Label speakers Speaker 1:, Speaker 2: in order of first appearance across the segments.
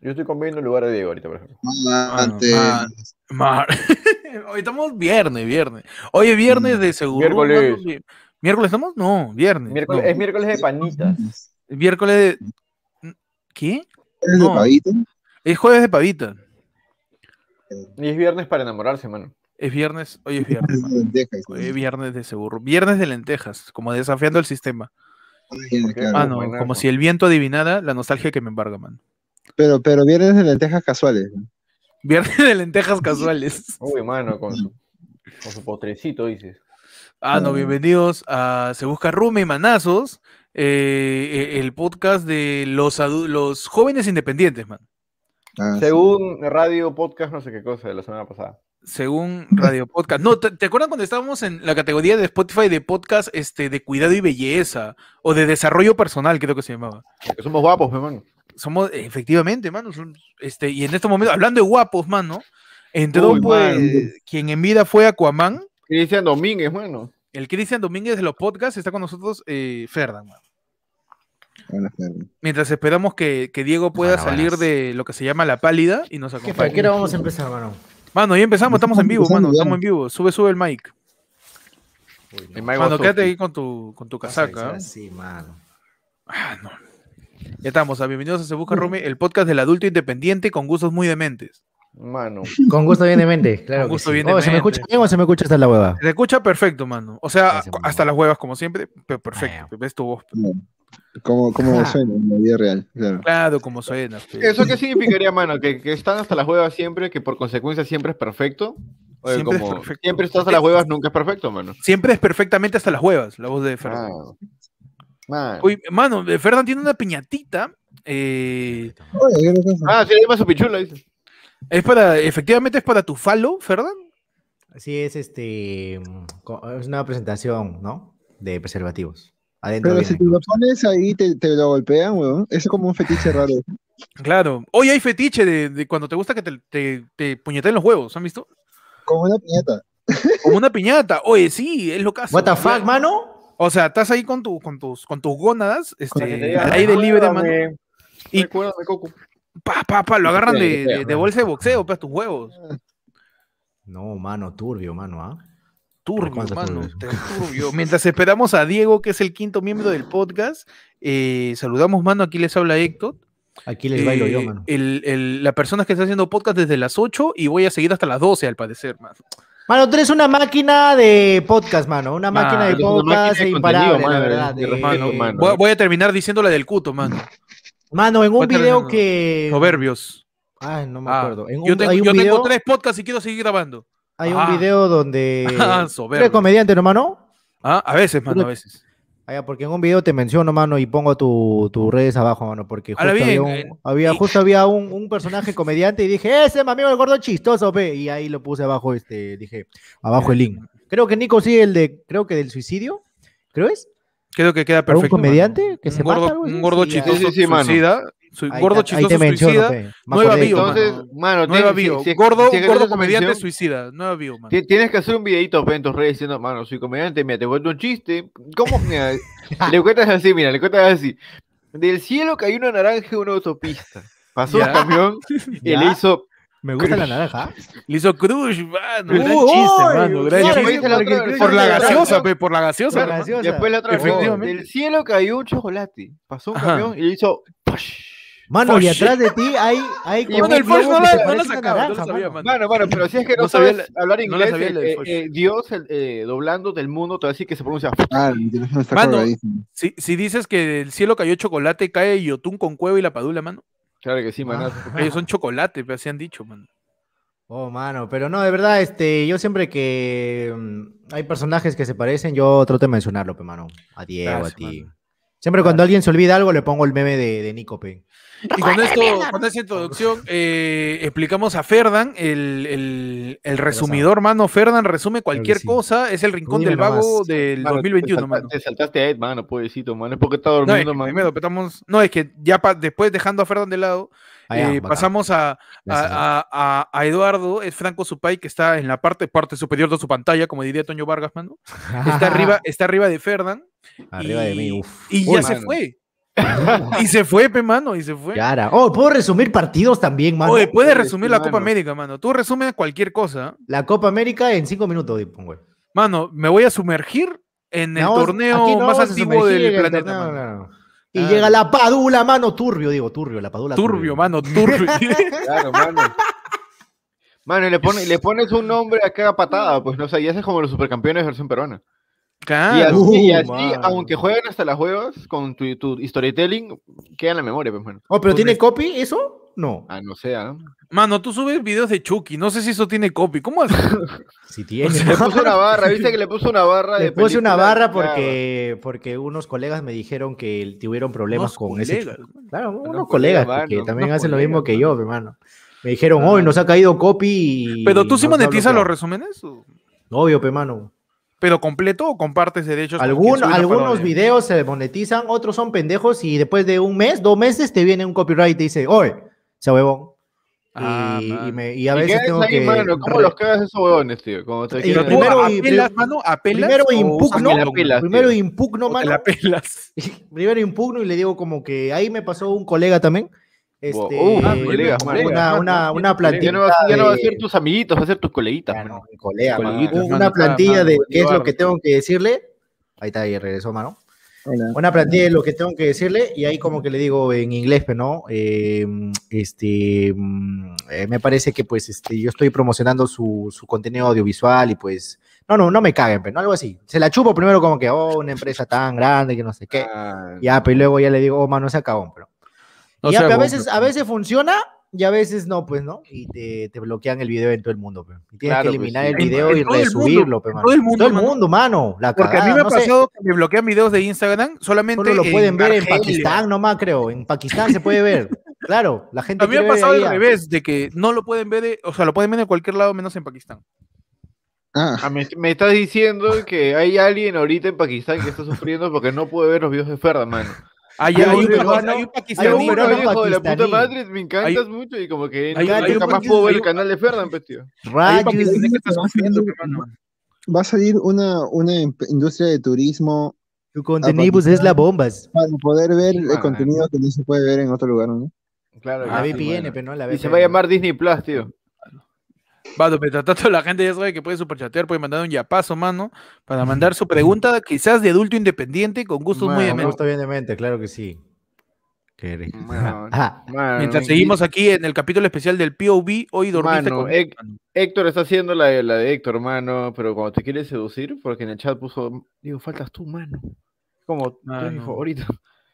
Speaker 1: Yo estoy con Bale en lugar de Diego ahorita, por ejemplo.
Speaker 2: Antes.
Speaker 3: Mar- Mar- Hoy estamos viernes, viernes. Hoy es viernes de seguro.
Speaker 1: Miércoles.
Speaker 3: ¿no? Vi- Mm, ¿Miércoles estamos? No, viernes.
Speaker 1: Miércoles-
Speaker 3: No.
Speaker 1: Es miércoles de panitas.
Speaker 3: Miércoles de... ¿Qué?
Speaker 2: ¿Eres de
Speaker 3: No.
Speaker 2: pavito?
Speaker 3: Es jueves de pavita.
Speaker 1: Y es viernes para enamorarse, mano.
Speaker 3: Es viernes, hoy es viernes.
Speaker 2: Eres
Speaker 3: man.
Speaker 2: de lentejas,
Speaker 3: Hoy es
Speaker 2: ¿no?
Speaker 3: viernes de seguro. Viernes de lentejas, como desafiando el sistema.
Speaker 2: Imagina,
Speaker 1: qué?
Speaker 2: claro.
Speaker 3: Ah, no,
Speaker 1: buenazo.
Speaker 3: como si el viento adivinara la nostalgia que me embarga, man.
Speaker 2: Pero, pero viernes de lentejas casuales. ¿no?
Speaker 3: Viernes de lentejas casuales.
Speaker 1: Uy, mano, con su, con su postrecito, dices.
Speaker 3: Ah, no,
Speaker 2: Mm.
Speaker 3: bienvenidos a Se Busca Rume y Manazos, eh, eh, el podcast de los, adu- los jóvenes independientes, man.
Speaker 2: Ah, sí.
Speaker 1: Según radio, podcast, no sé qué cosa de la semana pasada.
Speaker 3: Según Radio Podcast. No, ¿te, te acuerdas cuando estábamos en la categoría de Spotify de podcast este, de cuidado y belleza o de desarrollo personal, creo que se llamaba?
Speaker 1: Porque somos guapos, mi mano.
Speaker 3: Somos, eh, efectivamente, mano, son- este, y en este momento, hablando de guapos, mano, entró
Speaker 1: Uy,
Speaker 3: pues,
Speaker 2: mano.
Speaker 3: quien en vida fue Aquaman,
Speaker 1: Cristian Domínguez, mano.
Speaker 3: el Cristian Domínguez de los podcasts, está con nosotros eh, Ferdan, mano.
Speaker 2: Buenas tardes.
Speaker 3: Mientras esperamos que, que Diego pueda
Speaker 4: Buenas,
Speaker 3: salir
Speaker 4: buenas.
Speaker 3: de lo que se llama la pálida y nos
Speaker 4: ¿Qué fue? ¿A
Speaker 3: acompañe.
Speaker 4: qué hora vamos a empezar, mano?
Speaker 3: Mano, ya empezamos, estamos en vivo,
Speaker 2: Empezando
Speaker 3: mano,
Speaker 2: ya.
Speaker 3: estamos en vivo. Sube, sube el mic.
Speaker 1: El Mike
Speaker 3: Mano,
Speaker 1: Wazowski.
Speaker 3: quédate ahí con tu, con tu casaca. ¿eh?
Speaker 4: Sí, mano.
Speaker 3: Ah, no. Ya estamos, ah, bienvenidos a Se Busca Rumi, el podcast del adulto independiente con gustos muy dementes.
Speaker 1: Mano.
Speaker 4: Con gusto bien de mente, claro.
Speaker 3: Con
Speaker 4: que
Speaker 3: gusto
Speaker 4: sí.
Speaker 3: bien
Speaker 4: Oh,
Speaker 3: de
Speaker 4: ¿Se me
Speaker 3: mente.
Speaker 4: escucha bien o se me escucha hasta la hueva?
Speaker 3: Se escucha perfecto, mano. O sea,
Speaker 4: Gracias,
Speaker 3: cu-
Speaker 4: mano.
Speaker 3: hasta las huevas, como siempre, pero perfecto.
Speaker 4: Bueno.
Speaker 3: Ves tu voz.
Speaker 2: ¿Cómo, cómo
Speaker 4: Ah.
Speaker 2: suena en la vida real? Claro.
Speaker 3: Claro, como suena. pe.
Speaker 1: ¿Eso qué significaría, mano? ¿Que, que están hasta las huevas siempre, que por consecuencia siempre es perfecto. O que
Speaker 3: Siempre es
Speaker 1: como
Speaker 3: perfecto.
Speaker 1: Siempre estás a las huevas, nunca es perfecto, mano.
Speaker 3: Siempre es perfectamente hasta las huevas, la voz de Ferdan.
Speaker 1: Ah. Man.
Speaker 3: Uy, mano, eh, Ferdan tiene una piñatita. eh,
Speaker 2: Oye, ¿qué le pasa?
Speaker 1: Ah, sí, ahí va su pichula, dice.
Speaker 3: es para, efectivamente es para tu falo, Ferdan.
Speaker 4: Sí, es este. mm, co- Es una presentación, ¿no? De preservativos. Adentro.
Speaker 2: Pero
Speaker 4: viene.
Speaker 2: si te lo pones ahí, te, te lo golpean, weón. Eso es como un fetiche raro.
Speaker 3: Claro. Hoy hay fetiche de, de cuando te gusta que te, te, te puñeteen los huevos, ¿han visto?
Speaker 2: Como una piñata.
Speaker 3: Como una piñata. Oye, sí, es lo que
Speaker 4: ¿What the fuck, mano?
Speaker 3: O sea, estás ahí con, tu, con, tus, con tus gónadas,
Speaker 1: Para que te
Speaker 3: este,
Speaker 1: diga,
Speaker 3: al aire libre, mano.
Speaker 1: "Recuérdame,
Speaker 3: Y-
Speaker 1: recuérdame, Coco".
Speaker 3: Pa, pa, pa, lo agarran
Speaker 1: Sí,
Speaker 3: de,
Speaker 1: feo,
Speaker 3: de- de
Speaker 4: ¿no?
Speaker 3: bolsa de boxeo, pues, tus huevos.
Speaker 4: No, mano, turbio, mano, ¿ah?
Speaker 3: Turbio,
Speaker 4: Recuerda
Speaker 3: mano.
Speaker 4: turbio.
Speaker 3: te- turbio. Mientras esperamos a Diego, que es el quinto miembro del podcast, eh, saludamos, mano. Aquí les habla Héctor.
Speaker 4: Aquí les bailo yo,
Speaker 3: Eh,
Speaker 4: mano.
Speaker 3: el- el- la persona que está haciendo podcast desde las 8 y voy a seguir hasta las 12, al parecer, mano.
Speaker 4: Mano, tú eres una máquina de podcast, mano. Una
Speaker 3: Mano,
Speaker 4: máquina de
Speaker 1: eres una máquina
Speaker 4: podcast
Speaker 1: de
Speaker 4: imparable,
Speaker 1: contenido,
Speaker 4: la
Speaker 1: mano,
Speaker 4: verdad.
Speaker 1: de
Speaker 4: eh,
Speaker 1: respeto, mano.
Speaker 3: Voy, voy a terminar diciendo la del cuto, mano.
Speaker 4: Mano, en
Speaker 3: voy
Speaker 4: un
Speaker 3: a terminar,
Speaker 4: video
Speaker 3: mano.
Speaker 4: que.
Speaker 3: Soberbios.
Speaker 4: Ay, Eh, no me
Speaker 3: Ah,
Speaker 4: acuerdo. En
Speaker 3: yo
Speaker 4: un-
Speaker 3: tengo,
Speaker 4: hay un
Speaker 3: yo tengo
Speaker 4: video-
Speaker 3: tres podcasts y quiero seguir grabando.
Speaker 4: Hay
Speaker 3: Ah.
Speaker 4: un video donde.
Speaker 3: Ah,
Speaker 4: Tú
Speaker 3: soberbio.
Speaker 4: eres comediante, ¿no, mano?
Speaker 3: Ah, a veces, mano, a veces.
Speaker 4: Ah, ya, porque en un video te menciono, mano, y pongo tu- tus redes abajo, mano, porque justo
Speaker 3: Ahora
Speaker 4: había,
Speaker 3: bien,
Speaker 4: un,
Speaker 3: eh,
Speaker 4: había-
Speaker 3: y-
Speaker 4: justo había un, un personaje comediante y dije, ese es mi amigo el gordo chistoso, pe. Y ahí lo puse abajo, este, dije, abajo el
Speaker 3: Eh,
Speaker 4: link. Creo que Nico sigue el de, creo que del suicidio, ¿creo es?
Speaker 3: Creo que queda
Speaker 4: ¿Para un
Speaker 3: perfecto. mano.
Speaker 4: comediante que
Speaker 3: un
Speaker 4: se
Speaker 3: gordo,
Speaker 4: mata, algo así?
Speaker 3: un gordo
Speaker 4: Sí, ahí-
Speaker 3: chistoso
Speaker 1: Sí, sí, sí, mano.
Speaker 3: suicida. su-
Speaker 4: ahí
Speaker 3: gordo
Speaker 4: te- ahí te
Speaker 3: chistoso
Speaker 4: menciono,
Speaker 3: suicida.
Speaker 4: pe. Me
Speaker 3: nueva
Speaker 4: acordé de
Speaker 3: bio,
Speaker 4: ti,
Speaker 3: mano.
Speaker 1: Entonces, mano,
Speaker 3: Nueva
Speaker 1: tienes- si-
Speaker 3: bio.
Speaker 1: si-
Speaker 3: gordo
Speaker 1: si es que
Speaker 3: gordo
Speaker 1: haces esa
Speaker 3: comediante
Speaker 1: mención,
Speaker 3: suicida. Nueva bio, mano.
Speaker 1: ti- Tienes que hacer un videito pe, en tus redes diciendo, mano, soy comediante, mira, te cuento un chiste. ¿Cómo? Mira, le cuentas así, mira, le cuentas así. Del cielo cayó una naranja en una autopista. Pasó
Speaker 3: Ya.
Speaker 1: un camión y
Speaker 4: Ya.
Speaker 1: le hizo.
Speaker 4: Me gusta la naranja.
Speaker 3: Le hizo Crush, mano.
Speaker 4: Uy,
Speaker 3: gran chiste,
Speaker 4: uy,
Speaker 3: mano. gran
Speaker 4: claro,
Speaker 3: chiste.
Speaker 1: después de la otra versión
Speaker 3: Por la
Speaker 1: de la
Speaker 3: gaseosa,
Speaker 1: otra.
Speaker 3: pe, por la gaseosa.
Speaker 4: Por la
Speaker 3: hermano.
Speaker 4: gaseosa.
Speaker 1: Después la otra versión.
Speaker 3: Efectivamente.
Speaker 1: Del cielo cayó un chocolate. Pasó un
Speaker 3: Ajá.
Speaker 1: camión y le hizo. ¡push!
Speaker 4: Mano,
Speaker 3: Fosh.
Speaker 4: y atrás de ti hay, hay
Speaker 1: Y
Speaker 3: Mano, el
Speaker 4: como un
Speaker 3: Forge
Speaker 4: globo
Speaker 3: no
Speaker 4: que
Speaker 3: la-
Speaker 4: se
Speaker 3: no la
Speaker 4: parece a una
Speaker 3: sacaba, no la
Speaker 4: naranja,
Speaker 3: sabía,
Speaker 4: mano.
Speaker 3: mano.
Speaker 1: Mano, mano, pero si es que no,
Speaker 3: No sabía
Speaker 1: sabes
Speaker 3: la-
Speaker 1: hablar
Speaker 3: no la
Speaker 1: inglés,
Speaker 3: sabía la del
Speaker 1: eh,
Speaker 3: Foch.
Speaker 1: eh, Dios, el, eh, doblando del mundo, te va a decir que se pronuncia.
Speaker 2: Ah, el teléfono está
Speaker 3: Mano.
Speaker 2: colgadísimo.
Speaker 3: Si, si dices que del cielo cayó chocolate, cae Yotun con cueva y la padula, mano.
Speaker 1: Claro
Speaker 3: Ah.
Speaker 1: que sí, manazo.
Speaker 3: Porque ellos son chocolate, pe, así han dicho, mano.
Speaker 4: Oh, mano, pero no, de verdad, este, yo siempre que mm, hay personajes que se parecen, yo trato de mencionarlo, pe, mano. A Diego,
Speaker 3: Claro,
Speaker 4: a
Speaker 3: sí,
Speaker 4: ti. Siempre cuando alguien se olvida algo, le pongo el meme de, de Nico, pe.
Speaker 3: Y con esto, con esta introducción, eh, explicamos a Ferdan, el, el- el resumidor, mano. Ferdan resume cualquier
Speaker 4: sí.
Speaker 3: cosa, es el rincón
Speaker 4: Dime
Speaker 3: del vago
Speaker 4: nomás.
Speaker 3: del
Speaker 1: Mano,
Speaker 3: 2021,
Speaker 1: te, salta-
Speaker 3: mano.
Speaker 1: te saltaste a Ed, mano, pobrecito, mano. Es porque está
Speaker 3: No es,
Speaker 1: durmiendo,
Speaker 3: que
Speaker 1: mano.
Speaker 3: primero, pero estamos- no, es que ya pa- después dejando a Ferdan de lado,
Speaker 4: Ah, ya,
Speaker 3: eh,
Speaker 4: bacán.
Speaker 3: pasamos a, a-
Speaker 4: Gracias.
Speaker 3: a- a- a Eduardo, es Franco Supay, que está en la parte, parte superior de su pantalla, como diría Toño Vargas, mano. Está arriba, está arriba de Ferdan.
Speaker 4: Arriba de mí,
Speaker 3: este y-
Speaker 4: uf.
Speaker 3: Y
Speaker 1: Uy,
Speaker 3: ya se
Speaker 1: mano.
Speaker 3: fue. Y se fue, pe, mano, y se fue.
Speaker 4: Yara. Oh, ¿puedo resumir partidos también, mano?
Speaker 3: Oye, pues puedes
Speaker 1: Eres
Speaker 3: resumir la Copa
Speaker 1: humano.
Speaker 3: América, mano. Tú resumes cualquier cosa.
Speaker 4: La Copa América en cinco minutos, digo, güey.
Speaker 3: Mano, me voy a sumergir en el
Speaker 4: No, aquí
Speaker 3: torneo
Speaker 4: no
Speaker 3: más
Speaker 4: vamos a
Speaker 3: antiguo
Speaker 4: sumergir
Speaker 3: del
Speaker 4: en el
Speaker 3: planeta.
Speaker 4: torneo,
Speaker 3: mano.
Speaker 4: no, no. Y
Speaker 3: Ah.
Speaker 4: llega la Padula, mano, turbio, digo, turbio, la Padula.
Speaker 3: Turbio, mano, turbio.
Speaker 1: Claro, mano. Mano, y le, pone- le pones un nombre a cada patada, pues no sé, ya es como los supercampeones versión peruana. Y así,
Speaker 3: claro.
Speaker 1: y
Speaker 4: Uh,
Speaker 1: así,
Speaker 4: mano.
Speaker 1: aunque jueguen hasta las huevas, con tu, tu storytelling, queda en la memoria, pues, mano.
Speaker 4: Oh, pero
Speaker 3: Donde-
Speaker 4: ¿tiene copy eso? No.
Speaker 1: Ah, no sea.
Speaker 3: Mano, tú subes videos de Chucky. No sé si eso tiene copy. ¿Cómo haces?
Speaker 4: Si tiene.
Speaker 1: Le puso una barra, viste que le puso una barra.
Speaker 4: Le
Speaker 1: de
Speaker 4: puse una
Speaker 1: película? Claro.
Speaker 4: barra porque, porque unos colegas me dijeron que tuvieron problemas
Speaker 3: Unos
Speaker 4: con ese.
Speaker 3: colegas,
Speaker 4: chu-
Speaker 3: mano.
Speaker 4: Claro, unos,
Speaker 1: Unos colegas, mano,
Speaker 4: colegas que también
Speaker 1: unos
Speaker 4: hacen lo
Speaker 1: colegas,
Speaker 4: mismo que
Speaker 1: mano.
Speaker 4: yo, mi hermano. Me dijeron, hoy nos ha caído copy. y
Speaker 3: Pero tú sí
Speaker 4: nos ha
Speaker 3: monetizas los
Speaker 4: bloqueado".
Speaker 3: resúmenes. o-
Speaker 4: Obvio, pe mano.
Speaker 3: ¿Pero completo o compartes derechos? con quien
Speaker 4: Algun-
Speaker 3: sube una
Speaker 4: algunos
Speaker 3: parodia?
Speaker 4: videos se monetizan, otros son pendejos y después de un mes, dos meses, te viene un copyright y te dice, oye, se huevón.
Speaker 3: Ah,
Speaker 4: y, y
Speaker 3: mano.
Speaker 4: me- y a
Speaker 1: ¿Y
Speaker 4: veces
Speaker 1: quedas
Speaker 4: tengo
Speaker 1: ahí,
Speaker 4: que.
Speaker 1: mano? ¿Cómo
Speaker 4: re-
Speaker 1: los cagas esos huevones, tío? Cuando te
Speaker 4: Y
Speaker 3: Pero
Speaker 1: quieren-
Speaker 3: tú
Speaker 4: primero- y
Speaker 3: apelas,
Speaker 4: pri-
Speaker 3: mano, apelas.
Speaker 4: primero
Speaker 3: o
Speaker 4: impugno,
Speaker 3: usas el
Speaker 1: apelas, tío.
Speaker 4: Primero impugno,
Speaker 3: o te
Speaker 4: mano.
Speaker 3: la apelas.
Speaker 4: primero impugno y le digo como que ahí me pasó un colega también. Este,
Speaker 1: Uh, ah, colegas,
Speaker 4: una,
Speaker 1: colegas.
Speaker 4: una, una
Speaker 1: Ya
Speaker 4: plantilla.
Speaker 1: no, va, ya no va a
Speaker 4: de-
Speaker 1: ser tus amiguitos, va a ser tus coleguitas.
Speaker 4: Ya no,
Speaker 1: mano.
Speaker 4: colega, mano.
Speaker 1: Coleguitas,
Speaker 4: una
Speaker 3: mano,
Speaker 4: plantilla
Speaker 3: está,
Speaker 4: de
Speaker 3: mano,
Speaker 4: qué es lo que
Speaker 3: Eduardo.
Speaker 4: tengo que decirle. Ahí está, ahí regresó, mano.
Speaker 2: Hola.
Speaker 4: Una plantilla de lo que tengo que decirle y ahí como que le digo en inglés, pero no, Eh, este, mm, eh, me parece que pues este, yo estoy promocionando su, su contenido audiovisual y pues, no, no, no me caguen, pero no, algo así. Se la chupo primero como que, oh, una empresa tan grande que no sé qué.
Speaker 1: Ah,
Speaker 4: Ya, pero luego ya le digo, oh, mano, se acabó, pero.
Speaker 3: No
Speaker 4: y ya,
Speaker 3: sea
Speaker 4: pe, a
Speaker 3: huevón,
Speaker 4: veces,
Speaker 3: pe.
Speaker 4: a veces funciona y a veces no, pues, ¿no? Y te, te bloquean el video en todo el mundo, pe. Y tienes
Speaker 1: Claro,
Speaker 4: que
Speaker 1: pues,
Speaker 4: eliminar
Speaker 1: sí.
Speaker 4: el video
Speaker 3: En-
Speaker 4: y
Speaker 3: en todo el mundo,
Speaker 4: resubirlo, pe,
Speaker 3: en
Speaker 4: mano.
Speaker 3: todo el mundo,
Speaker 4: mano.
Speaker 3: mano.
Speaker 4: La
Speaker 3: Porque a mí
Speaker 4: cagada,
Speaker 3: me ha
Speaker 4: Ah, no sé,
Speaker 3: pasado que me bloquean videos de Instagram solamente.
Speaker 4: solo lo pueden ver en
Speaker 3: Argelia.
Speaker 4: Pakistán nomás, creo. En Pakistán se puede ver. Claro, la gente
Speaker 3: A mí me ha
Speaker 4: quiere ver
Speaker 3: pasado
Speaker 4: ahí
Speaker 3: al
Speaker 4: a-
Speaker 3: revés, de que no lo pueden ver, de- o sea, lo pueden ver en cualquier lado menos en Pakistán.
Speaker 2: Ah,
Speaker 1: ah, me, me estás diciendo que hay alguien ahorita en Pakistán que está sufriendo porque no puede ver los videos de Ferda, mano.
Speaker 3: Hay,
Speaker 4: Hay
Speaker 3: hay
Speaker 4: un
Speaker 3: un
Speaker 4: peruano-
Speaker 3: peruano, hay un
Speaker 4: hay un
Speaker 3: pakistaní,
Speaker 4: peruano
Speaker 1: Bueno, hijo de la puta
Speaker 4: pakistaní.
Speaker 1: madre, me encantas
Speaker 3: Hay-
Speaker 1: mucho y como que
Speaker 3: hay-
Speaker 1: nunca
Speaker 4: hay un
Speaker 1: más
Speaker 3: pakis-
Speaker 1: puedo ver
Speaker 3: hay
Speaker 1: el
Speaker 3: un-
Speaker 1: canal de Ferdan, pues, tío.
Speaker 3: hay un
Speaker 4: Rayos.
Speaker 3: pakistaní que está sufriendo, peruano.
Speaker 2: va a salir una, una em- industria de turismo
Speaker 4: Tu contenido pues, es la bombas.
Speaker 2: para poder ver
Speaker 1: Sí,
Speaker 2: el
Speaker 1: mano.
Speaker 2: contenido que no se puede ver en otro lugar, ¿no?
Speaker 1: Claro.
Speaker 4: La
Speaker 1: que sí,
Speaker 4: VPN,
Speaker 1: mano.
Speaker 4: pero no la
Speaker 1: Y
Speaker 4: VPN.
Speaker 1: se va a llamar Disney Plus, tío.
Speaker 4: Ah,
Speaker 3: Vato, pero tanto la gente ya sabe que puede superchatear, puede mandar un yapazo, mano, para mandar su pregunta, quizás de adulto independiente, con gustos
Speaker 1: Mano,
Speaker 3: muy
Speaker 1: me
Speaker 4: Me
Speaker 3: amenos.
Speaker 4: gusta bien de mente, claro que sí. Qué rico.
Speaker 3: Mm.
Speaker 4: Ah,
Speaker 1: Mano,
Speaker 4: Ajá.
Speaker 1: mano,
Speaker 3: Mientras
Speaker 1: me-
Speaker 3: seguimos aquí en el capítulo especial del POV, hoy dormiste
Speaker 1: Mano,
Speaker 3: con...
Speaker 1: eh, Héctor está haciendo la de, la de Héctor, mano, pero cuando te quieres seducir, porque en el chat puso, digo, faltas tú, mano. Como tú,
Speaker 4: Ah,
Speaker 3: Mano.
Speaker 1: hijo, ahorita.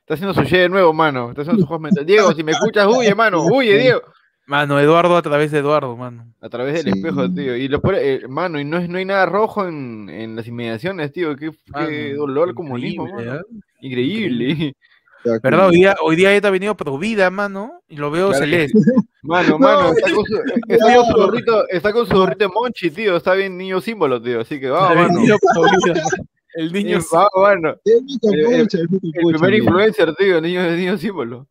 Speaker 1: Está haciendo su shit de nuevo, mano. Está haciendo su juego mental. Diego, si me escuchas, huye, mano. Huye, Diego.
Speaker 3: Mano, Eduardo a través de Eduardo, mano.
Speaker 1: A través del
Speaker 2: Sí.
Speaker 1: espejo, tío. Y lo peor, eh, mano, y no, es, no hay nada rojo en, en las inmediaciones, tío. Qué, qué
Speaker 3: Mano,
Speaker 1: dolor al comunismo,
Speaker 3: increíble,
Speaker 1: mano.
Speaker 3: ¿eh?
Speaker 1: Increíble.
Speaker 3: ¿Verdad? Hoy día, hoy día Ed ha venido pro vida, mano, y lo veo
Speaker 1: Claro que
Speaker 3: celeste.
Speaker 1: Mano, mano, está con su, está con su gorrito, está con su gorrito de Monchi, tío. Está bien niño símbolo, tío. Así que
Speaker 3: Ha
Speaker 1: vamos, mano.
Speaker 3: venido pro vida, mano. El niño...
Speaker 1: Eh, vamos, mano. Eh, el- El primer influencer, tío, niño, niño símbolo.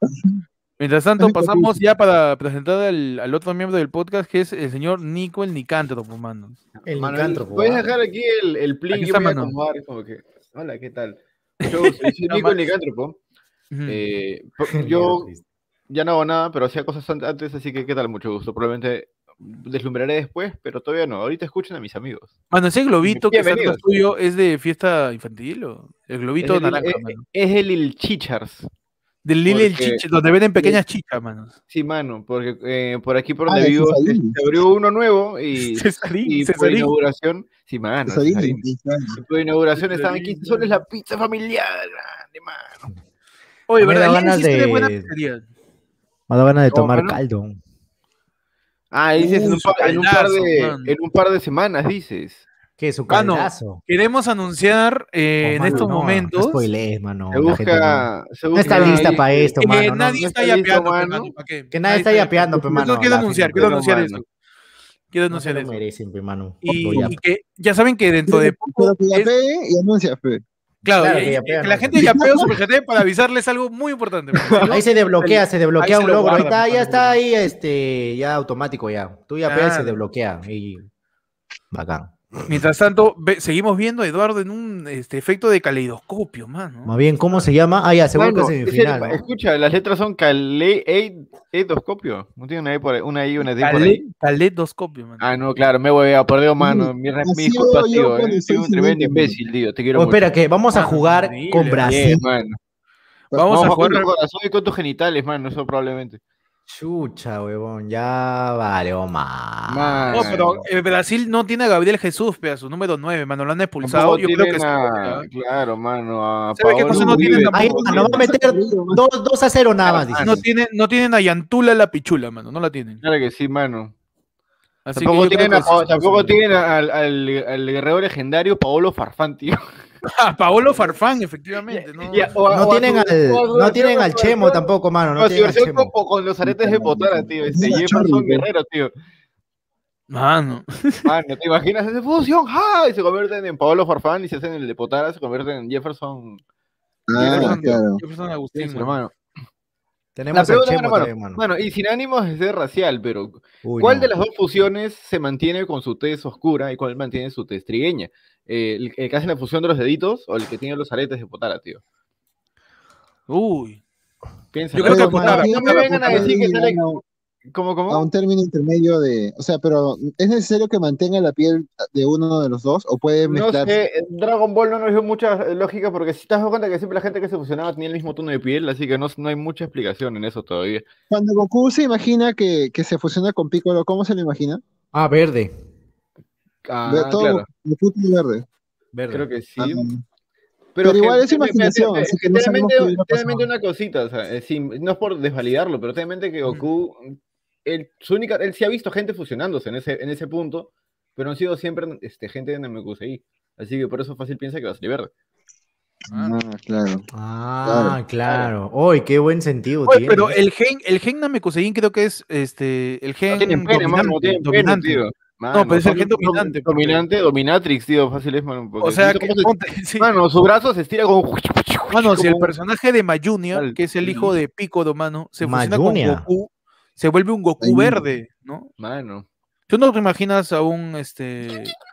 Speaker 3: Mientras tanto,
Speaker 2: Nico
Speaker 3: pasamos ya para presentar al, al otro miembro del podcast, que es el señor Nico el Nicántropo, mano.
Speaker 4: El
Speaker 1: Mano,
Speaker 4: licántropo,
Speaker 1: Puedes
Speaker 4: ah.
Speaker 1: dejar aquí el, el plin
Speaker 3: Aquí
Speaker 1: que
Speaker 3: está,
Speaker 1: voy a
Speaker 3: mano.
Speaker 1: acomodar, como que. Hola, ¿qué tal? Yo soy soy Nico el Licántropo.
Speaker 3: Ujú.
Speaker 1: Eh, po-
Speaker 4: Qué
Speaker 1: yo
Speaker 4: mierda,
Speaker 1: ya no hago nada, pero hacía cosas an- antes, así que qué tal, mucho gusto. Probablemente deslumbraré después, pero todavía no. Ahorita escuchen a mis amigos.
Speaker 3: Mano, ese globito que está
Speaker 1: Bienvenidos.
Speaker 3: atrás tuyo es de fiesta infantil o el globito
Speaker 1: Es el-
Speaker 3: naranja, mano.
Speaker 1: Es el Il Chichars.
Speaker 3: Del Lille el
Speaker 1: porque-
Speaker 3: Chiche, donde venden pequeñas chicas, mano.
Speaker 1: Sí, mano, porque eh, por aquí por
Speaker 2: Ah,
Speaker 1: donde
Speaker 2: de
Speaker 1: vivo se,
Speaker 2: Cesarini.
Speaker 1: se abrió uno nuevo y, y
Speaker 3: Cesarín,
Speaker 1: por
Speaker 3: Cesarín.
Speaker 1: inauguración. Sí, mano, Cesarín. Y por inauguración estaban
Speaker 3: Cesarín.
Speaker 1: 15 soles la pizza familiar, grande, mano.
Speaker 3: Oye,
Speaker 4: A mí me
Speaker 3: ¿verdad?
Speaker 4: da
Speaker 3: Lille
Speaker 4: ganas
Speaker 3: sí tiene buena
Speaker 4: de-
Speaker 3: pizzería.
Speaker 4: Me ha dado ganas de
Speaker 1: ¿Cómo,
Speaker 4: tomar
Speaker 1: mano?
Speaker 4: caldo.
Speaker 1: Ah, dices en,
Speaker 3: Uh,
Speaker 1: un par, en un par
Speaker 3: caldazo,
Speaker 1: de,
Speaker 3: mano.
Speaker 1: en un par de semanas, dices.
Speaker 4: ¿Qué es un
Speaker 3: Mano,
Speaker 4: caldazo?
Speaker 3: Queremos anunciar eh,
Speaker 4: Oh,
Speaker 3: en
Speaker 4: mano,
Speaker 3: estos
Speaker 4: no,
Speaker 3: momentos
Speaker 4: No spoilees, mano.
Speaker 1: Se
Speaker 4: la
Speaker 1: busca.
Speaker 4: gente no-
Speaker 1: se
Speaker 4: no está
Speaker 1: busca
Speaker 4: lista
Speaker 1: ahí-
Speaker 4: para esto,
Speaker 3: que
Speaker 4: mano. no.
Speaker 3: nadie
Speaker 1: no
Speaker 3: está
Speaker 1: está listo,
Speaker 3: yapeando, pe,
Speaker 1: mano.
Speaker 3: mano, ¿pa' qué?
Speaker 4: que nadie está yapeando, pe,
Speaker 3: Yo
Speaker 4: mano.
Speaker 3: quiero
Speaker 4: la
Speaker 3: anunciar,
Speaker 4: gente
Speaker 3: quiero
Speaker 1: no,
Speaker 3: anunciar
Speaker 1: mano.
Speaker 3: eso. Quiero
Speaker 4: No se
Speaker 3: anunciar
Speaker 4: lo
Speaker 3: eso.
Speaker 4: merecen, pe, mano.
Speaker 3: Y,
Speaker 4: Lo ya-
Speaker 3: y que ya saben que dentro de poco.
Speaker 2: Pero que ya
Speaker 3: es-
Speaker 2: pegue y anuncia, fe.
Speaker 3: claro,
Speaker 4: Claro,
Speaker 3: y-
Speaker 4: que
Speaker 3: y-
Speaker 4: yapean,
Speaker 3: que la
Speaker 4: ¿no?
Speaker 3: gente yapea su PGT para avisarles algo muy importante. mano.
Speaker 4: Ahí se desbloquea, se desbloquea
Speaker 3: ahí se
Speaker 4: un
Speaker 3: lo
Speaker 4: logro. Ahí
Speaker 3: guardan,
Speaker 4: está,
Speaker 3: pe,
Speaker 4: ya
Speaker 3: mano.
Speaker 4: está ahí, este, ya automático ya. Tú ya pegas y se
Speaker 3: Claro.
Speaker 4: desbloquea. Y... Bacán.
Speaker 3: Mientras tanto, ve- seguimos viendo a Eduardo en un este, efecto de caleidoscopio, mano.
Speaker 4: Más bien, ¿cómo se llama? Ah, ya, seguro que
Speaker 1: Mano,
Speaker 4: es
Speaker 1: es el-
Speaker 4: semifinal. ¿no?
Speaker 1: Escucha, las letras son caleidoscopio. No tiene una E por ahí, una I, una D por ahí.
Speaker 3: Cale- Caleidoscopio, mano.
Speaker 1: Ah, no, claro, me voy a perder,
Speaker 3: Mm,
Speaker 1: mano. Mi, re-
Speaker 2: Así
Speaker 1: mi disculpa,
Speaker 2: veo yo
Speaker 1: tío.
Speaker 2: cuando
Speaker 1: eh.
Speaker 2: estoy
Speaker 1: Soy un tremendo
Speaker 2: sin internet.
Speaker 1: imbécil, tío. Te quiero
Speaker 4: Oh,
Speaker 1: mucho.
Speaker 4: espera, que vamos a
Speaker 3: Mano,
Speaker 4: jugar
Speaker 3: increíble.
Speaker 4: con Brasil.
Speaker 1: Bien, mano. pues,
Speaker 3: Vamos, a jugar.
Speaker 1: con tu corazón y con tus genitales, mano, eso probablemente.
Speaker 4: Chucha, huevón, ya vale, oh, más.
Speaker 1: Mano.
Speaker 3: Ah, No, pero eh, Brasil no tiene a Gabriel Jesús, pe, a su número 9, mano. Lo han expulsado.
Speaker 1: Tampoco
Speaker 3: Yo creo que
Speaker 1: tienen
Speaker 3: sí,
Speaker 1: a-
Speaker 3: ¿eh?
Speaker 1: Claro, mano. A
Speaker 3: ¿Sabe qué
Speaker 1: Paolo
Speaker 3: cosa no tienen
Speaker 1: Uribe,
Speaker 4: Ahí
Speaker 3: tampoco?
Speaker 4: está, nos va a meter 2, a 0 nada más. dice.
Speaker 3: no, tienen, no tienen a Yantula la pichula, mano. No la tienen.
Speaker 1: Claro que sí, mano.
Speaker 3: Así que
Speaker 1: Tampoco
Speaker 3: yo creo
Speaker 1: tienen,
Speaker 3: que
Speaker 1: a
Speaker 3: sí,
Speaker 1: Paolo-
Speaker 3: sí,
Speaker 1: tampoco
Speaker 3: sí.
Speaker 1: tienen al, al- al guerrero legendario Paolo Farfán, tío.
Speaker 3: A Paolo Farfán, efectivamente. ¿no?
Speaker 1: Y a- o a-
Speaker 4: No
Speaker 1: o a su-
Speaker 4: tienen al,
Speaker 1: o a su
Speaker 4: no tienen al
Speaker 1: versión-
Speaker 4: Chemo tampoco, mano. No
Speaker 1: No, si
Speaker 4: tienen al
Speaker 1: versión con,
Speaker 4: Chemo.
Speaker 1: con los aretes de botara, tío. Este
Speaker 2: Mira,
Speaker 1: Jefferson
Speaker 2: Charlie, tío.
Speaker 1: Guerrero, tío.
Speaker 3: Mano.
Speaker 1: Ah, Mano, ¿te imaginas esa fusión? ¡Ah! Y se convierten en Paolo Farfán y se hacen el de Potara, se convierten en Jefferson.
Speaker 2: Ah,
Speaker 3: Jefferson-
Speaker 2: claro.
Speaker 3: Jefferson Agustín, mano.
Speaker 1: hermano. La
Speaker 4: Tenemos al
Speaker 1: pregunta,
Speaker 4: Chemo
Speaker 1: mano, mano,
Speaker 4: también, mano.
Speaker 1: Bueno, y sin ánimos es de racial, pero
Speaker 4: Uy,
Speaker 1: ¿Cuál
Speaker 4: no.
Speaker 1: de las dos fusiones se mantiene con su tez oscura y cuál mantiene su tez trigueña? Eh, ¿El, el que hace la fusión de los deditos o el que tiene los aretes de potara, tío?
Speaker 3: Uy.
Speaker 1: Piensa.
Speaker 3: Yo creo que
Speaker 2: Pero
Speaker 3: a
Speaker 1: No
Speaker 3: Potara.
Speaker 1: me
Speaker 2: mantiene-
Speaker 1: vengan a decir que sale... ¿Cómo,
Speaker 2: a
Speaker 1: cómo?
Speaker 2: un término intermedio de, o sea, pero ¿es necesario que mantenga la piel de uno de los dos o puede
Speaker 1: No
Speaker 2: mezclar?
Speaker 1: sé, Dragon Ball no nos dio mucha eh, lógica porque si te has dado cuenta que siempre la gente que se fusionaba tenía el mismo tono de piel, así que no, no hay mucha explicación en eso todavía.
Speaker 2: Cuando Goku se imagina que, que se fusiona con Piccolo, ¿cómo se lo imagina?
Speaker 4: Ah, verde.
Speaker 1: Ah,
Speaker 2: Ve todo
Speaker 1: claro,
Speaker 2: Goku tiene verde.
Speaker 4: Verde.
Speaker 1: creo que sí.
Speaker 2: Ah, no.
Speaker 1: Pero,
Speaker 2: Pero igual
Speaker 1: gen-
Speaker 2: es imaginación, así que no sabemos
Speaker 1: generalmente-
Speaker 2: qué hubiera pasado. Mm.
Speaker 1: generalmente una cosita, o sea, eh, sin- no es por desvalidarlo, pero realmente que Goku, él, su única, él sí ha visto gente fusionándose en ese, en ese punto, pero han sido siempre este, gente de Namekusei. Así que por eso fácil piensa que va a salir verde.
Speaker 3: Mano.
Speaker 2: Ah, claro.
Speaker 4: Ah, claro. Uy, qué buen sentido
Speaker 3: Oye,
Speaker 4: tiene.
Speaker 3: pero el gen, el gen Namekusei creo que es este, el gen
Speaker 1: No tienen pene, mano, no tienen pene,
Speaker 3: dominante.
Speaker 1: tío. Mano,
Speaker 3: pero es el
Speaker 1: fácil-
Speaker 3: gen dominante, porque-
Speaker 1: Dominante, dominatrix, tío, fácil es, mano. porque
Speaker 3: O sea,
Speaker 1: no sé
Speaker 3: que,
Speaker 1: cómo se-
Speaker 3: ponte- sí.
Speaker 1: Mano, su brazo se estira como...
Speaker 3: Mano, si el
Speaker 1: como-
Speaker 3: personaje de Ma Junior,
Speaker 1: Al-
Speaker 3: que es el hijo de Piccolo, mano, se
Speaker 4: Ma
Speaker 3: fusiona con
Speaker 4: Junior.
Speaker 3: Goku, se vuelve un Goku
Speaker 2: Ay,
Speaker 3: verde, ¿no?
Speaker 1: Mano.
Speaker 3: Tú no te imaginas a un este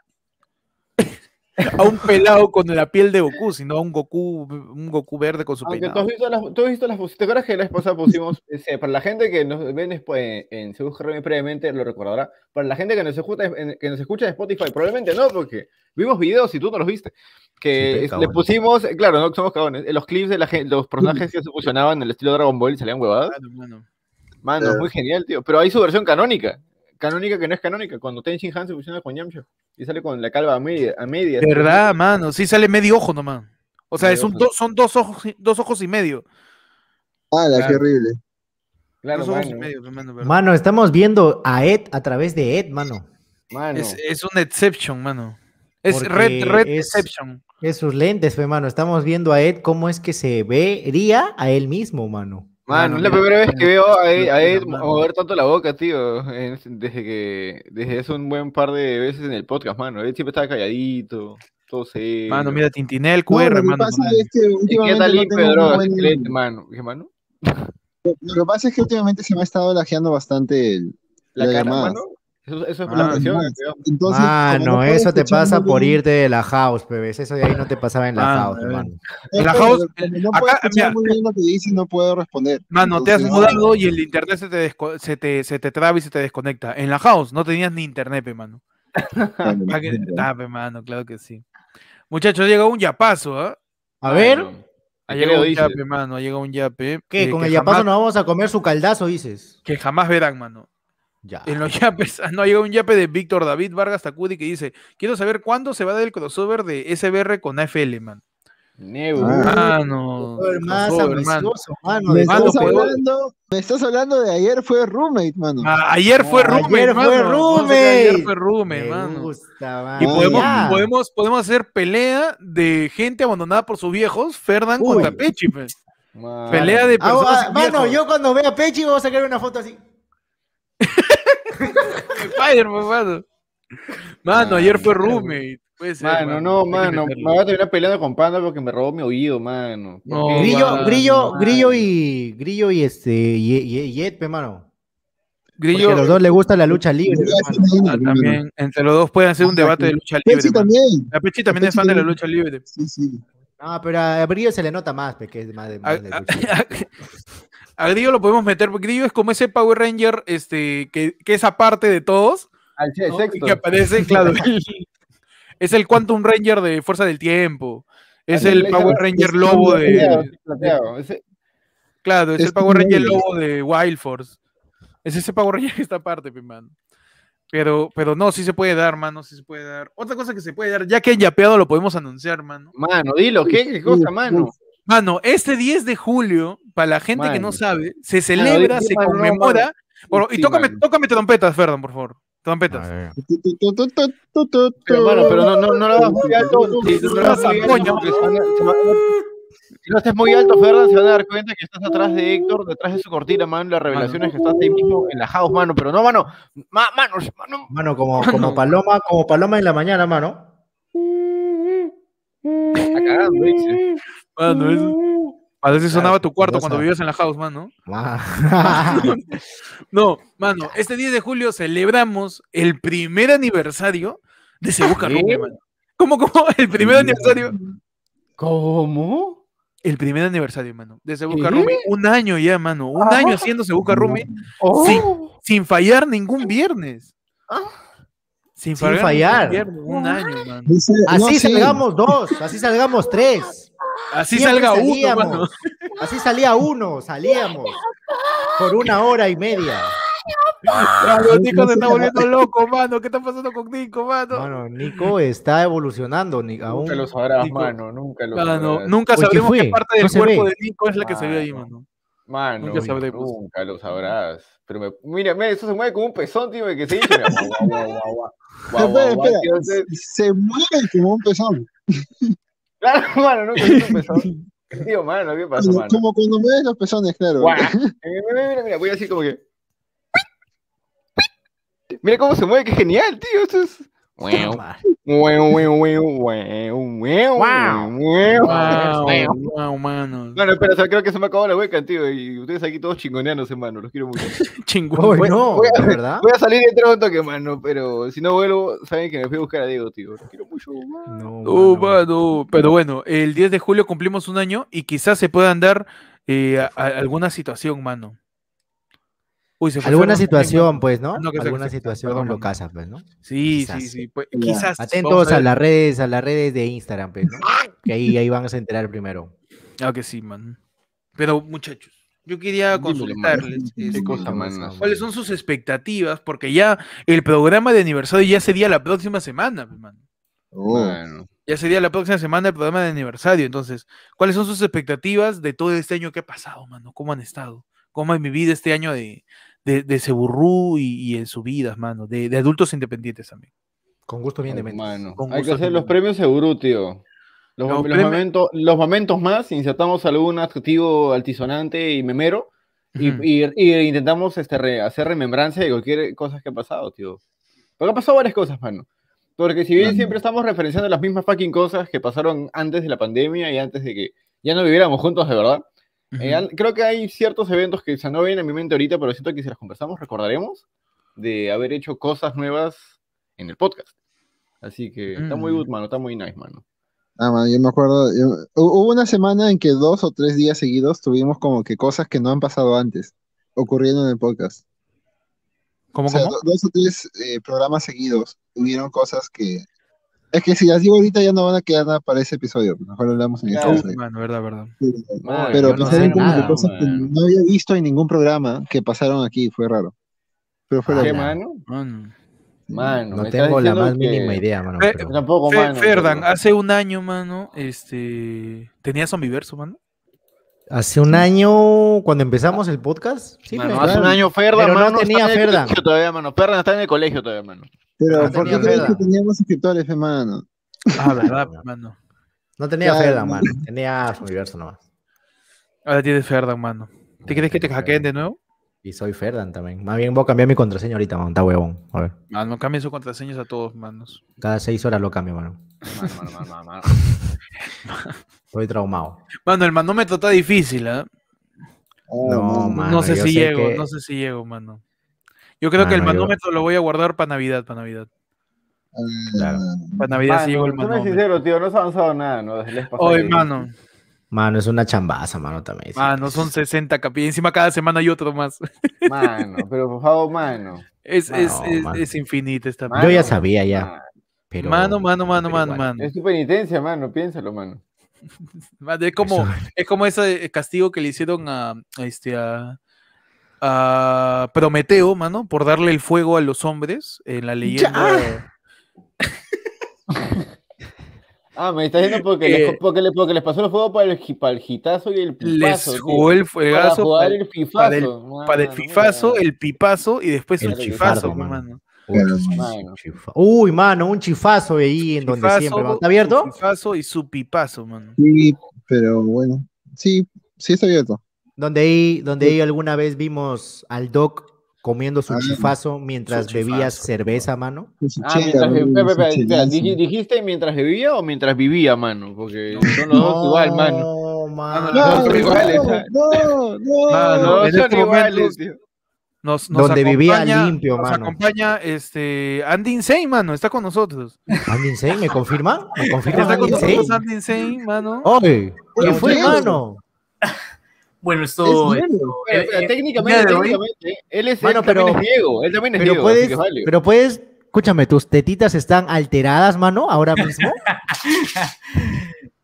Speaker 3: a un pelado con la piel de Goku, sino a un Goku, un Goku verde con su
Speaker 1: Aunque tú
Speaker 3: peinado.
Speaker 1: has visto las, tú has visto las pos- ¿Te acuerdas que la vez pasada pusimos, ese, para la gente que nos ven después en, en Seúl Jeremy previamente, lo recordará, para la gente que nos, escucha, en- que nos escucha en Spotify, probablemente no, porque vimos videos y tú no los viste,
Speaker 4: Sí,
Speaker 1: que
Speaker 4: pe,
Speaker 1: es- le
Speaker 4: cabrón.
Speaker 1: pusimos, eh, claro, no somos cagones, eh, los clips de la gen- los personajes que se fusionaban en el estilo Dragon Ball y salían huevadas,
Speaker 3: Claro, mano.
Speaker 1: mano, es muy genial, tío, pero hay su versión canónica, canónica que no es canónica, cuando Ten Shin Han se fusiona con Yamcha y sale con la calva a media. A media
Speaker 3: ¿Verdad, mano? Sí sale medio ojo nomás. O sea,
Speaker 1: Medio
Speaker 3: es un
Speaker 1: ojo.
Speaker 3: do- son dos ojos, y- dos ojos y medio.
Speaker 2: Ah, la qué
Speaker 3: Claro.
Speaker 2: horrible.
Speaker 1: Claro,
Speaker 3: dos ojos y
Speaker 1: mano,
Speaker 3: medio, mano, ¿verdad?
Speaker 4: Mano, estamos viendo a Ed a través de Ed, mano.
Speaker 1: mano.
Speaker 3: Es, es un exception, mano. Es
Speaker 4: Porque
Speaker 3: red, red
Speaker 4: es-
Speaker 3: exception.
Speaker 4: Esos lentes, fe, mano. Estamos viendo a Ed cómo es que se vería a él mismo, mano.
Speaker 1: Mano,
Speaker 3: Mano,
Speaker 1: es la
Speaker 3: mira,
Speaker 1: primera vez que veo a Ed,
Speaker 3: mira,
Speaker 1: a Ed
Speaker 3: mano.
Speaker 1: mover tanto la boca, tío. es- Desde que desde hace un buen par de veces en el podcast, mano. Él siempre estaba calladito, todo serio.
Speaker 3: Mano, mira, tintinea el
Speaker 2: No,
Speaker 3: QR,
Speaker 2: lo que
Speaker 3: mano.
Speaker 2: pasa
Speaker 3: mano.
Speaker 2: es que
Speaker 1: ¿Y qué
Speaker 2: últimamente
Speaker 1: tal
Speaker 2: no
Speaker 1: limpio de
Speaker 2: tengo muy
Speaker 1: drogas?
Speaker 2: buen-
Speaker 1: Excelente, mano. ¿Qué mano?
Speaker 2: Lo que pasa es que últimamente se me ha estado lajeando bastante el-
Speaker 1: La
Speaker 2: La
Speaker 1: cara,
Speaker 2: llamada.
Speaker 1: mano. Eso, eso es por
Speaker 3: Ah,
Speaker 1: la presión,
Speaker 2: más.
Speaker 1: tío.
Speaker 2: Entonces, como
Speaker 4: Mano,
Speaker 2: puedo
Speaker 4: eso te
Speaker 2: escuchar
Speaker 4: pasa
Speaker 2: muy
Speaker 4: por
Speaker 2: bien-
Speaker 4: irte de la house, bebés. Eso de ahí no te pasaba en la
Speaker 3: Mano,
Speaker 4: house,
Speaker 3: eh.
Speaker 4: mano.
Speaker 3: En la
Speaker 2: Como
Speaker 3: house,
Speaker 2: no puedo
Speaker 3: acá, mira.
Speaker 2: escuchar muy bien lo que dicen, no puedo responder.
Speaker 3: Mano, te has
Speaker 2: Entonces,
Speaker 3: mudado y el internet se te, desco- se te, se te traba y se te desconecta. En la house no tenías ni internet, pe, mano.
Speaker 2: Vale,
Speaker 3: Ah, que-
Speaker 2: mira.
Speaker 3: ah, pe, mano, claro que sí. Muchachos, llega un yapazo, ¿ah?
Speaker 4: A ver,
Speaker 1: Mano,
Speaker 3: Ha
Speaker 1: ¿qué
Speaker 3: llegado
Speaker 1: le
Speaker 3: un
Speaker 1: dices?
Speaker 3: yape, mano, ha llegado un yape.
Speaker 4: ¿qué?
Speaker 3: eh,
Speaker 4: Con
Speaker 3: que
Speaker 4: el yapazo
Speaker 3: jamás-
Speaker 4: nos vamos a comer su caldazo, dices.
Speaker 3: Que jamás verán, mano.
Speaker 4: Ya.
Speaker 3: En los yapes, no ha llegado un yape de Víctor David Vargas Tacudi que dice: Quiero saber cuándo se va a dar el crossover de SBR con AFL, mano.
Speaker 1: Neu.
Speaker 2: Ah.
Speaker 3: Mano,
Speaker 4: Joder, Más
Speaker 3: crossover, mano.
Speaker 4: ambicioso, mano.
Speaker 2: Me
Speaker 4: de
Speaker 3: mano,
Speaker 2: estás,
Speaker 4: todo,
Speaker 3: pero-
Speaker 4: pe-
Speaker 2: hablando, me estás hablando de ayer fue roommate, mano.
Speaker 3: Ah, ayer fue
Speaker 4: Ah,
Speaker 3: Rume,
Speaker 4: ayer
Speaker 3: mano. Vamos
Speaker 4: fue
Speaker 3: a hablar de Ayer
Speaker 4: Rume.
Speaker 3: fue Rume,
Speaker 4: Me
Speaker 3: mano.
Speaker 4: gusta,
Speaker 3: Y
Speaker 4: mano.
Speaker 3: podemos,
Speaker 4: Ya.
Speaker 3: podemos, podemos hacer pelea de gente abandonada por sus viejos, Fernán
Speaker 4: Uy.
Speaker 3: contra Pechi. pe.
Speaker 1: Mano.
Speaker 3: Pelea de
Speaker 4: Ah,
Speaker 3: personas.
Speaker 4: ah,
Speaker 3: sin
Speaker 4: mano,
Speaker 3: viejos.
Speaker 4: yo cuando vea a Pechi voy a sacar una foto así.
Speaker 3: Spider, pe, mano. Mano, ayer fue roommate. Puede ser,
Speaker 1: Mano, no,
Speaker 3: Hay que
Speaker 1: mano. Me
Speaker 3: meterle.
Speaker 1: voy a terminar peleando con Panda porque me robó mi oído, mano.
Speaker 3: Oh, No,
Speaker 1: ¿Por qué,
Speaker 4: Grillo,
Speaker 1: mano?
Speaker 4: grillo,
Speaker 1: Mano.
Speaker 4: grillo y. Grillo y este. Y, y, y Ed, pe, mano. Porque a los
Speaker 3: Grillo
Speaker 4: dos les gusta la lucha libre.
Speaker 2: Yo
Speaker 4: hermano.
Speaker 2: sí,
Speaker 3: ah, también, entre los dos pueden hacer un debate de lucha libre.
Speaker 2: Pepsi
Speaker 3: man.
Speaker 2: también.
Speaker 3: La Pechi también es
Speaker 2: Pechi
Speaker 3: fan de la
Speaker 2: también.
Speaker 3: lucha libre.
Speaker 2: Sí, sí.
Speaker 4: No, pero a Brillo se le nota más, pe, que es más de,
Speaker 3: A,
Speaker 4: más de lucha.
Speaker 3: a- a Grillo lo podemos meter, porque Grillo es como ese Power Ranger este, que, que es aparte de todos.
Speaker 1: Al che-
Speaker 3: ¿no? Y
Speaker 1: sexto.
Speaker 3: que aparece, claro. el- es el Quantum Ranger de Fuerza del Tiempo. Es
Speaker 1: Ah,
Speaker 3: el
Speaker 1: esa-
Speaker 3: Power Ranger Lobo
Speaker 1: Plateado,
Speaker 3: de.
Speaker 1: plateado. Ese-
Speaker 3: Claro, es
Speaker 2: es
Speaker 3: el Power Ranger
Speaker 2: Lobo.
Speaker 3: Lobo de Wild Force. Es ese Power Ranger que está aparte, pe, mano. Pero, pero no, sí se puede dar, mano, sí se puede dar. Otra cosa que se puede dar, ya que en Yapeado lo podemos anunciar, mano.
Speaker 1: Mano, dilo, ¿qué, qué cosa, mano?
Speaker 3: Mano, este 10 de julio, para la gente que no
Speaker 1: Mano.
Speaker 3: sabe, se celebra,
Speaker 1: di- di
Speaker 3: se
Speaker 1: mano, mano.
Speaker 3: conmemora. Por- y
Speaker 1: Sí,
Speaker 3: tócame,
Speaker 1: mano.
Speaker 3: tócame trompetas, Ferdinand, por favor. Trompetas.
Speaker 2: Tu, tu, tu, tu, tu, tu, tu, tu.
Speaker 1: Pero, mano, pero no, no, no lo hagas muy alto. sí, no lo hagas muy alto,
Speaker 3: Coño.
Speaker 1: porque se van a- se van a- Si lo haces muy alto, Ferdan, se van a dar cuenta que estás atrás de Héctor, detrás de su cortina, mano. Las revelaciones que estás ahí mismo en la house, mano. Pero no, mano. Ma- manos, mano.
Speaker 4: Mano, como, como paloma, como paloma en la mañana, mano.
Speaker 1: Está cagando, dice.
Speaker 3: Mano, eso- A veces
Speaker 4: Claro,
Speaker 3: sonaba tu cuarto cuando
Speaker 4: cosa.
Speaker 3: vivías en la house, mano.
Speaker 4: Ah.
Speaker 3: No, mano, este 10 de julio celebramos el primer aniversario de Sebuca
Speaker 1: ¿Qué?
Speaker 3: Rumble, mano. ¿Cómo, cómo? El primer aniversario.
Speaker 1: ¿Cómo?
Speaker 3: El primer aniversario, mano, de Sebuca
Speaker 1: ¿Qué?
Speaker 3: Rumble. Un año ya, mano. Un
Speaker 1: Ah.
Speaker 3: año haciendo Sebuca Rumble
Speaker 4: Oh.
Speaker 3: Sí. sin fallar ningún viernes. Sin,
Speaker 4: Ah. Sin
Speaker 3: ningún
Speaker 4: fallar. Ah.
Speaker 3: viernes, un año, mano.
Speaker 2: Dice, no,
Speaker 4: Así
Speaker 2: sí.
Speaker 4: salgamos dos, así salgamos tres.
Speaker 3: Así
Speaker 4: Siempre
Speaker 3: salga uno,
Speaker 4: salíamos.
Speaker 3: mano.
Speaker 4: Así salía uno, salíamos. Por una hora y media.
Speaker 3: Claro, Nico se
Speaker 2: sí,
Speaker 3: está
Speaker 2: sí.
Speaker 3: volviendo loco, mano. ¿Qué está pasando con Nico, mano?
Speaker 4: Mano, Nico está evolucionando. Ni, aún.
Speaker 1: Nunca lo sabrás,
Speaker 3: Nico.
Speaker 1: mano. Nunca lo
Speaker 3: Mano,
Speaker 1: sabrás.
Speaker 3: nunca
Speaker 4: Oye, ¿qué
Speaker 3: sabremos qué
Speaker 4: fue?
Speaker 3: parte del
Speaker 4: No se
Speaker 3: cuerpo
Speaker 4: ve.
Speaker 3: de Nico es la que se ve ahí,
Speaker 1: Mano.
Speaker 3: mano.
Speaker 1: Mano,
Speaker 3: Nunca sabremos.
Speaker 1: nunca lo sabrás. Pero me, mira, mira, eso se mueve como un pezón, tío, que se dice. mira, guau, guau, guau, guau, guau, guau,
Speaker 2: Espera,
Speaker 1: guau,
Speaker 2: espera.
Speaker 1: tío, este- entonces-
Speaker 2: Se mueve como un pezón.
Speaker 1: Claro, mano, nunca se un pezón. Tío, mano, ¿qué pasó, mano?
Speaker 2: Como cuando mueves los pezones, claro.
Speaker 1: Guau. Mira, mira, mira, mira, voy a decir como que. Mira cómo se mueve, qué genial, tío. Eso es. Guau, guau, guau, guau, guau, guau, guau.
Speaker 3: Wow,
Speaker 1: Guau.
Speaker 3: wow, mano.
Speaker 1: Mano, espera, o sea, creo que se me acabó la hueca, tío. Y ustedes aquí todos chingoneándose, mano. Los quiero mucho.
Speaker 3: Chingón.
Speaker 4: Uy, no,
Speaker 1: voy a-
Speaker 4: ¿verdad?
Speaker 1: Voy a salir dentro de un toque, mano, pero si no vuelvo, saben que me fui a buscar a Diego, tío. Lo quiero mucho. mano.
Speaker 4: No,
Speaker 3: Oh,
Speaker 4: mano.
Speaker 3: mano. Pero bueno, el 10 de julio cumplimos un año y quizás se puedan dar eh, a- a- alguna situación, mano. Uy, se fue
Speaker 4: Alguna
Speaker 3: Fernando también,
Speaker 4: situación, pues, ¿no?
Speaker 3: Ah, no, que se-
Speaker 4: Alguna
Speaker 3: que se-
Speaker 4: situación
Speaker 3: perdón,
Speaker 4: lo
Speaker 3: mano.
Speaker 4: casa, pues, ¿no?
Speaker 3: mano. Sí,
Speaker 4: Quizás. eh,
Speaker 3: sí, sí. pues,
Speaker 2: Ya.
Speaker 3: quizás.
Speaker 4: Atentos
Speaker 3: vamos
Speaker 4: a,
Speaker 3: ver.
Speaker 4: las redes, a las redes de Instagram, pues, ¿no? Que ahí, ahí van a se enterar primero.
Speaker 3: Ah, que sí, mano. Pero muchachos, yo quería
Speaker 1: Dímelo, mano.
Speaker 3: consultarles.
Speaker 2: Qué
Speaker 3: este,
Speaker 1: cosa, mano.
Speaker 3: ¿Cuáles son sus expectativas? Porque ya el programa de aniversario ya sería la próxima semana, pues, mano.
Speaker 2: Oh.
Speaker 1: Mano.
Speaker 3: Ya sería la próxima semana el programa de aniversario. Entonces, ¿cuáles son sus expectativas de todo este año que ha pasado, mano? ¿Cómo han estado? ¿Cómo han vivido este año de, de, de Ceburrú y, y en sus vidas, mano? De, de adultos independientes también.
Speaker 4: Con gusto bien de menos.
Speaker 1: Mano,
Speaker 3: Con
Speaker 1: Hay
Speaker 3: gusto,
Speaker 1: que hacer los
Speaker 3: hermano.
Speaker 1: premios seguro, tío. Los,
Speaker 3: Los
Speaker 1: los
Speaker 3: premios-
Speaker 1: momentos, los momentos más, insertamos algún adjetivo altisonante y memero y,
Speaker 3: Ujú.
Speaker 1: y- y intentamos este, re- hacer remembranza de cualquier cosa que ha pasado, tío. Porque ha pasado varias cosas, mano. Porque si bien
Speaker 2: Mano.
Speaker 1: siempre estamos referenciando las mismas fucking cosas que pasaron antes de la pandemia y antes de que ya no viviéramos juntos de verdad,
Speaker 3: Ujú.
Speaker 1: Eh, al- creo que hay ciertos eventos que ya no vienen a mi mente ahorita, pero siento que si las conversamos recordaremos de haber hecho cosas nuevas en el podcast. Así que está muy
Speaker 3: Mm.
Speaker 1: good, mano, está muy nice, mano.
Speaker 2: Ah, mano, yo me acuerdo. yo- hu- hubo una semana en que dos o tres días seguidos tuvimos como que cosas que no han pasado antes ocurriendo en el podcast.
Speaker 3: ¿Cómo,
Speaker 2: O sea,
Speaker 3: cómo?
Speaker 2: do- dos o tres eh, programas seguidos hubieron cosas que. Es que si las digo ahorita ya no van a quedar nada para ese episodio. Mejor hablamos en este
Speaker 1: Claro.
Speaker 3: Uf,
Speaker 2: episodio.
Speaker 3: mano, verdad, verdad.
Speaker 1: Mano,
Speaker 2: Pero
Speaker 1: yo no
Speaker 4: pues,
Speaker 2: pues eran
Speaker 1: sé
Speaker 2: como
Speaker 4: nada,
Speaker 2: que cosas que
Speaker 1: mano.
Speaker 2: no había visto en ningún programa que pasaron aquí, fue raro. Pero fue
Speaker 4: Ah,
Speaker 1: ¿Qué,
Speaker 2: raro.
Speaker 4: la-
Speaker 1: mano?
Speaker 3: Mano.
Speaker 1: Mano,
Speaker 4: no
Speaker 1: me estás
Speaker 4: tengo la
Speaker 1: diciendo
Speaker 4: más
Speaker 1: que-
Speaker 4: mínima idea, mano.
Speaker 3: Eh,
Speaker 4: pero-
Speaker 1: Yo Tampoco,
Speaker 3: Fe-
Speaker 1: mano.
Speaker 3: Ferdan, ah,
Speaker 1: pero-
Speaker 3: hace un año, mano, este, tenía zombiverso, mano.
Speaker 4: Hace un año, cuando empezamos el podcast, sí,
Speaker 1: Mano,
Speaker 4: pues,
Speaker 1: hace un año Ferdan,
Speaker 4: Pero no
Speaker 1: mano,
Speaker 4: tenía
Speaker 1: está en el
Speaker 4: Ferdan.
Speaker 1: colegio todavía, mano. Ferdan está en el colegio todavía, mano.
Speaker 2: Pero
Speaker 4: Ah,
Speaker 2: ¿por qué
Speaker 4: tenía
Speaker 2: crees que
Speaker 4: Ferdan.
Speaker 2: teníamos suscriptores, hermano?
Speaker 3: Ah, verdad, mano.
Speaker 4: no tenía
Speaker 2: Claro,
Speaker 4: fe
Speaker 2: no.
Speaker 4: mano. Tenía su universo nomás.
Speaker 3: Ahora tienes Ferdan, mano. ¿Te crees que te hackeen de nuevo?
Speaker 4: Y soy Ferdan también. Más bien voy a cambiar mi contraseña ahorita, mano. Está huevón. A ver.
Speaker 3: Mano, Ah, cambien sus contraseñas a todos, manos.
Speaker 4: Cada seis horas lo cambio, mano.
Speaker 1: Mano, mano, mano, mano, mano.
Speaker 4: Estoy traumado.
Speaker 3: Mano, el manómetro está difícil, ¿ah?
Speaker 2: Oh,
Speaker 4: No,
Speaker 2: mano.
Speaker 4: mano.
Speaker 3: no sé
Speaker 4: yo
Speaker 3: si
Speaker 4: sé
Speaker 3: llego,
Speaker 4: que-
Speaker 3: no sé si llego, mano. Yo creo
Speaker 4: Ah,
Speaker 3: que el
Speaker 4: no, yo-
Speaker 3: manómetro lo voy a guardar para Navidad, para Navidad.
Speaker 2: ah,
Speaker 4: Claro.
Speaker 3: Para Navidad sí llegó el
Speaker 1: tú no eres
Speaker 3: manómetro.
Speaker 1: sincero, tío, no has avanzado nada, ¿no? Desde el mes pasado.
Speaker 3: Oye, mano,
Speaker 4: Mano, es una chambaza, mano, también. sí.
Speaker 3: mano, son 60 capi. Encima cada semana hay otro más.
Speaker 1: Mano, pero por favor, mano.
Speaker 3: Es, es,
Speaker 4: No,
Speaker 3: es,
Speaker 4: mano.
Speaker 3: es infinita esta
Speaker 1: Mano,
Speaker 4: Yo ya sabía, ya.
Speaker 1: mano.
Speaker 4: Pero,
Speaker 3: Mano, mano, mano,
Speaker 4: pero
Speaker 3: mano,
Speaker 4: igual.
Speaker 3: mano.
Speaker 1: Es tu penitencia, mano, piénsalo, mano.
Speaker 3: Mano, Es como,
Speaker 4: Eso-
Speaker 3: es como ese castigo que le hicieron a, a este a, a Prometeo, mano, por darle el fuego a los hombres en la leyenda.
Speaker 1: Ah, me estás diciendo porque,
Speaker 3: Eh,
Speaker 1: les, porque, les, porque les pasó el juego para el, ji- para el jitazo y el pipazo.
Speaker 3: Les
Speaker 1: tío.
Speaker 3: jugó el
Speaker 1: para
Speaker 3: fuegazo
Speaker 1: jugar
Speaker 3: para,
Speaker 1: el fifazo.
Speaker 3: para el-
Speaker 1: mano,
Speaker 3: para el fifazo, el pipazo y después
Speaker 4: El
Speaker 3: el
Speaker 4: chifardo,
Speaker 3: chifazo,
Speaker 4: mano.
Speaker 3: mano.
Speaker 2: Claro,
Speaker 4: Uy,
Speaker 1: mano.
Speaker 4: chifa- Uy, mano, un chifazo ahí en donde
Speaker 3: Chifazo,
Speaker 4: siempre. mano. ¿Está
Speaker 3: su
Speaker 4: abierto?
Speaker 3: chifazo y su pipazo, mano.
Speaker 2: Sí, pero bueno. Sí, sí está abierto.
Speaker 4: Donde ahí, donde ahí alguna vez vimos al Doc comiendo su
Speaker 2: Ah,
Speaker 4: chifazo mientras
Speaker 3: su
Speaker 4: bebía
Speaker 3: chifazo.
Speaker 4: cerveza, mano.
Speaker 1: Ah, mientras bebía, espera, espera, espera, ¿dij- ¿dijiste mientras bebía o mientras vivía, mano? Porque son los dos igual, mano.
Speaker 4: No, mano.
Speaker 3: No,
Speaker 2: No,
Speaker 1: son iguales,
Speaker 2: no,
Speaker 1: ¿sabes?
Speaker 2: no, no.
Speaker 3: Mano,
Speaker 1: Ah, No,
Speaker 3: en
Speaker 1: son
Speaker 3: este
Speaker 1: iguales,
Speaker 3: momento-
Speaker 1: tío.
Speaker 3: Nos, nos
Speaker 4: Donde vivía
Speaker 3: acompaña-
Speaker 4: limpio,
Speaker 3: nos
Speaker 4: mano.
Speaker 3: acompaña este Andy Insane, mano, está con nosotros.
Speaker 4: Andy Insane, ¿me confirma? ¿Me confirma
Speaker 3: está con
Speaker 4: Andy Insane? Oh,
Speaker 3: nosotros Andy Insane, mano.
Speaker 4: Oye, ¿qué
Speaker 2: Pero
Speaker 4: fue,
Speaker 2: ¿qué?
Speaker 4: mano?
Speaker 5: Bueno, esto.
Speaker 2: Es negro.
Speaker 5: esto-
Speaker 1: Pero,
Speaker 5: eh,
Speaker 1: pero
Speaker 5: eh,
Speaker 1: técnicamente,
Speaker 5: el día de hoy-
Speaker 1: técnicamente, él es,
Speaker 4: Mano,
Speaker 1: él también
Speaker 4: pero-
Speaker 1: es Diego, él también es
Speaker 4: Pero
Speaker 1: Diego, así
Speaker 4: puedes,
Speaker 1: que vale.
Speaker 4: pero puedes, escúchame, tus tetitas están alteradas, mano, ahora mismo.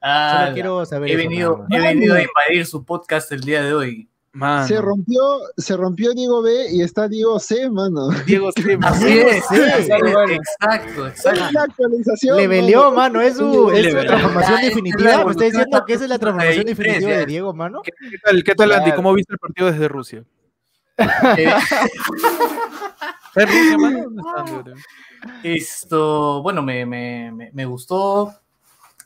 Speaker 5: ah,
Speaker 4: Solo quiero saber.
Speaker 5: he
Speaker 4: eso,
Speaker 5: venido,
Speaker 4: nada más.
Speaker 5: he venido a invadir su podcast el día de hoy.
Speaker 3: Mano.
Speaker 2: Se rompió, se rompió Diego B y está Diego C, mano.
Speaker 3: Diego Slim.
Speaker 5: Así es,
Speaker 4: sí,
Speaker 5: así es,
Speaker 4: bueno.
Speaker 5: exacto,
Speaker 2: Es
Speaker 5: exacto.
Speaker 2: la actualización.
Speaker 4: Le velió, mano, es su, es su
Speaker 5: Leveleó.
Speaker 4: transformación
Speaker 5: Ah, es
Speaker 4: definitiva.
Speaker 5: la
Speaker 4: ¿Me está diciendo que esa es la transformación
Speaker 5: 33,
Speaker 4: definitiva
Speaker 5: ya.
Speaker 4: de Diego, mano?
Speaker 3: ¿Qué, qué tal, qué tal, Andy?
Speaker 1: Claro.
Speaker 3: ¿Cómo viste el partido desde Rusia?
Speaker 5: Eh,
Speaker 3: ¿Está en Rusia, mano? ¿Dónde está, Andy, ahora?
Speaker 5: Esto, bueno, me, me- me- me gustó.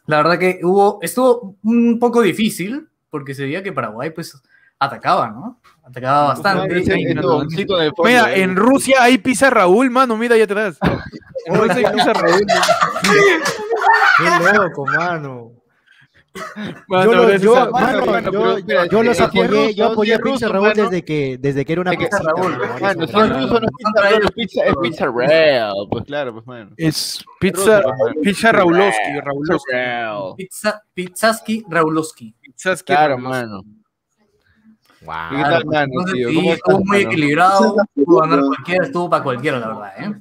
Speaker 5: La verdad que hubo, estuvo un poco difícil porque se veía que Paraguay pues atacaba, ¿no? Atacaba bastante.
Speaker 1: Ese-
Speaker 5: Ahí,
Speaker 1: ese
Speaker 5: ¿no?
Speaker 1: bomboncito en el fondo,
Speaker 3: Mira,
Speaker 1: eh.
Speaker 3: en Rusia ahí pisa Raúl, mano, mira ahí atrás. En Rusia ahí pisa Raúl.
Speaker 4: Qué loco, mano.
Speaker 3: Mano,
Speaker 4: yo, lo-
Speaker 3: ahora sí
Speaker 4: yo,
Speaker 3: sabe.
Speaker 4: mano,
Speaker 1: mano,
Speaker 4: yo-
Speaker 1: pero espera,
Speaker 4: yo los
Speaker 1: si es
Speaker 4: apoyé, yo
Speaker 1: ruso, si
Speaker 4: apoyé
Speaker 1: es
Speaker 4: a Pizza
Speaker 1: ruso,
Speaker 4: Raúl
Speaker 1: mano.
Speaker 4: desde que, desde que era una
Speaker 1: Es que-
Speaker 4: cosita,
Speaker 5: Raúl,
Speaker 4: mano, eso,
Speaker 1: Mano, si
Speaker 4: mano.
Speaker 1: es ruso no es pizza, real, es pizza, es pizza real. Pues claro, pues mano.
Speaker 3: Es pizza, pizza Raulowski,
Speaker 1: Pizza
Speaker 3: Raulowski.
Speaker 1: real.
Speaker 5: Pizza, Pizzaski Raulowski.
Speaker 3: Pizzas que
Speaker 1: Claro,
Speaker 3: Raulowski.
Speaker 1: mano.
Speaker 4: Guau.
Speaker 1: ¿Y qué tal, mano,
Speaker 5: Ah, Entonces,
Speaker 1: tío?
Speaker 5: sí,
Speaker 1: ¿Cómo
Speaker 5: estuvo
Speaker 1: estás,
Speaker 5: muy
Speaker 1: mano?
Speaker 5: equilibrado, pudo ganar cualquiera, estuvo para cualquiera, la verdad, ¿eh?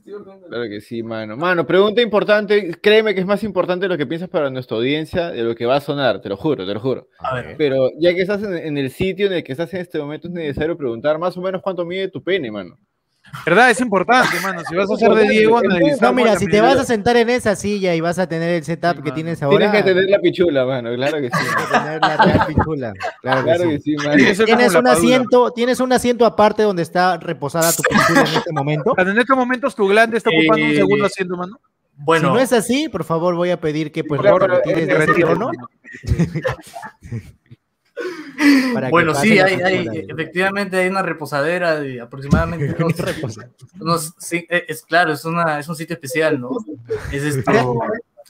Speaker 1: Claro que sí, mano. Mano, pregunta importante. Créeme que es más importante lo que piensas para nuestra audiencia de lo que va a sonar, te lo juro, te lo juro.
Speaker 5: A ver.
Speaker 1: Pero ya que estás en, en el sitio en el que estás en este momento, es necesario preguntar más o menos cuánto mide tu pene, mano.
Speaker 3: ¿Verdad? Es importante, mano. Si vas a hacer de Diego, analizar.
Speaker 4: No, mira, si te vas a
Speaker 3: hacer.
Speaker 4: sentar en esa silla y vas a tener el setup
Speaker 3: Sí,
Speaker 4: que
Speaker 3: mano.
Speaker 4: tienes
Speaker 1: Tienes
Speaker 4: ahora,
Speaker 1: que tener la pichula, mano, claro que sí.
Speaker 4: vas a tener la real pichula. Claro que
Speaker 1: Claro
Speaker 4: sí.
Speaker 1: que sí, mano.
Speaker 4: Tienes un asiento, tienes un asiento aparte donde está reposada tu pichula en este momento.
Speaker 3: En estos momentos tu glande está ocupando un
Speaker 5: Eh,
Speaker 3: segundo asiento, mano.
Speaker 4: Si
Speaker 5: Bueno,
Speaker 4: no es así, por favor, voy a pedir que pues
Speaker 1: Por favor,
Speaker 4: lo retires
Speaker 1: eh,
Speaker 4: de ese
Speaker 1: retiro,
Speaker 4: trono. Para que
Speaker 5: bueno,
Speaker 4: pase
Speaker 5: sí,
Speaker 4: la
Speaker 5: hay, hay- eh,
Speaker 4: pichula, ¿no?
Speaker 5: efectivamente hay una reposadera de aproximadamente unos-
Speaker 4: Reposa.
Speaker 5: unos- sí, eh, es claro, es, una, es un sitio especial, ¿no? Es esto,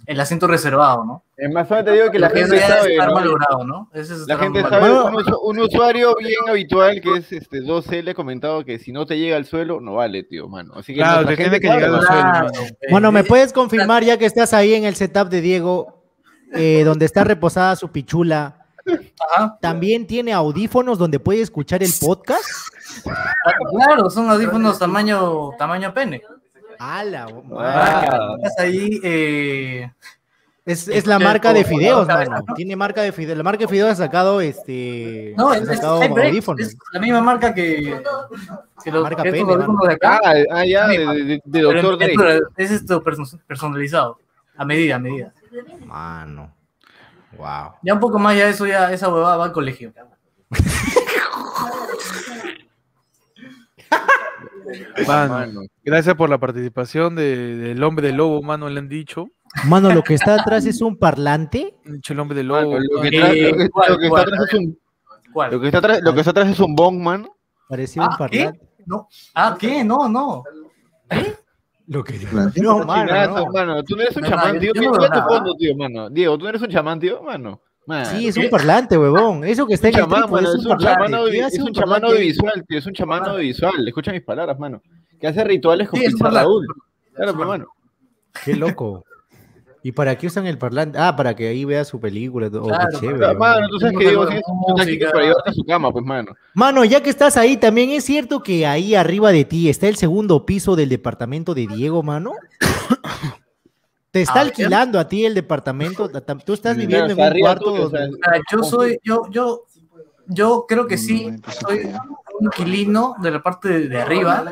Speaker 5: el asiento reservado, ¿no?
Speaker 1: Es más, solo te digo que la
Speaker 5: Lo que
Speaker 1: gente
Speaker 5: eso ya es
Speaker 1: sabe.
Speaker 5: estar
Speaker 1: ¿no?
Speaker 5: valorado, ¿no? Eso es
Speaker 1: La
Speaker 5: estar
Speaker 1: gente
Speaker 5: valorado.
Speaker 1: sabe, un, usu- un usuario bien habitual que es este 12 le ha comentado que si no te llega al suelo, no vale, tío, mano. Así que
Speaker 3: Claro,
Speaker 1: nuestra
Speaker 3: te tiene
Speaker 1: gente
Speaker 3: que
Speaker 1: sabe,
Speaker 3: llegar al
Speaker 1: mano.
Speaker 3: suelo, mano.
Speaker 5: Claro, eh,
Speaker 4: Bueno, ¿me puedes confirmar ya que estás ahí en el setup de Diego, eh, donde está reposada su pichula?
Speaker 5: ajá.
Speaker 4: ¿También tiene audífonos donde puede escuchar el podcast?
Speaker 5: Ah, Claro, son audífonos tamaño, tamaño pene.
Speaker 4: ¡Ala!
Speaker 1: Ah.
Speaker 5: Estás ahí, eh,
Speaker 4: Es, es la
Speaker 5: Este,
Speaker 4: marca de
Speaker 5: como-
Speaker 4: fideos,
Speaker 5: otra vez,
Speaker 4: mano.
Speaker 5: ¿no?
Speaker 4: Tiene marca de fideos. La marca de fideos ha sacado este.
Speaker 5: no,
Speaker 4: ha
Speaker 5: es, es-
Speaker 4: sacado
Speaker 5: hay breaks,
Speaker 4: audífonos.
Speaker 5: es la misma marca que, que los
Speaker 4: Marca
Speaker 5: que estos
Speaker 4: pene,
Speaker 5: audífonos de acá.
Speaker 1: Ah, ah, ya, de, de- de
Speaker 5: pero
Speaker 1: Doctor
Speaker 5: en
Speaker 1: Dre.
Speaker 5: miniatura, Es esto perso- personalizado, a medida, a medida.
Speaker 4: Mano. Wow.
Speaker 5: Ya un poco más, ya eso, ya esa huevada va al colegio.
Speaker 3: Mano, gracias por la participación de- del hombre del lobo, mano, le han dicho.
Speaker 4: Mano, lo que está atrás es un parlante.
Speaker 3: Han dicho el hombre del
Speaker 1: Mano,
Speaker 3: lobo.
Speaker 1: lo, que
Speaker 3: mano.
Speaker 5: Eh,
Speaker 1: tra- lo que-
Speaker 5: ¿cuál,
Speaker 1: lo que está
Speaker 5: cuál?
Speaker 1: atrás es un
Speaker 5: ¿Cuál?
Speaker 1: lo que está atrás, lo que está atrás es un bong, mano.
Speaker 4: Parecía un
Speaker 5: Ah, ¿qué?
Speaker 4: parlante.
Speaker 5: No. Ah, ¿qué? No, no.
Speaker 4: Lo que.
Speaker 2: Claro.
Speaker 4: No, mano.
Speaker 1: Chinazo,
Speaker 4: no.
Speaker 1: mano. Tú no eres un
Speaker 5: No,
Speaker 1: chamán,
Speaker 5: no,
Speaker 1: tío.
Speaker 5: yo
Speaker 1: Mira
Speaker 5: no
Speaker 1: mira
Speaker 5: veo
Speaker 1: tu
Speaker 5: nada.
Speaker 1: fondo, tío, mano. Diego, tú no eres un chamán, tío, mano. Man,
Speaker 4: Sí, es un parlante, huevón. Eso que está en el
Speaker 1: chamán,
Speaker 4: tripo,
Speaker 1: mano,
Speaker 4: es un parlante.
Speaker 1: chamán
Speaker 4: ¿Qué
Speaker 1: audio-
Speaker 4: hace
Speaker 1: es
Speaker 4: un
Speaker 1: un chamán
Speaker 4: parlante?
Speaker 1: audiovisual, tío, es un chamán
Speaker 5: Parlante.
Speaker 1: audiovisual. Escucha mis palabras, mano. Que hace rituales con
Speaker 5: Sí, es un
Speaker 1: Pizza
Speaker 5: parlante.
Speaker 1: Raúl. Claro, pero, mano.
Speaker 4: Qué loco. ¿Y para qué usan el parlante? Ah, para que ahí vea su película. Oh, qué
Speaker 5: Claro,
Speaker 4: chévere,
Speaker 1: Claro,
Speaker 4: huevón.
Speaker 1: Ah, mano, tú sabes
Speaker 5: Es
Speaker 1: que
Speaker 5: un
Speaker 1: digo,
Speaker 5: parlante.
Speaker 1: es una táctica para llevarte a su cama, pues, mano.
Speaker 4: Mano, ya que estás ahí, también es cierto que ahí arriba de ti está el segundo piso del departamento de Diego, mano. Te está
Speaker 5: A ver.
Speaker 4: alquilando a ti el departamento. ta- ta- Tú estás
Speaker 2: Claro,
Speaker 4: viviendo
Speaker 1: está
Speaker 4: en un
Speaker 1: arriba
Speaker 4: cuarto.
Speaker 1: tuyo, o sea,
Speaker 4: donde-
Speaker 5: O sea, Ah, yo soy, yo, yo, yo creo que sí,
Speaker 2: pues,
Speaker 5: soy un inquilino de la parte de, de arriba.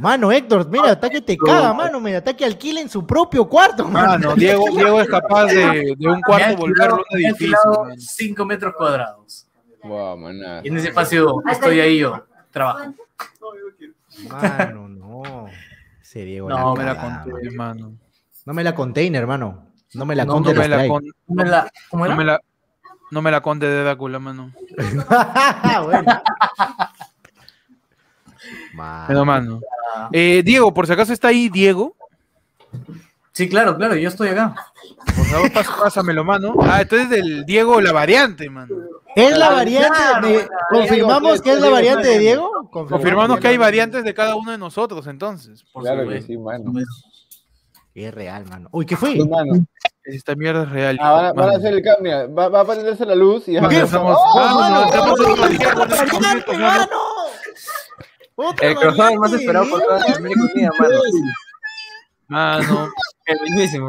Speaker 4: Mano, Héctor, mira, hasta que te caga, mano. Mira, hasta que alquilen su propio cuarto, mano.
Speaker 3: Mano, Diego, Diego es capaz de, de un
Speaker 5: Me
Speaker 3: cuarto
Speaker 5: ha
Speaker 3: volverlo
Speaker 5: alquilado-
Speaker 3: un
Speaker 5: me ha
Speaker 3: edificio.
Speaker 5: alquilado
Speaker 3: mano.
Speaker 5: cinco metros cuadrados.
Speaker 1: Wow, maná.
Speaker 5: Y en ese espacio estoy ahí yo, trabajo.
Speaker 4: Mano, no. Ese Diego.
Speaker 5: No,
Speaker 3: Me la
Speaker 4: cagada,
Speaker 3: conté,
Speaker 4: mano.
Speaker 3: mano.
Speaker 4: No me la container, hermano. No me la
Speaker 5: No,
Speaker 3: No
Speaker 4: conté.
Speaker 3: me la, con,
Speaker 5: ¿Cómo era? ¿Cómo
Speaker 3: no
Speaker 5: era?
Speaker 3: me la, no me la conté de Drácula, mano.
Speaker 4: Ah, bueno.
Speaker 6: Ah.
Speaker 3: Pero,
Speaker 4: Mano.
Speaker 3: mano.
Speaker 4: Ah.
Speaker 3: Eh, Diego, por si acaso está ahí, Diego.
Speaker 5: Sí, claro, claro, yo estoy acá.
Speaker 3: Por favor, pas- pásamelo, mano. Ah, entonces del Diego la variante, mano.
Speaker 4: ¿Es la
Speaker 5: Claro,
Speaker 4: variante?
Speaker 5: claro,
Speaker 4: de-
Speaker 5: claro.
Speaker 4: ¿Confirmamos
Speaker 1: Diego,
Speaker 4: que es la
Speaker 1: Diego,
Speaker 4: variante de
Speaker 1: Diego.
Speaker 4: Diego?
Speaker 3: Confirmamos que hay variantes de cada uno de nosotros, entonces.
Speaker 5: Por
Speaker 1: Claro que
Speaker 5: supuesto.
Speaker 1: sí, mano.
Speaker 4: Es real, mano. Uy, ¿qué fue?
Speaker 1: Sí, mano.
Speaker 3: Esta mierda es real.
Speaker 1: Ah, van, a- van
Speaker 3: mano.
Speaker 1: a hacer el cambio. Va, va a prenderse la luz y ya.
Speaker 3: Mano,
Speaker 1: van a-
Speaker 3: estamos-
Speaker 1: ¡Oh,
Speaker 3: mano,
Speaker 1: mano!
Speaker 3: estamos en una mierda, en este momento,
Speaker 4: ¡Variante,
Speaker 3: mano.
Speaker 4: mano! ¡Otra
Speaker 6: El crossover más
Speaker 4: variante,
Speaker 6: esperado por toda
Speaker 4: Diego!
Speaker 6: América Unida, mano.
Speaker 3: Mano,
Speaker 6: Es buenísimo.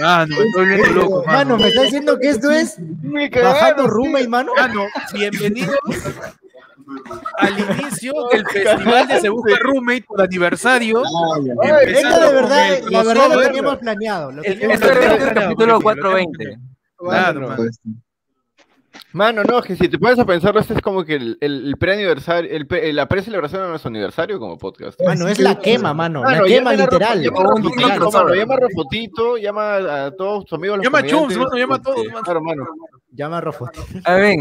Speaker 3: mano, me estoy volviendo loco,
Speaker 4: Mano, me está diciendo que esto es
Speaker 1: Me cagaron.
Speaker 4: bajando roommate, mano.
Speaker 3: Mano, bienvenidos al inicio del festival de Se Busca Roommate por aniversario.
Speaker 4: Ah,
Speaker 1: Ay,
Speaker 4: Esto de
Speaker 3: Empezando con
Speaker 4: verdad,
Speaker 3: el
Speaker 4: la verdad lo
Speaker 3: crossover.
Speaker 4: teníamos planeado. lo
Speaker 3: El-
Speaker 4: teníamos
Speaker 6: Esto
Speaker 4: planeado.
Speaker 6: es el capítulo 420.
Speaker 3: Claro,
Speaker 1: Mano.
Speaker 3: mano.
Speaker 2: pues,
Speaker 1: Mano, no, que si te pones a pensarlo, este es como que el, el, el preaniversario, el, pre- la pre-celebración de nuestro aniversario como podcast.
Speaker 4: Mano, es la quema, mano. La
Speaker 1: Mano, llama
Speaker 4: quema
Speaker 1: a Rafa-
Speaker 4: literal.
Speaker 1: llama a Rafotito,
Speaker 6: literal.
Speaker 1: mano, llama a Rafotito, llama a todos tus amigos. los
Speaker 3: Llama a Chums,
Speaker 1: comediantes. este,
Speaker 3: mano, llama a todos, Ah, mano.
Speaker 1: Claro, mano.
Speaker 4: Llama a Rofo.
Speaker 6: A ver,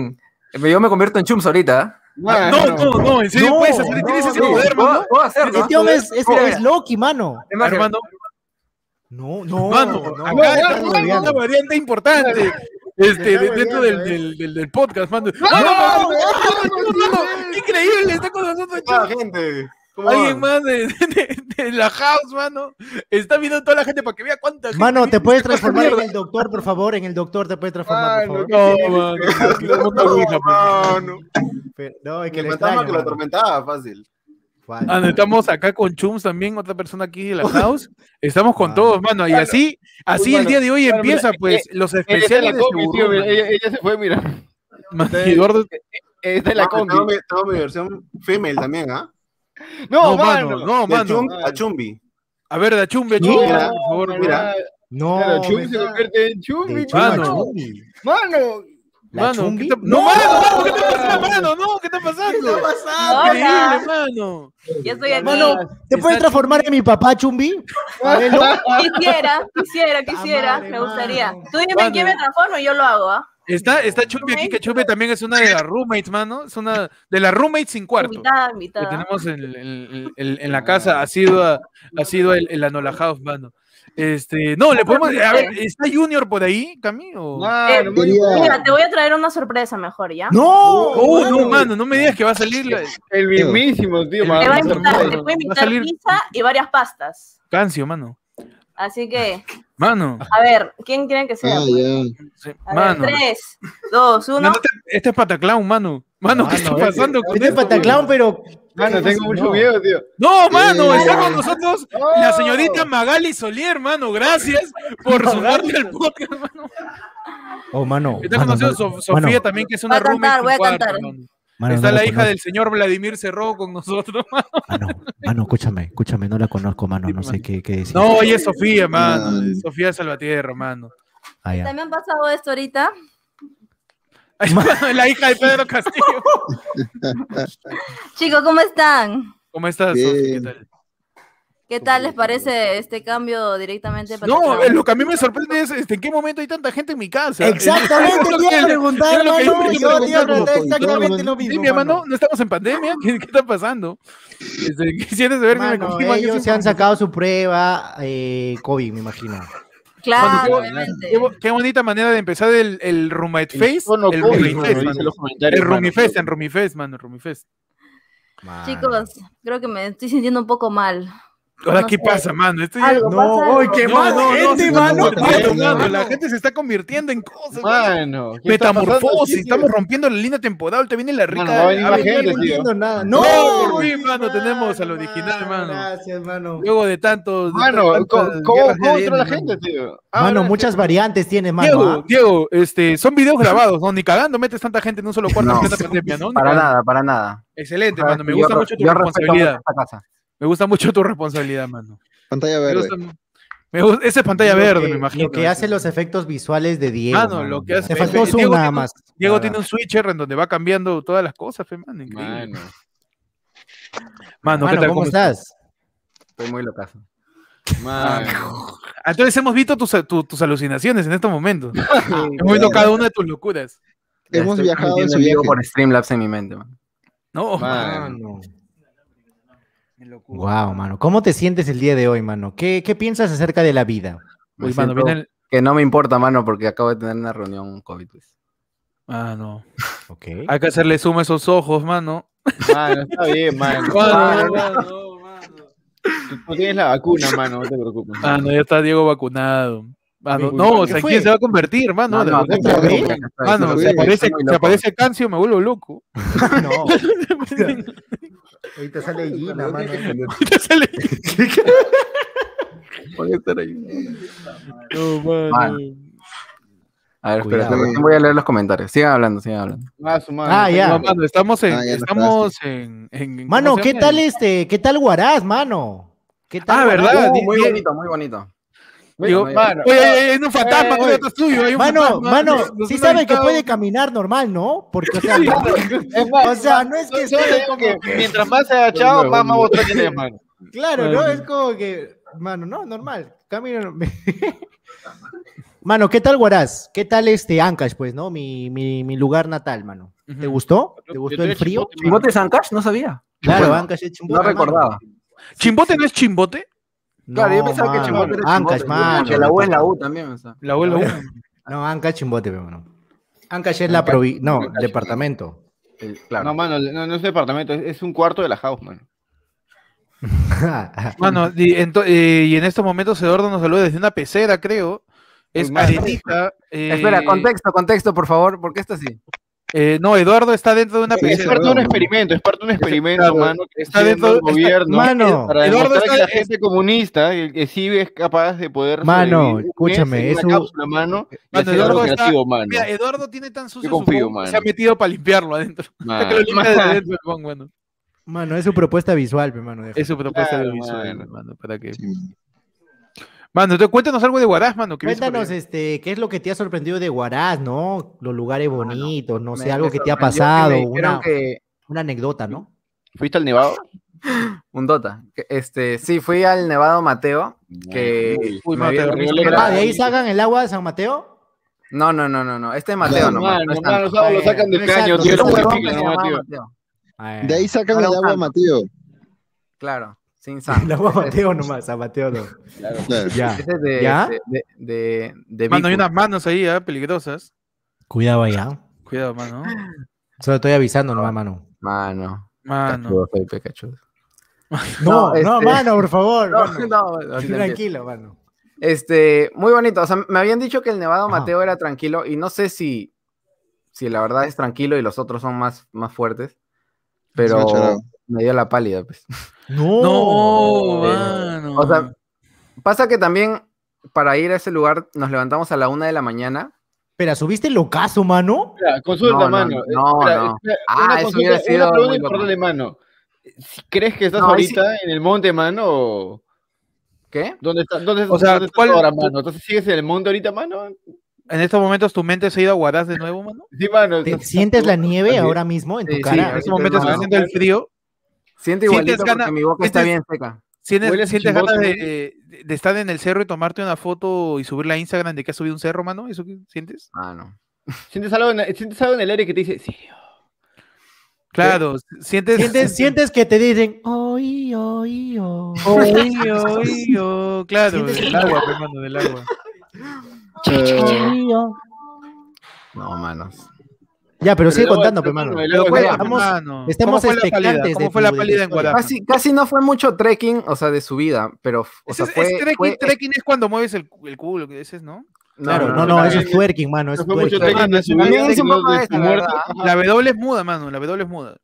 Speaker 6: yo me convierto en Chums ahorita.
Speaker 3: Ah, No, no, no, en serio
Speaker 4: No,
Speaker 3: puedes hacer, tienes
Speaker 4: no,
Speaker 3: ese
Speaker 4: no.
Speaker 3: poder, mano.
Speaker 6: ¿Puedo hacerlo?
Speaker 4: Este hombre es, es,
Speaker 6: Mira,
Speaker 4: es Loki, mano.
Speaker 6: es más,
Speaker 3: Hermano,
Speaker 4: No, no.
Speaker 3: mano,
Speaker 4: no,
Speaker 3: acá
Speaker 4: estás
Speaker 3: está una
Speaker 4: hueveando.
Speaker 3: variante importante.
Speaker 4: Me
Speaker 3: Este,
Speaker 4: está
Speaker 3: de- dentro del,
Speaker 4: hueveando, eh.
Speaker 3: del, del, del podcast, mano. Mano, mano, mano, mano, Increíble, está con nosotros, Chums.
Speaker 1: gente.
Speaker 3: Alguien más de, de- de la house, mano. Está viendo toda la gente para que vea cuánta gente.
Speaker 4: Mano,
Speaker 3: viene.
Speaker 4: ¿te puedes transformar en el doctor, por favor? En el doctor te puedes transformar, por favor.
Speaker 3: No, mano. no, no, no, mano.
Speaker 4: Pero- No, es que
Speaker 7: El
Speaker 4: le extraño,
Speaker 7: fantasma que lo
Speaker 4: mano.
Speaker 7: atormentaba, fácil.
Speaker 4: Vale.
Speaker 3: Ah, no, estamos acá con Chums también, otra persona aquí de la house. Estamos con
Speaker 4: Ah.
Speaker 3: todos, mano. Y así, así el
Speaker 1: Bueno,
Speaker 3: día de hoy
Speaker 1: bueno,
Speaker 3: empieza,
Speaker 1: mira,
Speaker 3: pues, los
Speaker 1: Ella está en la
Speaker 3: especiales de
Speaker 1: combi, tío,
Speaker 3: Suburru,
Speaker 1: mira,
Speaker 3: mano.
Speaker 1: ella, ella se fue, mira.
Speaker 3: Mano, y Eduardo-
Speaker 1: Ella está en la
Speaker 7: Mano,
Speaker 1: combi.
Speaker 7: Tengo mi, tengo mi versión female también, ¿ah?
Speaker 3: No, mano, no,
Speaker 7: De Chum-
Speaker 3: Oh, mano.
Speaker 7: a Chumbi.
Speaker 3: A ver, da Chumbe,
Speaker 4: No,
Speaker 3: Chumbe,
Speaker 7: mira,
Speaker 3: por favor.
Speaker 7: mira.
Speaker 4: No,
Speaker 1: Claro,
Speaker 4: me
Speaker 1: Chum se
Speaker 4: está-
Speaker 1: convierte en Chumbi.
Speaker 4: de Chuma
Speaker 3: mano.
Speaker 4: Chumbi.
Speaker 1: Mano,
Speaker 4: ¿La
Speaker 3: Mano, ¿qué
Speaker 4: Chumbi?
Speaker 3: está- no, mano, mano, ¿qué está pasando, mano? No, ¿qué está pasando?
Speaker 4: Ah,
Speaker 8: Hola.
Speaker 3: Increíble, mano.
Speaker 8: Ya estoy aquí.
Speaker 4: Mano, ¿te puedes transformar en mi papá, Chumbi? A ver, loco.
Speaker 8: Quisiera, quisiera, quisiera.
Speaker 4: ah. madre,
Speaker 8: me gustaría.
Speaker 4: mano.
Speaker 8: Tú dime
Speaker 3: Mano.
Speaker 8: en quién me transformo y yo lo hago, ¿ah?
Speaker 3: Está, está Chumbi aquí, que Chumbi también es una de las roommates, mano. Es una de las roommates sin cuarto.
Speaker 8: Invitada,
Speaker 3: que
Speaker 8: invitada.
Speaker 3: tenemos en, en- en- en la casa ha sido, ha sido el, el Anola House, mano. Este, no, le podemos. A ver, ¿está Junior por ahí, Cami? o-
Speaker 1: mano,
Speaker 2: Eh,
Speaker 1: mano.
Speaker 8: Mira, te voy a traer una sorpresa mejor, ¿ya?
Speaker 4: No,
Speaker 3: Oh, no, mano, no me digas que va a salir la-
Speaker 1: El mismísimo, tío,
Speaker 3: Te
Speaker 1: mano.
Speaker 8: Te va a
Speaker 3: no,
Speaker 8: invitar,
Speaker 3: no,
Speaker 8: te
Speaker 3: no.
Speaker 8: voy a
Speaker 3: Va a
Speaker 8: invitar
Speaker 3: salir-
Speaker 8: pizza y varias pastas.
Speaker 3: Cancio, mano.
Speaker 8: Así que,
Speaker 3: Mano,
Speaker 8: a ver, ¿quién creen que sea?
Speaker 2: Ah,
Speaker 8: Pues,
Speaker 2: ya.
Speaker 3: sí,
Speaker 8: A ver,
Speaker 3: mano.
Speaker 8: tres, dos, uno.
Speaker 3: Mano, este, este es Pataclown, mano. Mano, ¿qué está
Speaker 4: Mano, este-
Speaker 3: pasando con
Speaker 4: Este es
Speaker 3: esto?
Speaker 4: pataclown, pero.
Speaker 1: Mano, tengo mucho
Speaker 4: No.
Speaker 1: miedo, tío.
Speaker 3: No, mano,
Speaker 2: Eh.
Speaker 3: está con nosotros la señorita Magali Solier, mano. Gracias por sumarte al podcast, mano.
Speaker 4: Oh, mano.
Speaker 3: Está con
Speaker 4: mano,
Speaker 3: nosotros So-
Speaker 4: mano,
Speaker 3: Sofía
Speaker 4: mano,
Speaker 3: también, que es una
Speaker 8: Voy a
Speaker 3: roommate.
Speaker 8: cantar,
Speaker 3: sin
Speaker 8: voy a
Speaker 3: cuarto,
Speaker 8: cantar.
Speaker 3: mano.
Speaker 4: mano,
Speaker 3: Está
Speaker 4: no
Speaker 3: la
Speaker 4: la
Speaker 3: hija del señor Vladimir Cerró con nosotros. mano.
Speaker 4: Mano, mano, escúchame, escúchame, no la conozco, mano, no sé qué, qué decir.
Speaker 3: No, oye, Sofía, mano.
Speaker 2: Ay.
Speaker 3: Sofía Salvatierra, mano.
Speaker 4: Ah, ya.
Speaker 8: También ha pasado esto ahorita.
Speaker 3: la hija de Pedro Castillo.
Speaker 8: Chicos, ¿cómo están?
Speaker 3: ¿Cómo estás,
Speaker 2: Bien.
Speaker 3: Sofía? ¿Qué tal?
Speaker 8: ¿Qué tal les parece este cambio directamente? para
Speaker 3: No,
Speaker 8: acá?
Speaker 3: eh, lo que a mí me sorprende es este, en qué momento hay tanta gente en mi casa.
Speaker 4: Exactamente,
Speaker 3: Es
Speaker 4: te
Speaker 3: lo
Speaker 4: iba a
Speaker 3: que-
Speaker 4: preguntar,
Speaker 3: es lo que yo
Speaker 4: mano.
Speaker 3: te
Speaker 4: Yo te iba a
Speaker 3: preguntaba,
Speaker 4: preguntar
Speaker 2: como todo,
Speaker 4: exactamente lo
Speaker 3: Sí,
Speaker 4: mismo.
Speaker 3: mi hermano, ¿no estamos en pandemia? ¿Qué, qué está pasando? Este, ¿Quisieras saber que me
Speaker 4: Mano,
Speaker 3: confirman que
Speaker 4: ellos
Speaker 3: sí?
Speaker 4: se han sacado su prueba eh, COVID, me imagino.
Speaker 8: Claro,
Speaker 3: Cuando-
Speaker 8: obviamente.
Speaker 3: Qué, bo- qué bonita manera de empezar el, el Roommate Face.
Speaker 1: Icono
Speaker 3: El
Speaker 1: cómico,
Speaker 3: Roommate
Speaker 1: como
Speaker 3: Fest,
Speaker 1: dicen
Speaker 3: mano.
Speaker 1: los comentarios,
Speaker 3: El Roomie
Speaker 1: mano.
Speaker 3: Fest, en Roomie Fest, mano, Roomie Fest.
Speaker 4: Mano.
Speaker 8: Chicos, creo que me estoy sintiendo un poco mal.
Speaker 3: Ahora,
Speaker 8: No
Speaker 3: ¿qué
Speaker 8: sé.
Speaker 3: pasa, mano? Esto ya-
Speaker 8: Algo
Speaker 5: No,
Speaker 8: pasa.
Speaker 5: ay, qué
Speaker 3: No,
Speaker 5: mal,
Speaker 3: no, no,
Speaker 5: gente,
Speaker 3: no, no,
Speaker 5: mano.
Speaker 3: no,
Speaker 5: mano,
Speaker 3: mano,
Speaker 5: mano.
Speaker 3: La gente se está convirtiendo en cosas. mano.
Speaker 1: Mano, ¿qué está pasando,
Speaker 3: Metamorfosis,
Speaker 1: Chiqui?
Speaker 3: estamos rompiendo la línea temporal. Te viene la rica.
Speaker 1: Mano, va a venir
Speaker 3: a
Speaker 1: más
Speaker 3: venir-
Speaker 1: gente,
Speaker 4: no
Speaker 1: tío.
Speaker 4: entiendo nada.
Speaker 3: No,
Speaker 4: No,
Speaker 3: por fin, mano, tenemos al
Speaker 4: mano,
Speaker 3: original, mano.
Speaker 4: Gracias, mano.
Speaker 3: Luego de tantos. de
Speaker 1: Mano,
Speaker 3: tantas
Speaker 1: ¿cómo, cómo
Speaker 3: guerras de
Speaker 1: contra la
Speaker 3: ADN, mano.
Speaker 1: gente, tío? Ah,
Speaker 4: Mano,
Speaker 1: gracias.
Speaker 4: muchas variantes tiene, mano.
Speaker 3: Diego,
Speaker 4: ¿ah?
Speaker 3: Diego, este, son videos grabados, ¿no? Ni cagando metes tanta gente en un solo cuarto
Speaker 6: No.
Speaker 3: en plena pandemia, ¿no? Ni
Speaker 6: Para
Speaker 3: cagando.
Speaker 6: nada, para nada.
Speaker 3: Excelente,
Speaker 6: Ojalá
Speaker 3: mano. Me
Speaker 6: que
Speaker 3: gusta
Speaker 6: yo-
Speaker 3: mucho tu
Speaker 6: yo respeto
Speaker 3: responsabilidad.
Speaker 6: mucho esta casa.
Speaker 3: Me gusta mucho tu responsabilidad, mano.
Speaker 2: Pantalla
Speaker 3: Me
Speaker 2: verde.
Speaker 3: gusta mu- me gu- esa es pantalla
Speaker 4: Lo
Speaker 3: verde,
Speaker 4: que-
Speaker 3: me imagino.
Speaker 4: Lo que hace los efectos visuales de Diego.
Speaker 3: Mano, Ah, lo que hace-
Speaker 4: Te faltó
Speaker 3: Fe-
Speaker 4: Zoom
Speaker 3: Diego
Speaker 4: nada
Speaker 3: tiene-
Speaker 4: más.
Speaker 3: Diego tiene un switcher en donde va cambiando todas las cosas, fe, mano. Increíble. Mano,
Speaker 1: Mano.
Speaker 3: ¿qué
Speaker 4: Mano,
Speaker 3: tal?
Speaker 4: ¿cómo estás?
Speaker 6: Estoy muy locazo.
Speaker 1: Mano.
Speaker 3: Ah, Entonces hemos visto tus, tu- tus alucinaciones en estos momentos. hemos visto cada una de tus locuras.
Speaker 6: La
Speaker 2: Hemos
Speaker 6: estoy
Speaker 2: viajado en
Speaker 6: transmitiendo
Speaker 2: su
Speaker 6: vivo
Speaker 2: viaje.
Speaker 6: por Streamlabs en mi mente, man.
Speaker 3: Ah,
Speaker 4: Ah,
Speaker 3: No,
Speaker 1: Mano.
Speaker 3: mi locura.
Speaker 4: Wow, mano. ¿Cómo te sientes el día de hoy, mano? ¿Qué, qué piensas acerca de la vida?
Speaker 6: Me
Speaker 3: Uy, mano,
Speaker 6: siento
Speaker 3: viene el-
Speaker 6: Que no me importa, mano, porque acabo de tener una reunión COVID. pues.
Speaker 3: Ah, no.
Speaker 4: Ok.
Speaker 3: Hay que hacerle suma a esos ojos, mano.
Speaker 1: Mano, está bien, mano. Ah,
Speaker 3: Mano, mano.
Speaker 1: Tú, tú tienes la vacuna, mano, no te preocupes.
Speaker 4: Ah.
Speaker 3: Mano, Ah, ya está Diego vacunado. Mano,
Speaker 4: Uy,
Speaker 3: no,
Speaker 4: ¿qué
Speaker 3: o sea,
Speaker 4: fue?
Speaker 3: ¿quién se va a convertir, mano? De-
Speaker 6: Mano,
Speaker 1: otra
Speaker 6: acá estoy,
Speaker 1: vez.
Speaker 6: acá estoy,
Speaker 3: Mano,
Speaker 6: estoy
Speaker 3: se
Speaker 6: loco,
Speaker 3: aparece,
Speaker 6: estoy muy
Speaker 3: se
Speaker 6: loco.
Speaker 3: aparece Cancio, me vuelvo loco.
Speaker 4: No.
Speaker 3: Pues,
Speaker 4: Ahorita sale Gina, mano.
Speaker 3: Sale-
Speaker 6: Puede estar ahí.
Speaker 3: No, mano.
Speaker 6: Mano. A ver,
Speaker 4: Cuidado.
Speaker 6: espérate, recién voy a leer los comentarios. Sigan hablando, sigan hablando.
Speaker 1: Ah, su mano.
Speaker 4: Ah, ya.
Speaker 3: No, mano, estamos en,
Speaker 2: Ah, ya lo
Speaker 3: estamos en, en- ¿cómo
Speaker 4: Mano,
Speaker 3: se
Speaker 4: ¿qué
Speaker 3: llama?
Speaker 4: tal este? ¿Qué tal Guaraz, mano? ¿Qué tal?
Speaker 3: Ah,
Speaker 4: Guaraz?
Speaker 3: ¿verdad?
Speaker 6: Uh,
Speaker 3: Di-
Speaker 6: muy
Speaker 3: di-
Speaker 6: bonito, muy bonito.
Speaker 3: Digo,
Speaker 6: Mano,
Speaker 1: mano.
Speaker 3: Oye, oye, oye, hay un fantasma,
Speaker 1: Eh,
Speaker 3: tú detrás tuyo, hay un
Speaker 6: pues,
Speaker 4: Mano,
Speaker 3: fantasma.
Speaker 4: mano,
Speaker 3: Nos- nos
Speaker 4: sí
Speaker 3: han
Speaker 4: sabe que
Speaker 3: avistado.
Speaker 4: puede caminar normal, ¿no? Porque, o sea,
Speaker 1: Es más,
Speaker 4: o sea, no es que
Speaker 1: yo
Speaker 4: esté
Speaker 1: digo que mientras más se ha echado, más más botones tiene, mano.
Speaker 4: Claro, ¿no?
Speaker 3: Mano.
Speaker 6: Pues,
Speaker 4: Es como que, mano, no, normal. Camino. norm- mano, ¿qué tal Guaraz? ¿Qué tal este Ancash, pues, no? Mi, mi, mi lugar natal, mano. ¿Te
Speaker 3: Ujú.
Speaker 4: gustó?
Speaker 1: Yo-
Speaker 4: ¿Te
Speaker 1: yo
Speaker 4: gustó
Speaker 1: estoy
Speaker 4: el frío?
Speaker 1: chipote, mano.
Speaker 6: ¿Chimbote es Ancash? No sabía.
Speaker 4: Claro,
Speaker 6: Bueno,
Speaker 4: Ancash es
Speaker 6: No
Speaker 4: chimbote.
Speaker 6: recordaba.
Speaker 3: ¿Chimbote no es chimbote?
Speaker 6: Claro, yo pensaba que
Speaker 4: chimbote
Speaker 6: Chimbote era
Speaker 4: Ancash,
Speaker 6: Chimbote,
Speaker 4: mano.
Speaker 6: Que la U es la U también, o sea.
Speaker 3: La abuela.
Speaker 4: No, No, Ancash chimbote, pero no. Ancash es la provincia. No, departamento.
Speaker 6: El- claro.
Speaker 1: No, mano, no, no es departamento, es, es un cuarto de la house, mano.
Speaker 4: Ah,
Speaker 3: Mano, y, ento- eh, y en estos momentos Eduardo nos saluda desde una pecera, creo. Es
Speaker 1: Uy, mano.
Speaker 3: arenita.
Speaker 1: pues.
Speaker 3: eh,
Speaker 6: Espera, contexto, contexto, por favor, porque esto sí.
Speaker 3: eh, no, Eduardo está dentro de una
Speaker 1: Es
Speaker 3: pecera.
Speaker 1: parte de un experimento, es parte de un experimento,
Speaker 3: claro,
Speaker 1: mano, que
Speaker 3: está
Speaker 1: está dentro del
Speaker 3: dentro- está-
Speaker 1: gobierno.
Speaker 4: mano,
Speaker 1: para
Speaker 3: Eduardo
Speaker 1: demostrar que
Speaker 3: está-
Speaker 1: la gente comunista, el que sí es capaz de poder.
Speaker 4: Mano,
Speaker 1: sobrevivir un mes
Speaker 4: escúchame,
Speaker 1: en una
Speaker 4: eso-
Speaker 1: cápsula, mano, y
Speaker 3: Mano,
Speaker 1: hacer
Speaker 3: Eduardo
Speaker 1: algo
Speaker 3: está-
Speaker 1: creativo, mano.
Speaker 3: Mira, Eduardo tiene tan
Speaker 1: Yo
Speaker 3: sucio su
Speaker 1: confío,
Speaker 3: phone que se
Speaker 1: mano. Ah,
Speaker 3: ha metido para limpiarlo adentro. Hasta que lo
Speaker 1: Mano.
Speaker 3: limpia de adentro el phone, bueno.
Speaker 4: mano, es su propuesta visual, pe, mano. deja.
Speaker 3: Es su propuesta
Speaker 1: Claro,
Speaker 3: de visual,
Speaker 1: mano.
Speaker 3: mano, para que...
Speaker 2: Sí, mano.
Speaker 3: Mano, entonces cuéntanos algo de Guaraz, mano. que viste por
Speaker 4: Cuéntanos,
Speaker 3: ahí.
Speaker 4: este, ¿qué es lo que te ha sorprendido de Guaraz, no? Los lugares bonitos, no sé,
Speaker 6: Ah, Me-
Speaker 4: algo
Speaker 6: me
Speaker 4: que te ha
Speaker 6: sorprendió que me
Speaker 4: pasado,
Speaker 6: dijeron
Speaker 4: una,
Speaker 6: que-
Speaker 4: una anécdota, ¿no?
Speaker 1: ¿Fuiste al Nevado?
Speaker 6: un Dota. que, Este, sí, fui al Nevado Mateo, que
Speaker 3: Uy,
Speaker 6: me
Speaker 3: Mateo,
Speaker 6: habían
Speaker 1: horrible.
Speaker 6: dicho que era-
Speaker 4: Ah, de ahí sacan el agua de San Mateo.
Speaker 6: No, no, no, no, no, este es Mateo
Speaker 1: Mano,
Speaker 6: nomás. no es
Speaker 1: mano,
Speaker 6: tanto.
Speaker 1: solo lo sacan del
Speaker 4: No es
Speaker 1: caño,
Speaker 4: tanto,
Speaker 1: tío.
Speaker 4: no
Speaker 1: Era
Speaker 4: es
Speaker 1: un
Speaker 4: tanto.
Speaker 1: buen
Speaker 6: Que
Speaker 1: pico,
Speaker 6: se
Speaker 1: nomás,
Speaker 6: llamaba
Speaker 1: tío.
Speaker 6: Mateo.
Speaker 4: Ah,
Speaker 3: Eh,
Speaker 2: De ahí sacan el
Speaker 6: Ahora
Speaker 2: agua,
Speaker 6: un
Speaker 2: Mateo.
Speaker 6: Claro, sin
Speaker 4: El
Speaker 6: San.
Speaker 4: agua de Mateo nomás, San Mateo no.
Speaker 2: Claro.
Speaker 4: Ya.
Speaker 6: Ese es de,
Speaker 4: ¿Ya?
Speaker 6: de, de, de, de
Speaker 3: Mano, hay
Speaker 6: Vicu.
Speaker 3: unas manos ahí, ¿ah? peligrosas.
Speaker 4: Cuidado allá.
Speaker 3: Cuidado, mano.
Speaker 4: Solo estoy avisando nomás, mano.
Speaker 6: Mano,
Speaker 3: Mano.
Speaker 6: cachudo, Felipe, cachudo.
Speaker 4: No, no,
Speaker 6: este-
Speaker 4: mano, por favor.
Speaker 6: No,
Speaker 4: mano.
Speaker 6: no, ahorita empiezo.
Speaker 4: Tranquilo, mano.
Speaker 6: Este, muy bonito. O sea, me habían dicho que el Nevado
Speaker 4: Ajá.
Speaker 6: Mateo era tranquilo y no sé si, si la verdad es tranquilo y los otros son más, más fuertes, pero
Speaker 2: Es machorado.
Speaker 6: me dio la pálida. Pues.
Speaker 1: Oh.
Speaker 4: No.
Speaker 3: No,
Speaker 6: Eh,
Speaker 3: mano.
Speaker 6: O sea, pasa que también para ir a ese lugar nos levantamos a la una de la mañana.
Speaker 4: Espera, ¿subiste el ocaso, mano?
Speaker 1: Espera, consulta,
Speaker 6: No, no,
Speaker 1: mano.
Speaker 6: no,
Speaker 1: Espera,
Speaker 6: no.
Speaker 1: espera, una
Speaker 6: Ah, eso
Speaker 1: consulta,
Speaker 6: hubiera sido
Speaker 1: una pregunta
Speaker 6: muy loco.
Speaker 1: importante, mano. Si ¿Crees que estás
Speaker 6: No, ahí sí-
Speaker 1: ahorita en el monte, mano? o
Speaker 6: ¿Qué?
Speaker 1: ¿Dónde estás? ¿Dónde estás?
Speaker 3: O sea,
Speaker 1: dónde estás
Speaker 3: ¿cuál-
Speaker 1: ahora, mano? Entonces sigues en el monte ahorita, mano.
Speaker 3: en estos momentos tu mente se ha ido a Guaraz de nuevo, mano.
Speaker 1: Sí, mano.
Speaker 4: ¿Te
Speaker 1: estás-
Speaker 4: sientes la nieve
Speaker 1: Sí.
Speaker 4: ahora mismo en tu
Speaker 6: Sí, sí,
Speaker 3: en
Speaker 4: cara?
Speaker 3: estos momentos se
Speaker 6: mano.
Speaker 3: siente el frío.
Speaker 6: Siento
Speaker 3: Sientes
Speaker 6: igualito porque
Speaker 3: gana-
Speaker 6: mi boca está bien
Speaker 3: sientes-
Speaker 6: seca.
Speaker 3: ¿Sientes,
Speaker 1: Hueles a
Speaker 3: sientes
Speaker 1: chimbote,
Speaker 3: ganas
Speaker 1: ¿no?
Speaker 3: de, de- de estar en el cerro y tomarte una foto y subirla a Instagram de que has subido un cerro, mano? ¿Eso qué sientes?
Speaker 6: Mano.
Speaker 1: Sientes algo, en, sientes algo en el aire que te dice, sí,
Speaker 3: Claro, sientes.
Speaker 4: ¿Sientes, sientes que te dicen, "Oh". oí, oí, oí.
Speaker 3: Oh, Oí, oí, oí, claro,
Speaker 4: Sientes-
Speaker 3: pues, del agua, hermano, del agua.
Speaker 6: No, manos.
Speaker 4: Ya, pero sigue
Speaker 1: luego
Speaker 4: contando,
Speaker 1: está
Speaker 4: pe, mano.
Speaker 1: el agua
Speaker 3: pues,
Speaker 4: Pero,
Speaker 6: de
Speaker 4: estamos-
Speaker 3: Mano,
Speaker 4: estamos
Speaker 3: ¿cómo fue la
Speaker 4: expectantes
Speaker 3: pálida?
Speaker 4: de
Speaker 3: ¿Cómo fue la
Speaker 4: tu- de tu
Speaker 3: pálida en
Speaker 4: historia.
Speaker 3: Guadalajara?
Speaker 6: Casi, casi no fue mucho trekking, o sea, de subida, pero o
Speaker 3: Ese
Speaker 6: sea,
Speaker 3: es,
Speaker 6: fue,
Speaker 3: es trekking,
Speaker 6: fue-
Speaker 3: trekking es cuando mueves el, el culo, que dices, ¿no?
Speaker 6: no,
Speaker 4: Claro, no, no,
Speaker 1: no,
Speaker 4: eso
Speaker 1: no,
Speaker 4: es twerking, mano. Eso
Speaker 1: No
Speaker 4: pues, es
Speaker 1: fue mucho
Speaker 4: twerking.
Speaker 1: trekking,
Speaker 3: Mano,
Speaker 1: no
Speaker 3: es
Speaker 1: subí
Speaker 3: una-
Speaker 1: trekking,
Speaker 6: También hice un
Speaker 1: no,
Speaker 6: poco de
Speaker 1: de
Speaker 6: esta,
Speaker 1: su
Speaker 6: la
Speaker 1: muerte.
Speaker 6: verdad.
Speaker 3: La W es muda, mano, la W es muda.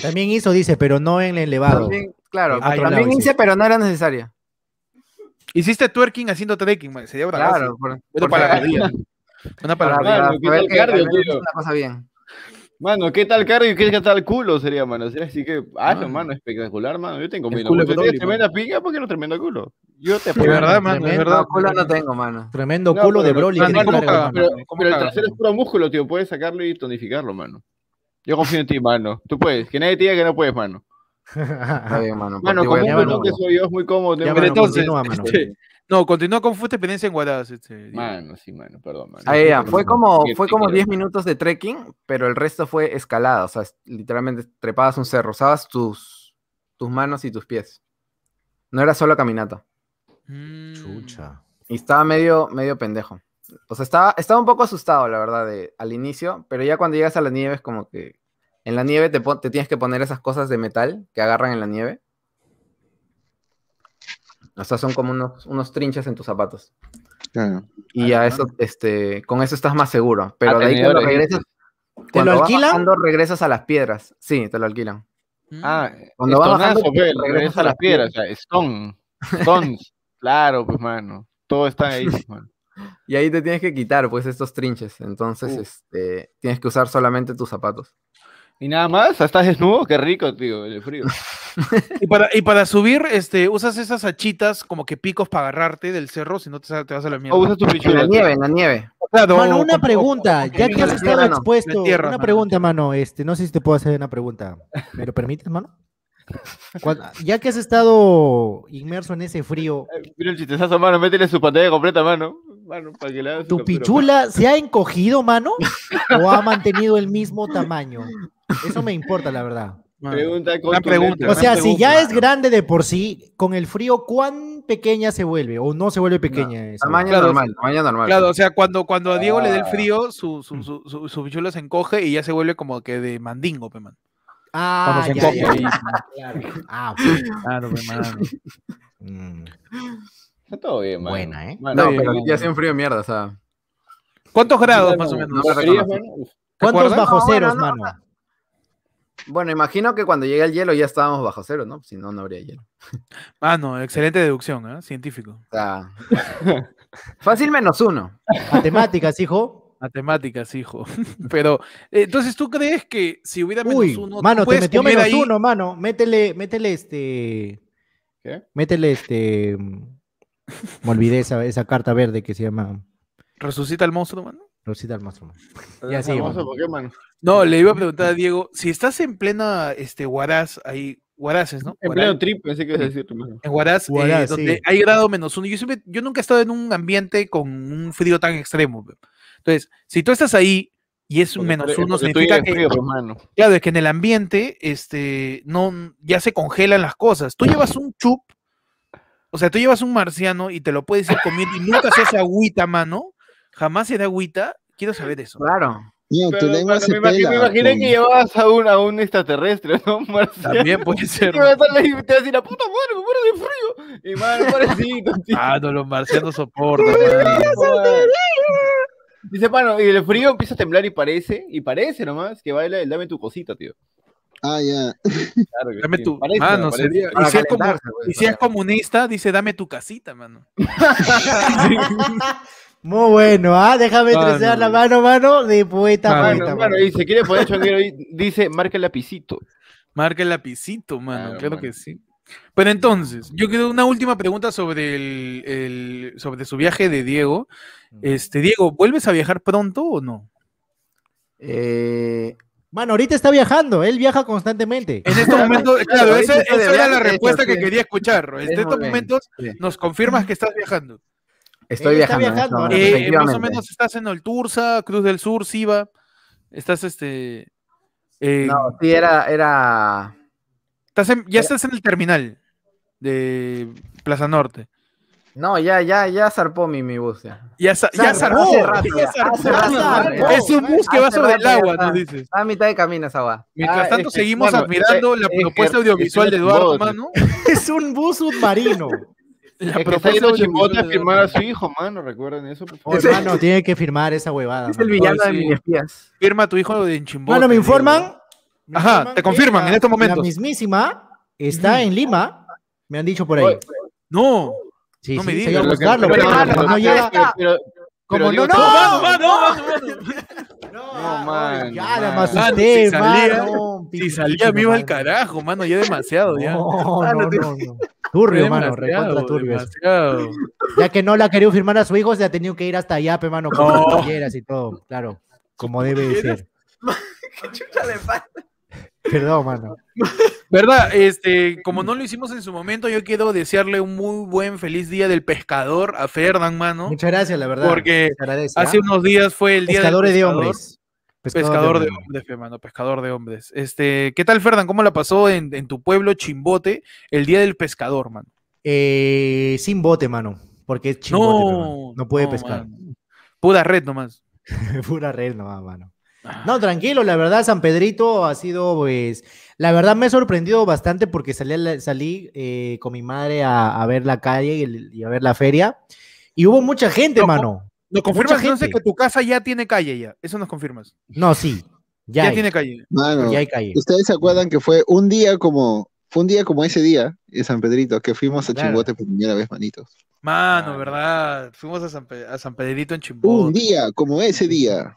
Speaker 4: También hizo, dice, pero no en el elevado.
Speaker 6: También, claro,
Speaker 4: En otro
Speaker 6: también
Speaker 4: lado,
Speaker 6: hice,
Speaker 4: sí.
Speaker 6: pero no era necesario.
Speaker 3: Hiciste twerking haciendo trekking, man, sería bravazo.
Speaker 6: Claro, por,
Speaker 3: Una
Speaker 6: por-
Speaker 3: palabrería. Una
Speaker 6: para,
Speaker 3: palabrería.
Speaker 1: Claro,
Speaker 6: para
Speaker 1: ¿qué
Speaker 6: ver
Speaker 1: tal
Speaker 6: que al
Speaker 1: cardio,
Speaker 6: menos
Speaker 1: tío?
Speaker 6: una cosa bien.
Speaker 1: Mano, ¿qué tal cardio y qué tal culo sería, mano? Sería así que, ah,
Speaker 3: Mano.
Speaker 1: mano, espectacular, mano. Yo te combino.
Speaker 3: culo
Speaker 1: Culo,
Speaker 3: es doble,
Speaker 1: tremenda piña porque no tremendo culo. Yo te
Speaker 3: De verdad, mano, de
Speaker 4: Tremendo
Speaker 3: verdad.
Speaker 6: No, culo no tengo, mano.
Speaker 4: Tremendo
Speaker 1: No,
Speaker 4: culo de
Speaker 1: pero-
Speaker 4: Broly.
Speaker 3: Ah,
Speaker 4: que
Speaker 3: no,
Speaker 4: te
Speaker 3: ¿cómo
Speaker 4: carga,
Speaker 3: caga?
Speaker 4: mano.
Speaker 1: Pero,
Speaker 3: ¿Cómo
Speaker 1: pero el
Speaker 3: cagas,
Speaker 1: trasero es
Speaker 3: mano?
Speaker 1: puro músculo, tío. Puedes sacarlo y tonificarlo, mano. Yo confío en ti, mano. Tú puedes. Que nadie te diga que no puedes, mano.
Speaker 6: Está bien, mano. por
Speaker 1: Mano,
Speaker 6: ti
Speaker 1: como
Speaker 6: voy a-
Speaker 1: un
Speaker 4: ya,
Speaker 1: pelón
Speaker 4: mano.
Speaker 1: que soy yo, es muy cómodo.
Speaker 4: Ya,
Speaker 1: tengo-
Speaker 4: mano,
Speaker 1: Pero entonces-
Speaker 4: continúa, mano.
Speaker 3: este, no, continúa con fue tu experiencia en Guadalajara. Este,
Speaker 1: Mano, sí, mano, perdón, mano.
Speaker 6: Ah, ya, fue como,
Speaker 1: Sí,
Speaker 6: fue
Speaker 1: sí,
Speaker 6: como
Speaker 1: claro.
Speaker 6: 10 minutos de trekking, pero el resto fue escalada, o sea, es- literalmente trepabas un cerro, usabas tus, tus manos y tus pies. No era solo caminata.
Speaker 3: Mm.
Speaker 4: Chucha.
Speaker 6: Y estaba medio, medio pendejo. O sea, estaba, estaba un poco asustado, la verdad, de, al inicio, pero ya cuando llegas a la nieve es como que en la nieve te, pon- te tienes que poner esas cosas de metal que agarran en la nieve. O sea, son como unos, unos trinches en tus zapatos.
Speaker 2: Claro.
Speaker 6: Y ya eso, este, con eso estás más seguro. Pero de ahí
Speaker 1: tenedores,
Speaker 6: cuando regresas,
Speaker 4: ¿Te lo
Speaker 6: cuando vas
Speaker 4: alquilan?
Speaker 6: bajando, regresas a las piedras. Sí, te lo alquilan.
Speaker 3: Mm.
Speaker 1: Ah,
Speaker 6: Cuando va bajando,
Speaker 1: estonazo, pues,
Speaker 6: regresas
Speaker 1: regresa a las piedras. O sea, stone. Stones. claro, pues, mano. Todo está ahí, pues, mano.
Speaker 6: Y ahí te tienes que quitar, pues, estos trinches. Entonces,
Speaker 1: Uh.
Speaker 6: este, tienes que usar solamente tus zapatos.
Speaker 1: Y nada más, estás desnudo, qué rico, tío, el frío.
Speaker 3: Y para, y para subir, este, usas esas hachitas como que picos para agarrarte del cerro, si no te, sa- te vas a la mierda.
Speaker 1: O usas tu
Speaker 6: En
Speaker 1: pichula.
Speaker 6: la
Speaker 1: tío.
Speaker 6: nieve, en la nieve.
Speaker 3: Claro,
Speaker 4: Mano,
Speaker 3: o
Speaker 4: una
Speaker 3: con-
Speaker 4: pregunta,
Speaker 3: o con-
Speaker 4: ya que has
Speaker 6: la
Speaker 4: estado
Speaker 6: tierra, no.
Speaker 4: expuesto,
Speaker 3: La tierra,
Speaker 4: una
Speaker 3: mano.
Speaker 4: pregunta, mano, este, no sé si te puedo hacer una pregunta, ¿me lo permites, mano? Cuan- Ya que has estado inmerso en ese frío,
Speaker 1: Eh, Mira el chistezazo, mano, métele su pantalla completa, mano. Mano, para que le hagas
Speaker 4: ¿tu
Speaker 1: pues.
Speaker 4: pichula se ha encogido, mano? ¿O ha mantenido el mismo tamaño? Eso me importa, la verdad.
Speaker 3: mano.
Speaker 1: Pregunta con
Speaker 3: Gran
Speaker 1: tu
Speaker 3: pregunta,
Speaker 1: letra.
Speaker 4: O
Speaker 3: gran
Speaker 4: sea, si
Speaker 3: pregunta,
Speaker 4: ya es
Speaker 3: mano.
Speaker 4: grande de por sí, con el frío, ¿cuán pequeña se vuelve? ¿O no se vuelve pequeña? esa
Speaker 6: Tamaño
Speaker 3: Claro,
Speaker 6: normal, tamaño normal.
Speaker 3: Claro, o sea, cuando, cuando a Diego le dé el
Speaker 1: Ah.
Speaker 3: frío, su,
Speaker 4: Mm.
Speaker 3: su, su, su, su pichula se encoge y ya se vuelve como que de mandingo, pe, mano.
Speaker 4: Ah,
Speaker 3: Cuando
Speaker 4: ya,
Speaker 3: se
Speaker 4: ya,
Speaker 3: encoge
Speaker 4: ya. Claro. Ah, pues,
Speaker 3: Claro, pe, mano.
Speaker 4: mm.
Speaker 1: Está todo bien, mano.
Speaker 4: Buena, ¿eh?
Speaker 1: Mano,
Speaker 6: No,
Speaker 1: bien,
Speaker 6: pero
Speaker 1: mano.
Speaker 6: ya hace un frío de mierda, o sea.
Speaker 3: ¿Cuántos grados
Speaker 1: Mano,
Speaker 3: más o menos?
Speaker 6: no me
Speaker 1: ¿Frías,
Speaker 6: reconoce.
Speaker 1: mano? Uf.
Speaker 4: ¿Cuántos
Speaker 3: acuerdas?
Speaker 4: bajo
Speaker 6: No, bueno,
Speaker 4: ceros,
Speaker 6: no,
Speaker 4: mano?
Speaker 6: Bueno, imagino que cuando llegue el hielo ya estábamos bajo cero, ¿no? Si no, no habría hielo.
Speaker 3: Mano, Ah, excelente deducción, ¿eh? Científico.
Speaker 6: O sea, fácil menos uno.
Speaker 4: Matemáticas, hijo.
Speaker 3: Matemáticas, hijo. Pero, eh, entonces, ¿tú crees que si hubiera menos
Speaker 4: Uy,
Speaker 3: uno, tú
Speaker 4: mano, te
Speaker 3: puedes
Speaker 4: metió
Speaker 3: comer
Speaker 4: menos
Speaker 3: ahí?
Speaker 4: uno, mano. Métele, métele este.
Speaker 1: ¿Qué?
Speaker 4: Métele este. mm, Me olvidé esa, esa carta verde que se llama
Speaker 3: ¿Resucita el monstruo, mano?
Speaker 4: Rosita al monstruo.
Speaker 1: Ya
Speaker 4: sí,
Speaker 1: famoso,
Speaker 4: mano.
Speaker 1: ¿por qué, mano?
Speaker 3: No, le iba a preguntar a Diego, si estás en plena este, Huaraz, ahí, Huaraces, ¿no?
Speaker 1: En
Speaker 3: Huaraz.
Speaker 1: pleno trip, pensé que ibas a decir, mano.
Speaker 3: En Huaraz, eh,
Speaker 4: Huaraz,
Speaker 3: donde
Speaker 4: sí.
Speaker 3: hay grado menos uno. Yo, siempre, yo nunca he estado en un ambiente con un frío tan extremo. pe. Entonces, si tú estás ahí y es
Speaker 1: Porque
Speaker 3: menos
Speaker 1: tú-
Speaker 3: uno,
Speaker 1: porque tú ya
Speaker 3: significa
Speaker 1: eres
Speaker 3: que,
Speaker 1: frío, pues, mano.
Speaker 3: claro, es que en el ambiente este, no, ya se congelan las cosas. Tú llevas un chup, o sea, tú llevas un marciano y te lo puedes ir comiendo y nunca se hace agüita, mano. Jamás se da agüita. Quiero saber eso.
Speaker 6: Claro.
Speaker 2: Mira, tu
Speaker 1: Pero,
Speaker 2: lengua
Speaker 1: mano,
Speaker 2: se
Speaker 1: me imagi-
Speaker 2: pela.
Speaker 1: me imaginé
Speaker 2: con-
Speaker 1: que llevabas a un, a un extraterrestre, ¿no? Marciano.
Speaker 3: También puede ser.
Speaker 1: Y va a estar ahí, te vas a decir, la puta madre, me muero de frío. Y, mano, pobrecito, tío.
Speaker 3: Ah, no, los marcianos soportan. mano.
Speaker 1: Dice, mano, y el frío empieza a temblar y parece, y parece nomás que baila el dame tu cosita, tío.
Speaker 2: Ah, ya.
Speaker 1: Claro que
Speaker 3: Dame
Speaker 1: sí,
Speaker 3: tu.
Speaker 1: parece,
Speaker 3: mano,
Speaker 1: parece. Ah,
Speaker 3: sería- y
Speaker 6: Para
Speaker 3: si es como-
Speaker 6: calentarse, pues,
Speaker 3: Y si es
Speaker 6: para-
Speaker 3: comunista, dice dame tu casita, mano.
Speaker 4: Muy bueno, ¿ah? Déjame
Speaker 3: Mano.
Speaker 4: estresar la mano, mano, de poeta a
Speaker 1: Mano,
Speaker 4: poeta.
Speaker 1: mano,
Speaker 4: mano.
Speaker 1: y se quiere poner chonguero y dice, marca el lapicito.
Speaker 3: Marca el lapicito, mano.
Speaker 6: Ah,
Speaker 1: Claro,
Speaker 3: Claro, que
Speaker 1: mano.
Speaker 3: sí. Pero entonces, yo quiero una última pregunta sobre el, el- sobre su viaje de Diego. Este, Diego, ¿vuelves a viajar pronto o no?
Speaker 6: Eh,
Speaker 4: Mano, ahorita está viajando, él viaja constantemente.
Speaker 3: En estos momentos, claro,
Speaker 6: ahorita
Speaker 3: esa,
Speaker 6: estoy de
Speaker 3: esa era la
Speaker 6: viaje, de hecho,
Speaker 3: respuesta que
Speaker 6: sí.
Speaker 3: quería escuchar. En
Speaker 6: Sí, muy
Speaker 3: estos
Speaker 6: bien.
Speaker 3: momentos eh,
Speaker 6: Sí.
Speaker 3: nos confirmas que estás viajando.
Speaker 6: estoy
Speaker 4: Él está
Speaker 6: viajando. en
Speaker 4: viajando ahora. Bueno,
Speaker 6: este momento,
Speaker 3: Eh, más o
Speaker 6: efectivamente.
Speaker 3: menos estás en Olturza, Cruz del Sur, Siva. Estás este. eh,
Speaker 6: No, sí, era, era.
Speaker 3: estás en- ya estás en el terminal de Plaza Norte.
Speaker 6: No, ya, ya, ya zarpó mi, mi bus. ya.
Speaker 3: Ya, sa- ya
Speaker 6: Zarpó,
Speaker 3: zarpó.
Speaker 6: hace rato,
Speaker 3: ya zarpó.
Speaker 6: hace rato.
Speaker 3: Es un bus que va
Speaker 6: Hace
Speaker 3: sobre el
Speaker 6: rato ya
Speaker 3: agua,
Speaker 6: está.
Speaker 3: nos dices.
Speaker 6: Está a mitad de camino esa va.
Speaker 3: Mientras
Speaker 1: Ah,
Speaker 3: tanto,
Speaker 1: es que-
Speaker 3: seguimos
Speaker 1: bueno,
Speaker 3: admirando
Speaker 1: es-
Speaker 3: la
Speaker 1: es que-
Speaker 3: propuesta audiovisual de
Speaker 1: es que-
Speaker 3: Eduardo,
Speaker 1: es que-
Speaker 3: mano.
Speaker 4: Es un bus submarino.
Speaker 3: La
Speaker 1: Es que está yendo
Speaker 3: audiovisual
Speaker 1: Chimbote a
Speaker 3: de
Speaker 1: firmar a
Speaker 3: Eduardo.
Speaker 1: su hijo, mano. Recuerden eso, por
Speaker 4: Oh,
Speaker 1: favor.
Speaker 4: hermano, tiene que firmar esa huevada.
Speaker 6: Es el
Speaker 4: mano.
Speaker 6: villano de
Speaker 3: sí.
Speaker 6: mini espías.
Speaker 3: Firma a tu hijo de Chimbote.
Speaker 4: Mano, me
Speaker 3: digo.
Speaker 4: informan. me
Speaker 3: Ajá, te
Speaker 4: que
Speaker 3: confirman
Speaker 4: la-
Speaker 3: en este estos momentos.
Speaker 4: La mismísima está en Lima. Me han dicho por ahí.
Speaker 1: Oye,
Speaker 3: No.
Speaker 4: Sí,
Speaker 3: no
Speaker 4: sí,
Speaker 3: me
Speaker 4: se
Speaker 3: digas.
Speaker 4: iba a
Speaker 1: Pero lo que-
Speaker 4: buscarlo,
Speaker 1: pero-
Speaker 4: pero
Speaker 1: pero-
Speaker 4: como no
Speaker 1: pero-
Speaker 4: llega-
Speaker 1: pero- pero-
Speaker 4: como
Speaker 1: digo,
Speaker 4: no,
Speaker 1: todo-
Speaker 4: no,
Speaker 3: Vamos, mano, vamos, mano.
Speaker 4: No,
Speaker 1: mano,
Speaker 4: Ya la
Speaker 1: mano.
Speaker 4: más
Speaker 3: Mano,
Speaker 4: usted,
Speaker 3: si salía-
Speaker 4: mano.
Speaker 3: Si salía vivo al carajo, mano, ya demasiado, ya.
Speaker 4: No,
Speaker 3: Ah,
Speaker 4: no,
Speaker 3: no te-
Speaker 4: no, no. Turbio, mano,
Speaker 3: Demasiado,
Speaker 4: recontra turbio.
Speaker 3: demasiado.
Speaker 4: Ya que no la ha querido firmar a su hijo, se ha tenido que ir hasta allá, pe, mano, con
Speaker 3: No.
Speaker 4: sus playeras y todo, claro, como debe de ser. Perdón, mano.
Speaker 3: ¿Verdad? Este, como no lo hicimos en su momento, yo quiero desearle un muy buen feliz día del pescador a Ferdan, mano.
Speaker 4: Muchas gracias, la verdad.
Speaker 3: Porque
Speaker 4: se agradece,
Speaker 3: Hace
Speaker 4: ¿ah?
Speaker 3: unos días fue el día
Speaker 4: pescadores
Speaker 3: del
Speaker 4: de
Speaker 3: pescador.
Speaker 4: hombres.
Speaker 3: Pescador, de hombres, fe, mano, pescador de hombres. Este, ¿qué tal, Ferdan? ¿Cómo la pasó en, en tu pueblo Chimbote el día del pescador, mano?
Speaker 4: Eh, sin bote, mano. Porque es chimbote, pe, mano. no puede pescar.
Speaker 3: mano. Pura red nomás.
Speaker 4: Pura red nomás, mano.
Speaker 3: Ah.
Speaker 4: No, tranquilo, la verdad, San Pedrito ha sido, pues, la verdad me he sorprendido bastante porque salí, a la- salí eh, con mi madre a, a ver la calle y, el- y a ver la feria. Y hubo mucha gente,
Speaker 3: Loco.
Speaker 4: mano.
Speaker 3: Nos confirmas
Speaker 4: Mucha
Speaker 3: entonces
Speaker 4: gente.
Speaker 3: que tu casa ya tiene calle ya. Eso nos confirmas.
Speaker 4: No, sí, ya,
Speaker 3: Ya,
Speaker 4: hay,
Speaker 3: tiene calle.
Speaker 2: Mano,
Speaker 4: ya hay calle.
Speaker 2: ustedes se acuerdan que fue un día como, fue un día como ese día en San Pedrito, que fuimos a
Speaker 4: Claro.
Speaker 2: Chimbote por primera vez, manitos.
Speaker 3: Mano,
Speaker 6: Ah.
Speaker 3: ¿verdad? Fuimos a San, Pe- a San Pedrito en Chimbote.
Speaker 2: Un día como ese día.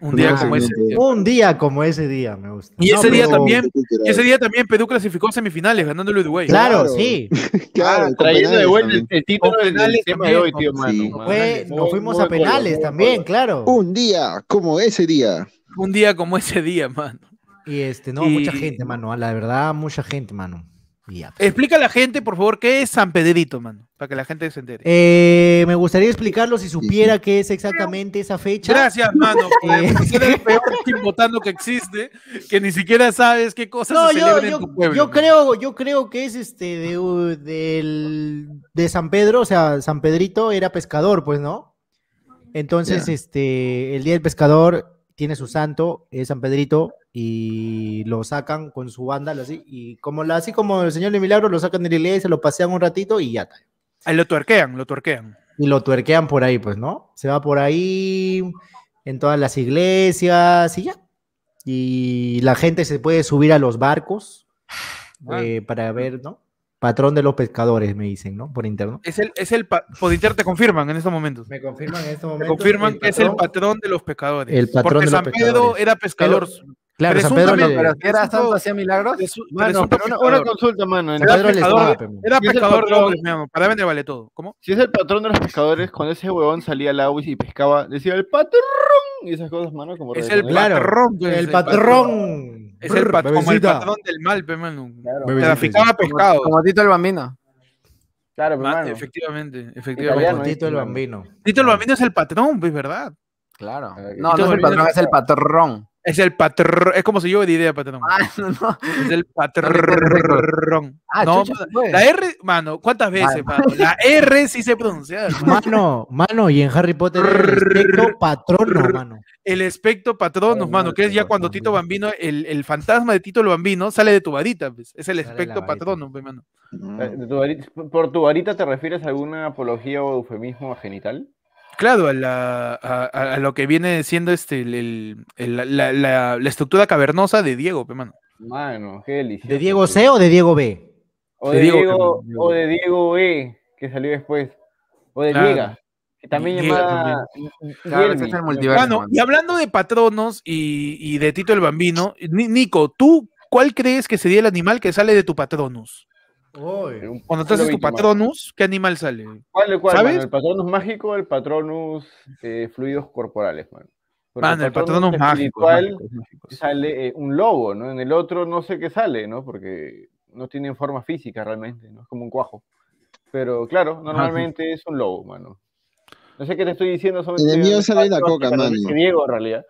Speaker 3: Un día
Speaker 2: Mano.
Speaker 3: como ese. día.
Speaker 4: Un día como ese día, me gusta.
Speaker 3: Y ese día
Speaker 2: pero-
Speaker 3: también- Y ese día también Perú clasificó a semifinales ganándole a Uruguay.
Speaker 4: Claro,
Speaker 2: Claro.
Speaker 4: sí.
Speaker 3: ah,
Speaker 2: Claro, con
Speaker 1: ah, trayendo de
Speaker 2: penales
Speaker 1: vuelta el,
Speaker 2: también.
Speaker 1: el título
Speaker 3: Con
Speaker 1: del,
Speaker 3: penales
Speaker 1: del tema de
Speaker 3: también,
Speaker 1: hoy, tío,
Speaker 3: con-
Speaker 1: mano.
Speaker 2: sí.
Speaker 1: Mano,
Speaker 4: Fue-
Speaker 1: muy-
Speaker 4: nos fuimos
Speaker 1: muy
Speaker 4: a penales
Speaker 1: color,
Speaker 4: también,
Speaker 1: muy
Speaker 4: claro.
Speaker 2: Un día como ese día.
Speaker 3: Un día como ese día, mano.
Speaker 4: Y este, no,
Speaker 3: Y-
Speaker 4: mucha gente, mano. La verdad, mucha gente, mano. Y ya.
Speaker 3: Explica a la gente, por favor, qué es San Pedrito, mano. Para que la gente se entere.
Speaker 4: Eh, me gustaría explicarlo si supiera qué es exactamente esa fecha.
Speaker 3: Gracias, mano. por-
Speaker 4: Eh.
Speaker 3: porque eres el peor chimbotano que existe, que ni siquiera sabes qué cosas
Speaker 4: No,
Speaker 3: se
Speaker 4: yo,
Speaker 3: celebran
Speaker 4: yo,
Speaker 3: en tu pueblo.
Speaker 4: yo
Speaker 3: mano.
Speaker 4: creo, yo creo que es este de, u- del, de San Pedro, o sea, San Pedrito era pescador, pues, ¿no? Entonces,
Speaker 2: Ya.
Speaker 4: este, el día del pescador tiene su santo, es San Pedrito, y lo sacan con su banda, así, y como la, así como el Señor de Milagro, lo sacan de la iglesia, lo pasean un ratito y ya está.
Speaker 3: Ah, Lo tuerquean, lo tuerquean.
Speaker 4: Y lo tuerquean por ahí, pues, ¿no? Se va por ahí, en todas las iglesias y ya. Y la gente se puede subir a los barcos
Speaker 3: Ah.
Speaker 4: eh, para ver, ¿no? Patrón de los pescadores, me dicen, ¿no? Por interno.
Speaker 3: Es el, es el pa- por internet te confirman en estos momentos.
Speaker 4: Me confirman en este
Speaker 3: Te
Speaker 4: momento.
Speaker 3: confirman que es el patrón de los pescadores.
Speaker 4: El patrón
Speaker 3: Porque
Speaker 4: de los
Speaker 3: San Pedro
Speaker 4: pescadores.
Speaker 3: era pescador.
Speaker 4: Claro, San Pedro,
Speaker 3: presuntamente,
Speaker 4: le-
Speaker 6: Pero
Speaker 4: San
Speaker 6: si era
Speaker 3: Presunto-
Speaker 6: santo hacía milagros.
Speaker 3: presu-
Speaker 1: Mano,
Speaker 3: presunto
Speaker 1: pero una,
Speaker 3: pescador.
Speaker 1: una consulta, mano.
Speaker 3: Era
Speaker 4: Pedro le
Speaker 3: pescador,
Speaker 4: estaba, pe, man.
Speaker 1: ¿Quién es
Speaker 3: Era
Speaker 1: el
Speaker 3: pescador de
Speaker 1: patrón?
Speaker 3: hombres, mi amor. Para mí me vale todo. ¿Cómo?
Speaker 1: Si es el patrón de los pescadores, cuando ese huevón salía al agua y se pescaba, decía el patrón y esas cosas, mano, como
Speaker 3: Es el
Speaker 1: reggaetonero.
Speaker 4: Claro,
Speaker 3: patrón. pues,
Speaker 4: El patrón.
Speaker 3: Es el
Speaker 4: Brr,
Speaker 3: patrón, como el
Speaker 4: bebecita.
Speaker 3: patrón del mal, pe, mano.
Speaker 4: Bebecita,
Speaker 3: Traficaba pescado.
Speaker 6: Como Tito el Bambino.
Speaker 1: Claro,
Speaker 3: Ma-
Speaker 1: hermano.
Speaker 3: efectivamente,
Speaker 1: Italiano,
Speaker 3: efectivamente.
Speaker 1: ¿eh?
Speaker 4: Tito el bambino.
Speaker 3: Tito el Bambino es el patrón, pues, ¿verdad?
Speaker 6: Claro.
Speaker 1: Tito
Speaker 6: No, no es el
Speaker 3: Bambino
Speaker 6: patrón, es el patrón.
Speaker 3: Es el patrón. Es como si yo diría patrón.
Speaker 6: Ah, no, no.
Speaker 3: Es el
Speaker 6: recuerdo.
Speaker 3: patrón.
Speaker 6: Ah,
Speaker 3: no,
Speaker 6: chucha,
Speaker 3: mano,
Speaker 6: pues.
Speaker 3: la R, mano, ¿cuántas veces, mano? La R sí se pronuncia. mano.
Speaker 4: Mano, mano, y en Harry Potter era el espectro patrono, mano.
Speaker 3: El espectro patronus, mano, que es ya cuando Tito Bambino, el, el fantasma de Tito el Bambino sale de tu varita, pues. Es el
Speaker 4: Sale de la
Speaker 3: espectro
Speaker 4: varita.
Speaker 3: patronus, pe, mano.
Speaker 1: Eh, de tu varita- ¿Por tu varita te refieres a alguna apología o eufemismo a genital?
Speaker 3: Claro, a, la- a- a- a lo que viene siendo este, el- el- el- la, la- la- la estructura cavernosa de Diego, pe, mano.
Speaker 1: Mano, qué delicioso.
Speaker 4: ¿De Diego C o de Diego B?
Speaker 1: O
Speaker 3: De
Speaker 1: de
Speaker 3: Diego,
Speaker 1: Diego,
Speaker 3: hermano,
Speaker 1: o de Diego E, que salió después. O de
Speaker 3: Claro.
Speaker 1: Liga, que también
Speaker 3: Liga
Speaker 1: llamada.
Speaker 6: Claro,
Speaker 1: Yelmi.
Speaker 6: ese es el multiverso.
Speaker 3: Mano, Ah, y hablando de patronos y, y de Tito el Bambino, Ni- Nico, ¿tú cuál crees que sería el animal que sale de tu patronus? Cuando tú haces tu
Speaker 1: Lobito, mano.
Speaker 3: patronus, ¿qué animal sale?
Speaker 1: ¿Cuál, cuál,
Speaker 3: ¿Sabes?
Speaker 1: mano? ¿El patronus mágico o el patronus eh, fluidos corporales, mano? Porque
Speaker 3: Mano, el patronus mágico.
Speaker 1: espiritual
Speaker 3: mágico, mágico.
Speaker 1: sale eh, un lobo, ¿no? En el otro no sé qué sale, ¿no? Porque no tienen forma física realmente, ¿no? Es como un cuajo. Pero
Speaker 3: Ah,
Speaker 1: claro, normalmente es un lobo, mano. No sé qué te estoy diciendo sobre
Speaker 2: En el mío sale la
Speaker 1: Pero
Speaker 2: coca,
Speaker 1: dice
Speaker 2: mano.
Speaker 1: Diego, en realidad.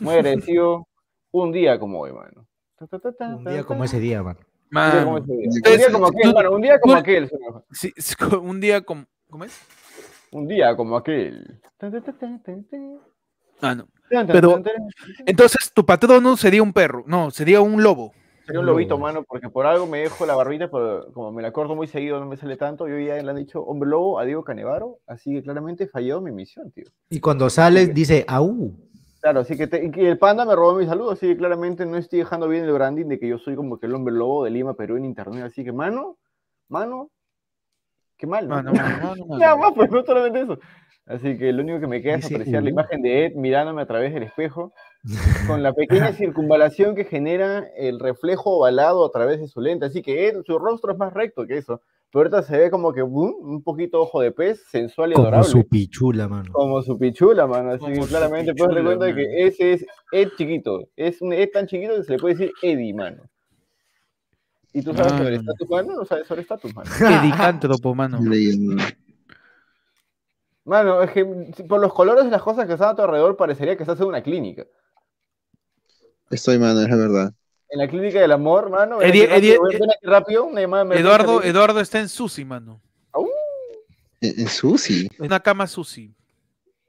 Speaker 1: Muy agradecido. un día como hoy, mano. Ta, ta, ta, ta,
Speaker 4: Un
Speaker 1: ta,
Speaker 4: día
Speaker 1: ta.
Speaker 4: como ese día, mano.
Speaker 1: Un día
Speaker 3: Mano,
Speaker 1: como ese día. Un
Speaker 2: Entonces,
Speaker 1: día como aquel,
Speaker 3: tú-
Speaker 1: mano. Un día como
Speaker 3: tú-
Speaker 1: aquel. señor.
Speaker 3: sí, es co- un día como, ¿Cómo es?
Speaker 1: Un día como aquel.
Speaker 3: Ah, no. Pero- Entonces, tu patrono sería un perro. No, sería un lobo.
Speaker 1: Sería un lobito, mano, porque por algo me dejo la barbita, pero como me la corto muy seguido, no me sale tanto. Yo ya le han dicho hombre lobo a Diego Canevaro, así que claramente falló mi misión, tío.
Speaker 4: Y cuando sales, dice, au.
Speaker 1: Claro, así que, te- y que el panda me robó mi saludo, así que claramente no estoy dejando bien el branding de que yo soy como que el hombre lobo de Lima, Perú en internet. Así que, mano, mano, qué mal. ¿no?
Speaker 3: Ah, Mano, mano, mano, mano.
Speaker 1: Nada más, pues no solamente eso. Así que lo único que me queda es
Speaker 4: Dice,
Speaker 1: apreciar la
Speaker 4: "Uh".
Speaker 1: imagen de Ed mirándome a través del espejo, con la pequeña circunvalación que genera el reflejo ovalado a través de su lente. Así que Ed, su rostro es más recto que eso. Pero ahorita se ve como que boom, un poquito ojo de pez, sensual y
Speaker 4: Como
Speaker 1: adorable.
Speaker 4: su pichula, mano.
Speaker 1: Como su pichula, mano. Así
Speaker 3: Como
Speaker 1: que
Speaker 3: su
Speaker 1: claramente puedes dar
Speaker 3: pichula,
Speaker 1: cuenta de que ese es Ed chiquito. Es un Ed tan chiquito que se le puede decir Eddie, mano. ¿Y tú sabes sobre
Speaker 3: Mano.
Speaker 1: estatus, mano? ¿No sabes sobre estatus, mano?
Speaker 3: Pedicántropo, mano.
Speaker 2: Leyendo.
Speaker 1: Mano, es que por los colores de las cosas que están a tu alrededor parecería que estás en una clínica.
Speaker 2: Estoy, mano, es la verdad.
Speaker 1: En la clínica del amor, mano. ven
Speaker 3: Eddie-
Speaker 1: aquí rápido,
Speaker 3: Eddie-
Speaker 1: ven aquí rápido, una llamada de emergencia,
Speaker 3: Eduardo,
Speaker 1: ven.
Speaker 3: Eduardo está en Susi, mano.
Speaker 2: ¿En, en Susi?
Speaker 3: En una cama Susi.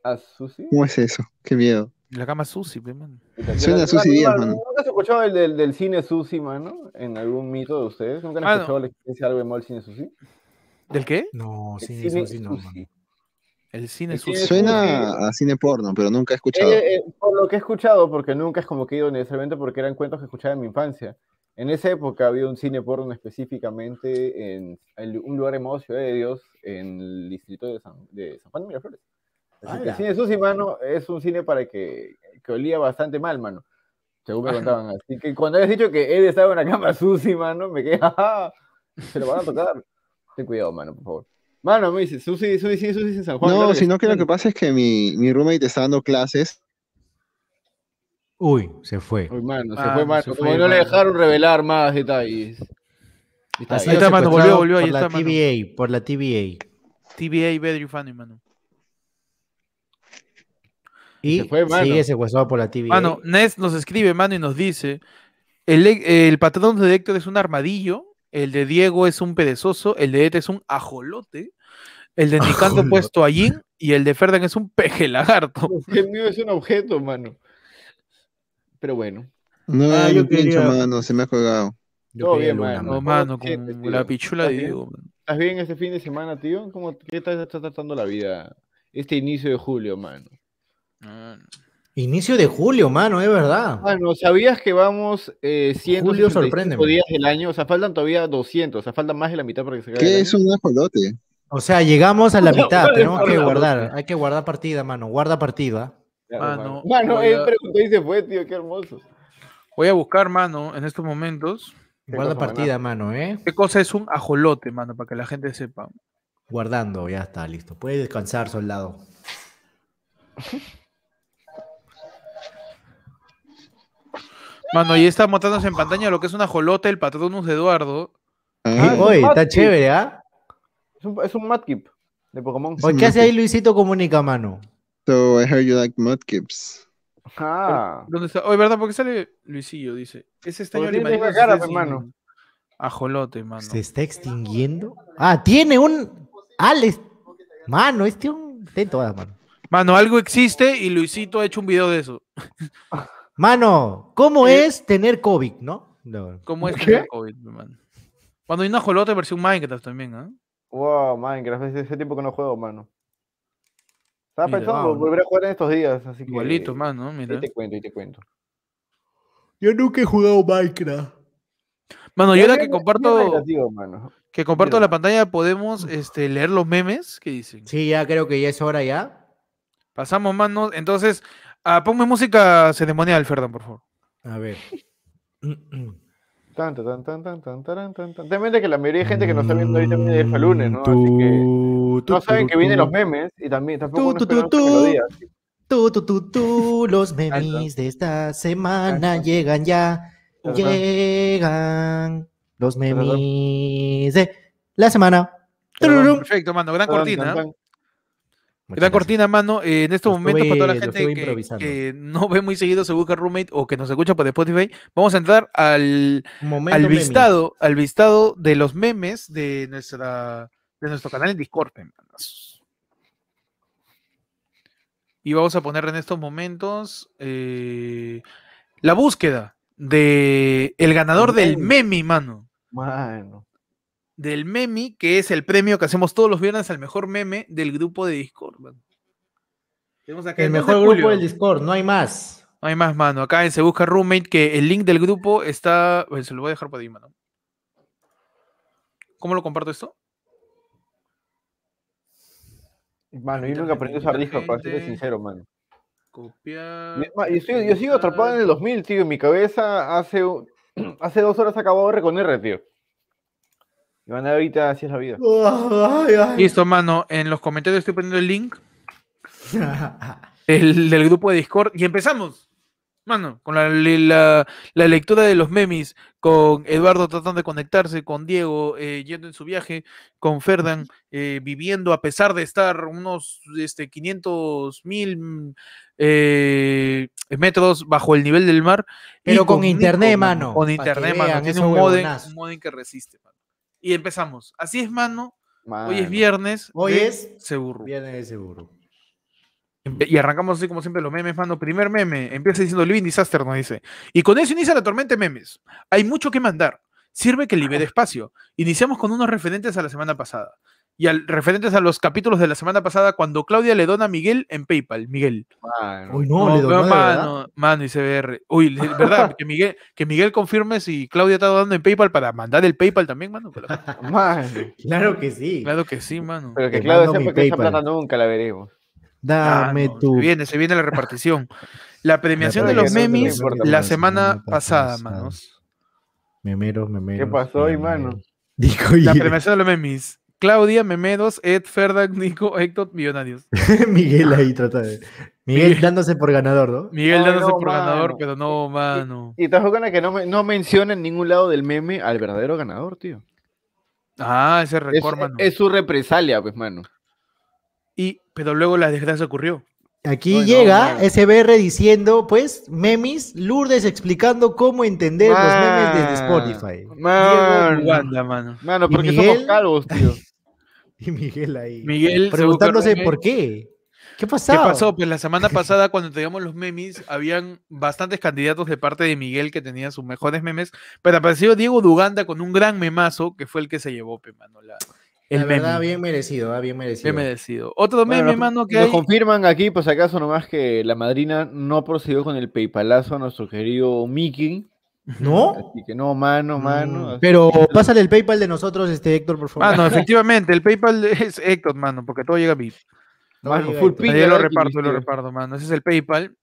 Speaker 1: ¿A Susi?
Speaker 2: ¿Cómo es eso? Qué miedo.
Speaker 3: En la cama Susi, pe, mano.
Speaker 2: Suena a Susi Díaz, mano.
Speaker 1: ¿Nunca has escuchado el del, del cine Susi, mano? ¿En algún mito de ustedes? ¿Nunca han
Speaker 3: Mano.
Speaker 1: escuchado la experiencia de algo llamado el cine Susi?
Speaker 3: ¿Del qué?
Speaker 4: No,
Speaker 1: El
Speaker 4: sí,
Speaker 1: cine
Speaker 4: eso sí, no,
Speaker 1: Susi.
Speaker 4: mano.
Speaker 3: El cine
Speaker 1: El cine
Speaker 3: Susi.
Speaker 1: Susi.
Speaker 2: Suena a cine porno, pero nunca he escuchado.
Speaker 1: Eh, eh, por lo que he escuchado, porque nunca es como que he ido necesariamente porque eran cuentos que escuchaba en mi infancia. En esa época había un cine porno específicamente en el- un lugar llamado Ciudad de Dios, en el distrito de San, de San Juan de Miraflores. Así que el
Speaker 4: ¡Hala!
Speaker 1: cine Susi, mano, es un cine para que, que olía bastante mal, mano. Según me
Speaker 3: Ah, no.
Speaker 1: contaban. Así que cuando habías dicho que Ed estaba en la cama Susi, mano, me quedé, "Ah, se lo van a tocar. Ten cuidado, mano, por favor. Mano, me dice, Susi, Susi, Susi, Susi en San Juan.
Speaker 2: No,
Speaker 1: claro
Speaker 2: sino que
Speaker 1: sí.
Speaker 2: lo que pasa es que mi, mi roommate está dando clases.
Speaker 4: Uy, se fue.
Speaker 1: Uy, mano, se
Speaker 3: Mano,
Speaker 1: fue mano.
Speaker 3: se
Speaker 1: Como
Speaker 3: fue,
Speaker 1: no le
Speaker 3: mano.
Speaker 1: dejaron revelar más detalles. Está
Speaker 4: Ha
Speaker 1: bien.
Speaker 4: sido
Speaker 3: está, mano, volvió,
Speaker 4: secuestrado
Speaker 3: volvió, ahí
Speaker 4: Por la
Speaker 3: está, mano.
Speaker 4: TVA, por la TVA.
Speaker 3: TVA Bedry Fanny, mano.
Speaker 4: Y
Speaker 1: Se fue, mano.
Speaker 4: sigue secuestrado por la TVA.
Speaker 3: Mano, Ness nos escribe, mano, y nos dice: el, e- el patrón de Héctor es un armadillo, el de Diego es un perezoso, el de Ed es un ajolote, el de Nicanto
Speaker 4: Ajolote.
Speaker 3: puesto allí, y el de Ferdan es un peje lagarto.
Speaker 1: El mío es un objeto, mano. Pero bueno.
Speaker 2: No,
Speaker 4: Ah,
Speaker 2: hay
Speaker 4: yo
Speaker 2: un pincho,
Speaker 4: quería-
Speaker 2: mano, se me ha colgado.
Speaker 4: Yo
Speaker 1: todo
Speaker 4: quería
Speaker 1: bien,
Speaker 4: Luna,
Speaker 1: mano.
Speaker 3: No,
Speaker 1: Mejor
Speaker 3: mano,
Speaker 1: siete,
Speaker 3: con
Speaker 1: tío.
Speaker 3: la pichula de
Speaker 1: Está bien.
Speaker 3: Diego. mano.
Speaker 1: ¿Estás bien este fin de semana, tío? ¿Cómo, ¿Qué tal está tratando la vida este inicio de julio, mano?
Speaker 3: Ah, no.
Speaker 4: Inicio de julio, mano, es verdad.
Speaker 1: Mano, ¿sabías que vamos eh, 165
Speaker 4: sorpréndeme.
Speaker 1: días del año? O sea, faltan todavía 200. O sea, faltan más de la mitad para que se acabe el
Speaker 2: ¿Qué
Speaker 1: año.
Speaker 2: es un ajolote?
Speaker 4: O sea, llegamos a la mitad,
Speaker 1: vale,
Speaker 4: tenemos que
Speaker 1: vale.
Speaker 4: guardar, hay que guardar partida, mano, guarda partida.
Speaker 1: Claro,
Speaker 3: Mano,
Speaker 1: mano. Mano, eh,
Speaker 3: voy
Speaker 1: él
Speaker 3: a-
Speaker 1: preguntó y se fue, tío. Qué hermoso.
Speaker 3: Voy a buscar, mano, en estos momentos.
Speaker 4: Guarda
Speaker 1: cosa, mano.
Speaker 4: partida, mano, ¿eh?
Speaker 3: ¿Qué cosa es un ajolote, mano? Para que la gente sepa.
Speaker 4: Guardando, ya está, listo. Puedes descansar, soldado.
Speaker 3: Mano, ahí está montándose en pantalla lo que es un ajolote, el patronus de Eduardo.
Speaker 2: Ah,
Speaker 1: no,
Speaker 4: Oye, está
Speaker 1: Mati.
Speaker 4: chévere, ¿ah?
Speaker 1: Es un, es un Madkip de Pokémon.
Speaker 2: Es
Speaker 4: Oye,
Speaker 2: un
Speaker 4: ¿qué hace
Speaker 2: Mati.
Speaker 4: ahí Luisito Comunica, mano?
Speaker 2: So I heard you like mudkips.
Speaker 1: Ah.
Speaker 3: ¿Dónde está? Oye, ¿verdad? ¿Por qué sale Luisillo? Dice. este Ese está
Speaker 1: Porque Pues tiene esa cara, pe, mano.
Speaker 3: Ajolote,
Speaker 1: Ah,
Speaker 3: mano.
Speaker 4: ¿Se está extinguiendo? Ah, tiene un... Alex. Mano, este un... Ten todas, mano.
Speaker 3: Mano, algo existe y Luisito ha hecho un video de eso.
Speaker 4: Mano, ¿cómo
Speaker 3: ¿Qué?
Speaker 4: es tener COVID, no? No.
Speaker 3: ¿Cómo es que el COVID, pe, mano? Mano, hay un ajolote versión Minecraft también, ¿ah?
Speaker 1: Wow, Minecraft, hace ese tiempo que no juego, mano. Estaba
Speaker 3: Mira,
Speaker 1: pensando
Speaker 4: wow.
Speaker 1: volver a jugar en estos días, así que.
Speaker 3: Igualito, mano,
Speaker 1: Ahí
Speaker 3: mira.
Speaker 1: te cuento, ahí te cuento.
Speaker 4: Yo nunca he jugado Minecraft.
Speaker 3: Mano, yo ahora
Speaker 1: Es
Speaker 3: que
Speaker 1: bien- bien
Speaker 3: comparto,
Speaker 1: relativo, mano.
Speaker 3: que comparto
Speaker 1: mira.
Speaker 3: la pantalla podemos este, leer los memes que dicen.
Speaker 4: Sí, ya creo que ya es hora ya.
Speaker 3: Pasamos, mano. Entonces, ah, ponme música ceremonial, Ferdán, por favor.
Speaker 4: A ver.
Speaker 1: Tan, tan, tan, tan, tan, tan, tan, tan. Ten en mente que la mayoría de gente que nos está viendo ahorita viene
Speaker 4: Mm,
Speaker 1: de lunes, ¿no? Así que. No saben que vienen los memes y también tampoco
Speaker 4: Tu,
Speaker 1: no
Speaker 4: tu,
Speaker 1: esperan
Speaker 4: tu,
Speaker 1: que lo digas.
Speaker 4: Tú, tú, tú, tú, los memes de esta semana
Speaker 1: Exacto.
Speaker 4: llegan ya.
Speaker 1: Ajá.
Speaker 4: Llegan los memes de la semana. Tururum.
Speaker 3: Perfecto, mano. Gran
Speaker 1: Tan, tan,
Speaker 3: cortina.
Speaker 1: tan.
Speaker 4: Muchas
Speaker 3: Gran
Speaker 4: gracias.
Speaker 3: cortina, mano. eh, en estos
Speaker 4: Lo
Speaker 3: momentos, para toda la
Speaker 4: estuve- lo
Speaker 3: gente
Speaker 4: estuve
Speaker 3: que,
Speaker 4: improvisando.
Speaker 3: que no ve muy seguido, se busca roommate o que nos escucha por Spotify, vamos a entrar al,
Speaker 4: Momento
Speaker 3: al
Speaker 4: meme.
Speaker 3: listado, al listado de los memes de nuestra de nuestro canal en Discord, hermanos. Y vamos a poner en estos momentos eh, la búsqueda de el ganador del Memi, mano.
Speaker 4: Mano.
Speaker 3: Del Memi, que es el premio que hacemos todos los viernes al mejor meme del grupo de Discord, mano. Tenemos acá
Speaker 4: El
Speaker 3: dos de
Speaker 4: mejor grupo
Speaker 3: julio.
Speaker 4: del Discord, no hay más.
Speaker 3: No hay más, mano. Acá en Se Busca Roommate, que el link del grupo está. bueno, se lo voy a dejar por ahí, mano. ¿Cómo lo comparto esto?
Speaker 1: Mano, yo nunca aprendí a usar Discord, para ser
Speaker 3: Intermitente.
Speaker 1: sincero, mano.
Speaker 3: Copiar.
Speaker 1: Mi- ma- Yo, sigo- yo sigo atrapado en el 2000, tío. En mi cabeza hace, u- hace dos horas acabó R con R, tío. Y van ahorita así es la vida.
Speaker 3: Listo, mano. En los comentarios estoy poniendo el link del, del grupo de Discord. Y empezamos, mano, con la, le- la- la lectura de los memes, con Eduardo tratando de conectarse, con Diego eh, yendo en su viaje, con Ferdan eh, viviendo a pesar de estar unos este, 500 mil eh, metros bajo el nivel del mar. y
Speaker 4: Pero con internet,
Speaker 3: Nico,
Speaker 4: mano,
Speaker 3: Con
Speaker 4: pa' que
Speaker 3: internet,
Speaker 4: vean
Speaker 3: mano. Tiene un
Speaker 4: esos
Speaker 3: modem,
Speaker 4: huevonazos.
Speaker 3: un modem que resiste, mano. Y empezamos. Así es, mano. Hoy es
Speaker 1: Mano.
Speaker 3: viernes.
Speaker 4: Hoy
Speaker 3: de
Speaker 4: es
Speaker 3: Seburro.
Speaker 4: Viene ese burro.
Speaker 3: Empe- Y arrancamos así como siempre los memes, mano. Primer meme, empieza diciendo Living Disaster, nos dice. Y con eso inicia la tormenta de memes. Hay mucho que mandar. Sirve que libere espacio. Iniciamos con unos referentes a la semana pasada. Y al, referentes a los capítulos de la semana pasada cuando Claudia le dona a Miguel en PayPal. Miguel.
Speaker 1: Mano.
Speaker 4: Uy, no, le
Speaker 3: pero
Speaker 4: donó de verdad.
Speaker 3: mano, mano, ICBR. Uy, de verdad, que Miguel, que Miguel confirme si Claudia está donando en PayPal para mandar el PayPal también, mano. Pero-
Speaker 1: Mano.
Speaker 4: Claro que sí.
Speaker 3: claro que sí, mano.
Speaker 1: Pero que
Speaker 4: Te
Speaker 1: claro,
Speaker 4: mando mi
Speaker 1: sepa que esa
Speaker 4: PayPal.
Speaker 1: plata nunca la veremos.
Speaker 4: Dame
Speaker 3: Ah, no,
Speaker 4: tu
Speaker 3: Se viene, se viene la repartición. La premiación de
Speaker 1: verdad
Speaker 3: los
Speaker 1: que no te
Speaker 3: memes
Speaker 1: importa,
Speaker 3: la
Speaker 1: mano,
Speaker 3: semana pasada,
Speaker 4: pasada.
Speaker 3: manos.
Speaker 4: Memeros, memeros.
Speaker 1: ¿Qué pasó hoy,
Speaker 4: memeros.
Speaker 1: mano?
Speaker 4: Dijo
Speaker 3: La
Speaker 4: y-
Speaker 3: premiación de los memes. Claudia, Memedos, Ed, Ferdan, Nico, Héctor, Millonarios.
Speaker 4: Miguel ahí trata de. Miguel dándose por ganador, ¿no?
Speaker 3: Miguel
Speaker 1: Ay,
Speaker 3: dándose
Speaker 1: no,
Speaker 3: por ganador,
Speaker 1: mano.
Speaker 3: pero no, mano.
Speaker 1: Y te das cuenta que no, me- no menciona en ningún lado del meme al verdadero ganador, tío.
Speaker 3: Ah, ese
Speaker 1: Es,
Speaker 3: récord, mano.
Speaker 1: es su represalia, pues, mano.
Speaker 3: Y, pero luego la desgracia ocurrió.
Speaker 4: Aquí
Speaker 1: Ay, no,
Speaker 4: llega
Speaker 1: mano.
Speaker 4: SBR diciendo, pues, memis, Lourdes explicando cómo entender los memes desde Spotify.
Speaker 3: Ah,
Speaker 1: Mano.
Speaker 3: Uganda, mano.
Speaker 1: Mano,
Speaker 4: ¿Y
Speaker 1: porque somos
Speaker 4: Miguel?
Speaker 1: calvos, tío.
Speaker 4: Y Miguel ahí.
Speaker 3: Miguel se
Speaker 4: preguntándose
Speaker 3: busca-
Speaker 4: por qué. ¿Qué
Speaker 3: ¿Qué
Speaker 4: pasó?
Speaker 3: pasó? Pues la semana pasada, cuando entregamos los memes, habían bastantes candidatos de parte de Miguel que tenía sus mejores memes, pero apareció Diego Duganda con un gran memazo que fue el que se llevó, pe, mano, la- el
Speaker 4: La verdad,
Speaker 3: meme.
Speaker 4: bien merecido, ah, bien merecido.
Speaker 3: Bien merecido. E Otro
Speaker 1: Bueno,
Speaker 3: meme,
Speaker 1: nos-
Speaker 3: mano, que
Speaker 1: nos
Speaker 3: hay.
Speaker 1: confirman aquí, pues acaso nomás que la madrina no procedió con el paypalazo a nuestro querido Mickey.
Speaker 4: ¿No?
Speaker 1: Así que no, mano, mano.
Speaker 4: Mm,
Speaker 1: así-
Speaker 4: Pero pásale el PayPal de nosotros, este Héctor, por favor.
Speaker 3: Mano, Ah, efectivamente, el PayPal es Héctor, mano, porque todo llega a mí.
Speaker 4: No
Speaker 1: mano,
Speaker 4: diga
Speaker 1: full
Speaker 4: esto.
Speaker 1: pin.
Speaker 3: Yo lo
Speaker 1: Pinga,
Speaker 3: reparto, yo lo
Speaker 1: tío.
Speaker 3: reparto, mano. Ese es el PayPal.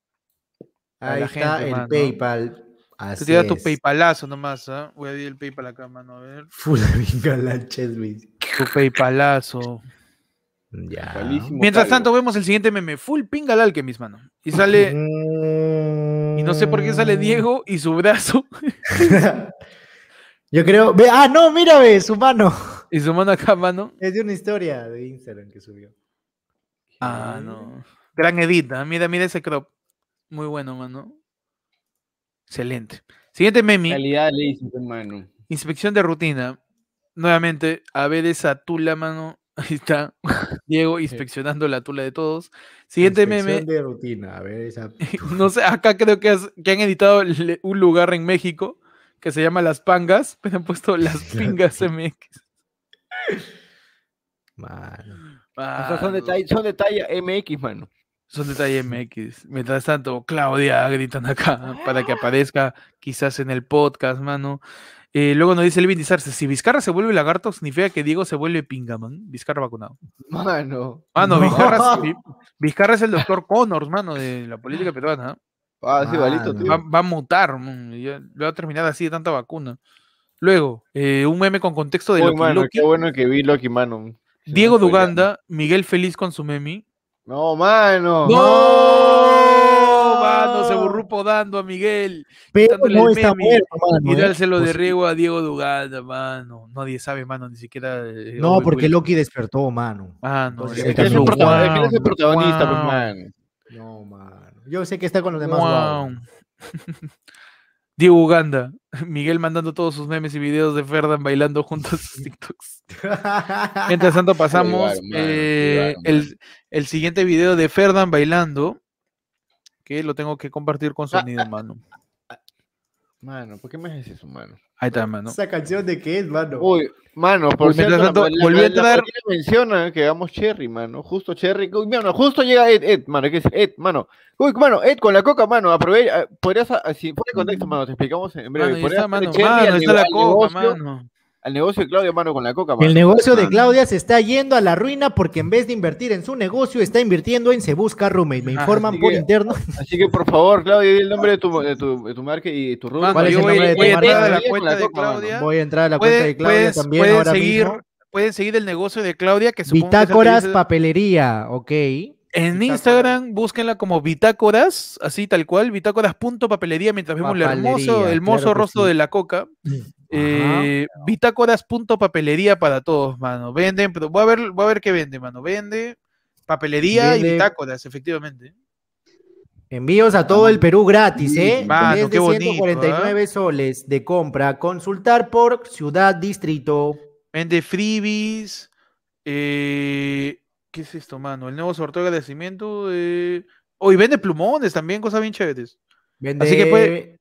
Speaker 3: a
Speaker 4: Ahí
Speaker 3: la
Speaker 4: está
Speaker 3: gente,
Speaker 4: el
Speaker 3: mano.
Speaker 4: PayPal.
Speaker 3: Tú
Speaker 4: Así
Speaker 3: te das tu
Speaker 4: es.
Speaker 3: PayPalazo nomás, ¿ah? Voy a abrir el PayPal acá, mano, a ver.
Speaker 4: Full venga la Chesby.
Speaker 3: Tu PayPalazo.
Speaker 4: Ya.
Speaker 1: Malísimo,
Speaker 3: Mientras
Speaker 1: calvo.
Speaker 3: tanto, vemos el siguiente meme. Full pingal alchemist, mano. Y sale Y no sé por qué sale Diego y su brazo
Speaker 4: Yo creo. ve- ah, no, mira, ve, su mano.
Speaker 3: y su mano acá, mano.
Speaker 4: Es de una historia de Instagram que subió.
Speaker 3: Ah, no. Gran edita. Mira, mira ese crop. Muy bueno, mano. Excelente. Siguiente meme.
Speaker 1: Calidad le hizo, pues, mano.
Speaker 3: Inspección de rutina. Nuevamente, a ver esa tula, mano. Ahí está. Diego inspeccionando la tula de todos. Siguiente
Speaker 4: Inspección
Speaker 3: meme.
Speaker 4: de rutina. A ver, esa.
Speaker 3: No sé, acá creo que, has- que han editado le- un lugar en México que se llama Las Pangas, pero han puesto Las Pingas MX.
Speaker 4: Mano.
Speaker 1: O sea, son, de
Speaker 3: Mano.
Speaker 1: talla, son de talla MX, mano.
Speaker 3: Son detalle MX. Mientras tanto, Claudia gritan acá para que aparezca quizás en el podcast, mano. Eh, luego nos dice Elvin Dizarce, si Vizcarra se vuelve lagarto, significa que Diego se vuelve pingaman. Vizcarra vacunado.
Speaker 1: Mano.
Speaker 3: Mano,
Speaker 4: No.
Speaker 3: Vizcarra, es- Vi- Vizcarra es el doctor Connors, mano, de la política peruana.
Speaker 1: Ah, sí, valito,
Speaker 4: Mano.
Speaker 1: tío.
Speaker 3: Va, va a mutar, mm, ya- va a terminar así de tanta vacuna. Luego, eh, un meme con contexto de
Speaker 1: Uy,
Speaker 3: Loki
Speaker 1: mano,
Speaker 3: Loki,
Speaker 1: qué bueno que vi Loki, mano. Si no
Speaker 3: Diego
Speaker 1: estoy ya-
Speaker 3: Duganda, Miguel Feliz con su meme.
Speaker 1: No, mano.
Speaker 3: ¡No! Mano, se burró podando a Miguel.
Speaker 4: Pero
Speaker 3: Dándole
Speaker 4: no
Speaker 3: el
Speaker 4: está
Speaker 3: meme.
Speaker 4: muerto, mano,
Speaker 3: Y
Speaker 4: ¿eh?
Speaker 3: dárselo de
Speaker 4: Pues-
Speaker 3: riego a Diego Duganda, mano. Nadie sabe, mano, ni siquiera. eh,
Speaker 4: No,
Speaker 3: Owen
Speaker 4: porque
Speaker 3: Wilson. Ah,
Speaker 4: Loki despertó, mano.
Speaker 3: Mano,
Speaker 4: Entonces,
Speaker 1: pues, Es
Speaker 3: el
Speaker 4: Es
Speaker 1: que
Speaker 4: que
Speaker 1: es el
Speaker 4: no,
Speaker 1: protagonista, es
Speaker 3: guau,
Speaker 1: que eres el protagonista, pues,
Speaker 3: guau,
Speaker 1: mano.
Speaker 4: No, mano. Yo sé que está con los demás.
Speaker 3: guau.
Speaker 4: guau.
Speaker 3: Diego Uganda, Miguel mandando todos sus memes y videos de Ferdan bailando juntos sus TikToks. Mientras tanto pasamos
Speaker 1: Igual, man,
Speaker 3: eh,
Speaker 1: igual, man.
Speaker 3: el, el siguiente video de Ferdan bailando, que lo tengo que compartir
Speaker 1: Ah,
Speaker 3: con sonido, mano.
Speaker 1: Mano, ¿por qué me haces eso, mano?
Speaker 3: Ahí está, mano.
Speaker 4: ¿Esa canción de qué es, mano?
Speaker 1: Uy, mano, por
Speaker 3: Uy, mientras
Speaker 1: cierto,
Speaker 3: tanto,
Speaker 1: la, la-
Speaker 3: volví a
Speaker 1: la-
Speaker 3: entrar.
Speaker 1: la Paulina menciona que hagamos Cherry, mano. Justo Cherry. Uy, mano, justo llega Ed, Ed, mano. ¿Qué es Ed, mano? Uy, mano, Ed con la coca, mano. Aprovecha. Podrías, ah, si pone contexto, mano, te explicamos en breve.
Speaker 3: Mano, ahí
Speaker 1: Podrías
Speaker 3: está,
Speaker 1: hacer
Speaker 3: mano.
Speaker 1: Cherry
Speaker 3: Mano,
Speaker 1: al
Speaker 3: ahí está
Speaker 1: ne-
Speaker 3: la
Speaker 1: al
Speaker 3: copa,
Speaker 1: negocio-
Speaker 3: mano.
Speaker 1: Al negocio de Claudio, mano, con la coca, mano.
Speaker 4: El negocio de
Speaker 1: Mano.
Speaker 4: Claudia se está yendo a la ruina porque en vez de invertir en su negocio, está invirtiendo en Se Busca Roommate. Me
Speaker 3: Ah,
Speaker 4: informan
Speaker 1: sí
Speaker 4: por
Speaker 1: que-
Speaker 4: interno.
Speaker 1: Así que, por favor, Claudio, di el nombre de tu, de tu, de tu marca y tu rubro.
Speaker 3: Mano,
Speaker 4: ¿Cuál es
Speaker 3: yo
Speaker 4: el
Speaker 3: voy,
Speaker 4: nombre de tu
Speaker 3: voy a entrar
Speaker 4: marca?
Speaker 3: a la
Speaker 1: Con
Speaker 3: cuenta de
Speaker 1: coca, mano.
Speaker 3: Claudia.
Speaker 4: Voy a entrar a la cuenta
Speaker 3: Pueden,
Speaker 4: de Claudia
Speaker 3: puedes-
Speaker 4: también
Speaker 3: pueden
Speaker 4: ahora
Speaker 3: seguir,
Speaker 4: mismo.
Speaker 3: pueden seguir el negocio de Claudia, que supongo que es el que
Speaker 4: Bitácoras
Speaker 3: dice-
Speaker 4: Papelería, ok.
Speaker 3: En Instagram, búsquenla como Bitácoras, así tal cual, bitácoras.papelería, mientras vemos el hermoso,
Speaker 4: Papelería,
Speaker 3: el hermoso
Speaker 4: claro que
Speaker 3: rostro
Speaker 4: sí.
Speaker 3: de la coca. Eh, bitácoras.papelería para todos, mano. Venden, pero voy a ver, voy a ver qué vende, mano. Vende papelería
Speaker 4: Vende-
Speaker 3: y bitácoras, efectivamente.
Speaker 4: Envíos a todo el Perú gratis, ¿eh?
Speaker 3: Mano,
Speaker 4: Desde
Speaker 3: qué bonito,
Speaker 4: 149 soles de compra. Consultar por ciudad, distrito.
Speaker 3: Vende freebies. eh, ¿Qué es esto, mano? El nuevo sorteo de agradecimiento. eh, oh, y vende plumones también, cosas bien chéveres.
Speaker 4: Vende
Speaker 3: Así que puede-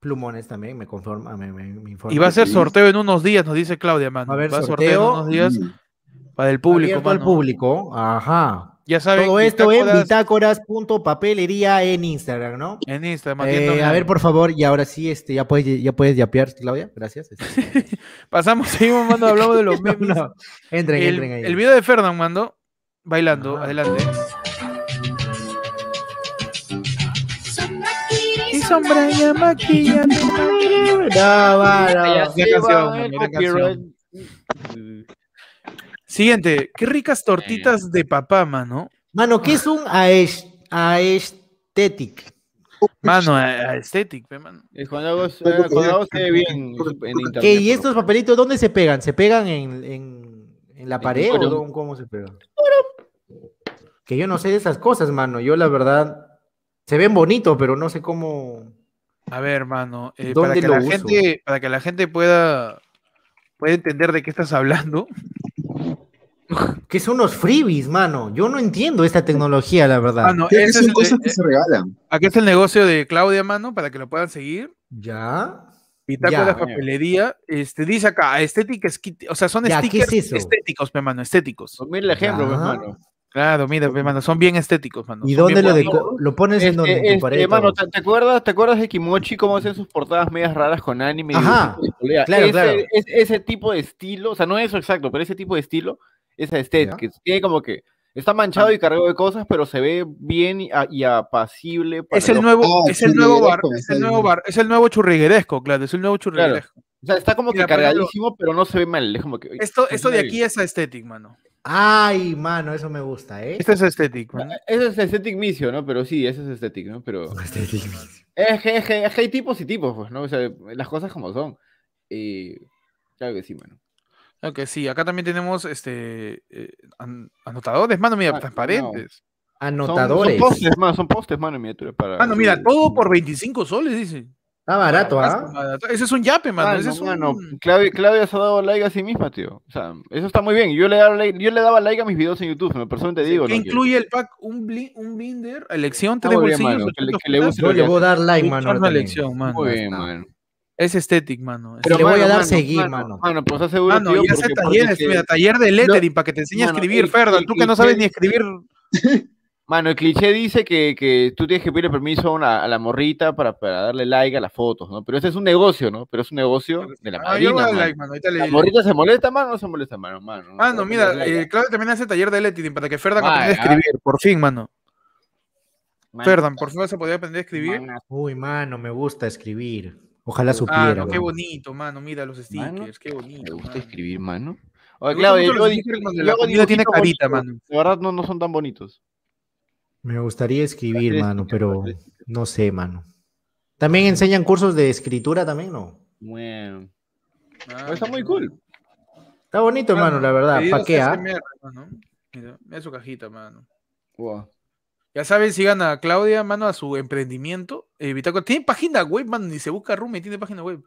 Speaker 4: plumones también, me conforma, me, me- me informa.
Speaker 3: Y va a ser
Speaker 4: Sí.
Speaker 3: sorteo en unos días, nos dice Claudia, mano.
Speaker 4: Va a haber
Speaker 3: va a
Speaker 4: sorteo.
Speaker 3: en unos
Speaker 2: Mm.
Speaker 3: días para el público,
Speaker 4: Abierto al
Speaker 3: mano.
Speaker 4: público. Ajá.
Speaker 3: Ya saben,
Speaker 4: Todo esto en
Speaker 3: bitácoras
Speaker 4: bitácoras.papelería en Instagram, ¿no?
Speaker 3: en Instagram.
Speaker 4: Eh, a ver, por favor, y ahora sí, este, ya puedes, ya puedes yapear, Claudia. Gracias. Este,
Speaker 3: Pasamos, seguimos, mando, hablamos de los
Speaker 4: no,
Speaker 3: memes.
Speaker 4: no. Entren,
Speaker 3: el,
Speaker 4: entren ahí.
Speaker 3: el video de Fernando mando, bailando,
Speaker 4: Ajá.
Speaker 3: adelante.
Speaker 9: Y sombra y maquilla.
Speaker 4: No, va, no.
Speaker 1: Ya se
Speaker 3: Gran
Speaker 1: va
Speaker 3: Ah, canción,
Speaker 1: el
Speaker 3: mano, gran canción. Siguiente, qué ricas tortitas de papá, mano.
Speaker 4: Mano, ¿qué es un aes- aesthetic?
Speaker 3: Mano, a- a aesthetic, pe, mano.
Speaker 1: Eh, Cuando hago, eh, cuando hago se ve bien en internet.
Speaker 4: ¿Qué, ¿Y
Speaker 1: por
Speaker 4: estos papelitos dónde se pegan? ¿Se pegan en, en- en la
Speaker 1: En
Speaker 4: pared
Speaker 1: un
Speaker 4: o
Speaker 1: coro.
Speaker 4: dó- cómo se pegan? Que yo no sé de esas cosas, mano. Yo la verdad, se ven bonitos, pero no sé cómo...
Speaker 3: A ver, mano, eh, para,
Speaker 4: ¿Dónde
Speaker 3: que
Speaker 4: lo
Speaker 3: la
Speaker 4: uso?
Speaker 3: gente, para que la gente pueda, pueda entender de qué estás hablando.
Speaker 4: ¿Qué son los freebies, mano? Yo no entiendo esta tecnología, la
Speaker 1: Ah,
Speaker 4: verdad.
Speaker 3: Mano,
Speaker 2: Creo que
Speaker 3: Ah, ese
Speaker 2: son
Speaker 3: es el-
Speaker 2: cosas que
Speaker 3: eh,
Speaker 2: se regalan.
Speaker 3: aquí está el negocio de Claudia, mano, para que lo puedan seguir.
Speaker 4: ¿Ya?
Speaker 3: Bitácoras,
Speaker 4: Ya.
Speaker 3: papelería. Este, dice acá, estética, esqui- o sea, son
Speaker 4: Ya, ¿qué es
Speaker 3: stickers
Speaker 4: eso?
Speaker 3: estéticos, pe, mano, estéticos.
Speaker 1: favor. Mira el ejemplo,
Speaker 4: Ya.
Speaker 1: pues, mano.
Speaker 3: Claro, mira, pe, mano, son bien estéticos, mano.
Speaker 4: ¿Y
Speaker 3: son
Speaker 4: dónde
Speaker 3: bien
Speaker 4: lo,
Speaker 3: bonitos.
Speaker 4: deco- lo pones en donde? en tu
Speaker 1: Este,
Speaker 4: pared,
Speaker 1: este, mano,
Speaker 4: todo?
Speaker 1: ¿te, te acuerdas, ¿te acuerdas de Kimochi cómo hacen sus portadas medias raras con anime? y
Speaker 4: Ajá,
Speaker 1: dibujitos de pelea?
Speaker 4: claro,
Speaker 1: ese,
Speaker 4: claro.
Speaker 1: es- ese tipo de estilo, o sea, no eso exacto, pero ese tipo de estilo, esa estética, que tiene como que está
Speaker 3: Ah.
Speaker 1: manchado y cargado de cosas, pero se ve bien y, a- y apacible. para
Speaker 3: Es el
Speaker 1: ojo.
Speaker 3: nuevo,
Speaker 2: Ah,
Speaker 3: es el nuevo bar,
Speaker 2: churrigueresco,
Speaker 3: es
Speaker 2: me
Speaker 3: el
Speaker 2: está
Speaker 3: nuevo
Speaker 2: diciendo.
Speaker 3: bar, es el nuevo churrigueresco, claro, es el nuevo churrigueresco.
Speaker 1: O sea, está como que
Speaker 3: Mira, por ejemplo,
Speaker 1: cargadísimo, pero no se ve mal. Es como que. uy,
Speaker 3: Esto, esto de
Speaker 4: Pues
Speaker 1: madre.
Speaker 3: aquí es aesthetic, mano.
Speaker 4: Ay, mano, eso me gusta, ¿eh?
Speaker 3: Esto es aesthetic, mano.
Speaker 1: Eso es estético misio, ¿no? Pero sí, eso es estético, ¿no? Pero. Este Es que, es, que, es que hay tipos y tipos, pues, ¿no? O sea, las cosas como son. Y. Claro que sí, mano.
Speaker 3: Ok, sí, acá también tenemos este eh, an- anotadores, mano, mira,
Speaker 1: Ah,
Speaker 3: transparentes.
Speaker 1: Son-
Speaker 4: Anotadores.
Speaker 1: Son, postes, mano, son postes, mano, en miniatura. Para...
Speaker 3: Mano, mira, todo por 25 soles, dice.
Speaker 4: Está barato, ¿ah?
Speaker 3: Barato. Ese es un yape, mano.
Speaker 1: Mano,
Speaker 3: ese es un...
Speaker 1: Ah, mano, Claudia, Claudia se ha dado like a sí misma, tío. O sea, eso está muy bien. Yo le, daba like- yo le daba like a mis videos en YouTube, ¿no? Persona te digo.
Speaker 3: ¿Qué
Speaker 1: ¿no? Que-
Speaker 3: incluye el pack? Un, bli- un binder, elección,
Speaker 1: Está
Speaker 3: tres
Speaker 1: muy bien,
Speaker 3: bolsillos,
Speaker 1: mano, que le-
Speaker 3: 800
Speaker 1: que le guste
Speaker 4: Yo
Speaker 1: lo
Speaker 3: pesos,
Speaker 4: le voy a dar like,
Speaker 3: un
Speaker 4: mano.
Speaker 3: chorro
Speaker 4: ahora
Speaker 3: de
Speaker 4: también.
Speaker 3: elección, mano.
Speaker 1: Muy bien,
Speaker 4: está.
Speaker 1: mano.
Speaker 3: Es estético, mano. es Ah,
Speaker 4: Pero- le
Speaker 3: estético.
Speaker 4: voy a dar seguir, mano.
Speaker 1: Mano, pues está seguro,
Speaker 3: Mano,
Speaker 1: tío,
Speaker 3: y hace
Speaker 1: porque-
Speaker 3: talleres,
Speaker 1: porque-
Speaker 3: mira, taller de lettering para que te enseñe a
Speaker 1: mano,
Speaker 3: escribir,
Speaker 1: el-
Speaker 3: Ferdan.
Speaker 1: el-
Speaker 3: Tú que
Speaker 1: el
Speaker 3: no sabes
Speaker 1: que-
Speaker 3: ni escribir.
Speaker 1: Mano, el cliché dice que, que tú tienes que pedirle permiso a, una- a la morrita para, para darle like a las fotos, ¿no? Pero ese es un negocio, ¿no? Pero es un negocio de la
Speaker 3: Ah,
Speaker 1: madrina,
Speaker 3: yo voy a dar
Speaker 1: mano.
Speaker 3: like, mano. Ahorita le
Speaker 1: ¿La morrita se molesta, mano? No se molesta, mano, mano.
Speaker 3: Mano, mira,
Speaker 1: Dale,
Speaker 3: eh, Claudio también hace taller de lettering para que Ferdan
Speaker 1: Vaya.
Speaker 3: aprenda a escribir, por fin, mano.
Speaker 1: mano. ah,
Speaker 3: Ferdan, por fin vas a poder aprender a escribir.
Speaker 1: Mano,
Speaker 4: Uy, mano, me gusta escribir. Ojalá
Speaker 3: Ah,
Speaker 4: supiera.
Speaker 3: no, qué
Speaker 4: mano.
Speaker 3: bonito, mano. Mira los stickers,
Speaker 1: Mano,
Speaker 3: qué
Speaker 1: Me
Speaker 3: bonito.
Speaker 1: gusta
Speaker 3: mano.
Speaker 1: escribir, mano.
Speaker 3: Me
Speaker 1: Oye,
Speaker 3: gustan
Speaker 1: Claudia,
Speaker 3: mucho
Speaker 1: yo
Speaker 3: los
Speaker 1: di-
Speaker 3: stickers donde
Speaker 1: yo
Speaker 3: la
Speaker 1: hago
Speaker 3: comida tiene
Speaker 1: dibujitos
Speaker 3: carita,
Speaker 1: bonitos.
Speaker 3: mano.
Speaker 1: De verdad, no, no son tan bonitos.
Speaker 4: Me gustaría escribir,
Speaker 1: Tres
Speaker 4: mano,
Speaker 1: stickers,
Speaker 4: pero
Speaker 1: tres
Speaker 4: no sé, mano. También enseñan cursos de escritura, también, ¿no?
Speaker 1: Bueno.
Speaker 3: Ah,
Speaker 1: Pero está muy
Speaker 3: mano.
Speaker 1: cool.
Speaker 4: Está bonito, hermano, la verdad. ah?
Speaker 3: Pedidos
Speaker 4: ¿Para qué? ah?
Speaker 3: SMR, mano. Mira, mira su cajita, mano.
Speaker 1: Wow.
Speaker 3: Ya saben, sigan a Claudia, mano, a su emprendimiento. eh, Bitácora. Tiene página web, mano, ni se busca room y tiene página web.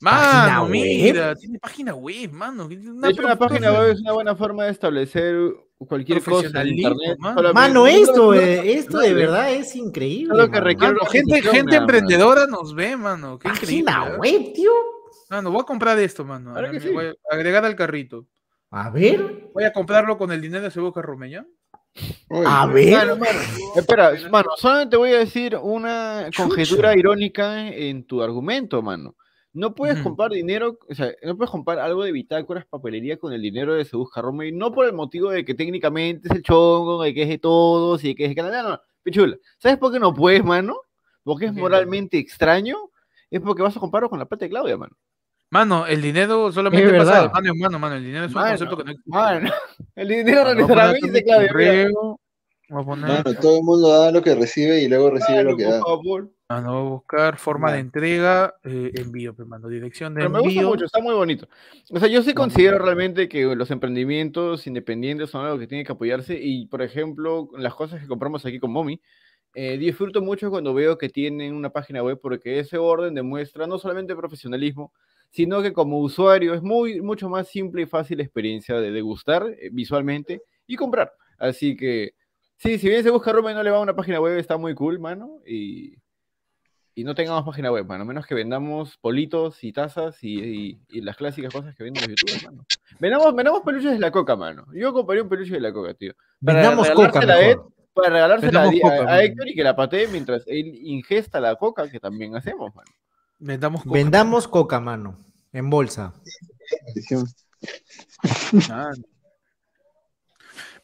Speaker 4: ¿Página
Speaker 3: Mano,
Speaker 4: web?
Speaker 3: mira, tiene página web, mano. que tiene una
Speaker 1: De hecho, una
Speaker 3: profe-
Speaker 1: página web es una buena forma de establecer cualquier cosa en
Speaker 3: Profesionalismo,
Speaker 1: internet.
Speaker 3: mano.
Speaker 1: solamente-
Speaker 4: Mano, esto,
Speaker 1: Solo-
Speaker 4: eh, esto de
Speaker 1: no,
Speaker 4: verdad es increíble.
Speaker 1: Solo que
Speaker 4: mano.
Speaker 1: requiere
Speaker 3: Mano, gente,
Speaker 1: organización,
Speaker 3: gente
Speaker 1: nada más.
Speaker 3: emprendedora nos ve, mano. Qué increíble.
Speaker 4: Página
Speaker 3: ¿eh?
Speaker 4: web, tío.
Speaker 3: Mano, voy a comprar esto, mano.
Speaker 1: Claro que
Speaker 3: Me
Speaker 1: sí.
Speaker 3: voy a agregar al carrito.
Speaker 4: A ver,
Speaker 3: Voy a comprarlo con el dinero de ese boca rumeña.
Speaker 2: Uy,
Speaker 4: a
Speaker 1: Mano,
Speaker 4: ver.
Speaker 1: mano, espera, mano, solamente voy a decir una conjetura irónica en tu argumento, mano. No puedes
Speaker 3: Ujú.
Speaker 1: comprar dinero, o sea, no puedes comprar algo de bitácoras, papelería con el dinero de Se Busca Roma, y no por el motivo de que técnicamente es el chongo, de que es de todos y de que es de Canadá, no, no. Pichula, ¿sabes por qué no puedes, mano? Porque es
Speaker 3: Ok.
Speaker 1: moralmente extraño, es porque vas a comprarlo con la plata de Claudia, mano.
Speaker 3: Mano, el dinero solamente
Speaker 4: Es
Speaker 3: pasa de
Speaker 4: verdad.
Speaker 3: mano en mano, mano. El dinero es un
Speaker 1: Mano,
Speaker 3: concepto que no existe.
Speaker 1: Mano, el dinero
Speaker 3: Mano, voy a poner
Speaker 1: necesariamente
Speaker 3: todo
Speaker 1: es de
Speaker 3: mi
Speaker 1: Claudia, mira.
Speaker 3: correo, Voy a poner,
Speaker 2: Mano, todo el mundo da lo que recibe y luego recibe
Speaker 1: Mano,
Speaker 2: lo que
Speaker 1: por
Speaker 2: da.
Speaker 1: favor.
Speaker 3: mano, voy a buscar forma de entrega, eh, envío, pues, mano, dirección de
Speaker 1: Pero me gusta
Speaker 3: envío.
Speaker 1: mucho, está muy bonito. O sea, yo sí considero realmente que los emprendimientos independientes son algo que tiene que apoyarse y, por ejemplo, las cosas que compramos aquí con Momi, eh, disfruto mucho cuando veo que tienen una página web porque ese orden demuestra no solamente profesionalismo, sino que como usuario es muy, mucho más simple y fácil la experiencia de degustar eh, visualmente y comprar. Así que, sí, si bien se busca Roma y no le va a una página web, está muy cool, mano, y y no tengamos página web, mano. Menos que vendamos politos y tazas y, y- y las clásicas cosas que venden los youtubers, mano. Vendamos, vendamos peluches de la coca, mano. Yo compré un peluche de la coca, tío. Para
Speaker 4: Vendamos coca
Speaker 1: regalársela a Ed,
Speaker 4: mejor.
Speaker 1: para regalársela a,
Speaker 3: Vendamos
Speaker 1: Di- a-
Speaker 3: coca,
Speaker 1: a
Speaker 3: mano.
Speaker 1: Héctor y que la patee mientras él ingesta la coca, que también hacemos, mano.
Speaker 3: Vendamos coca.
Speaker 4: Vendamos coca, mano. En bolsa.
Speaker 2: Maldición.
Speaker 3: Mano.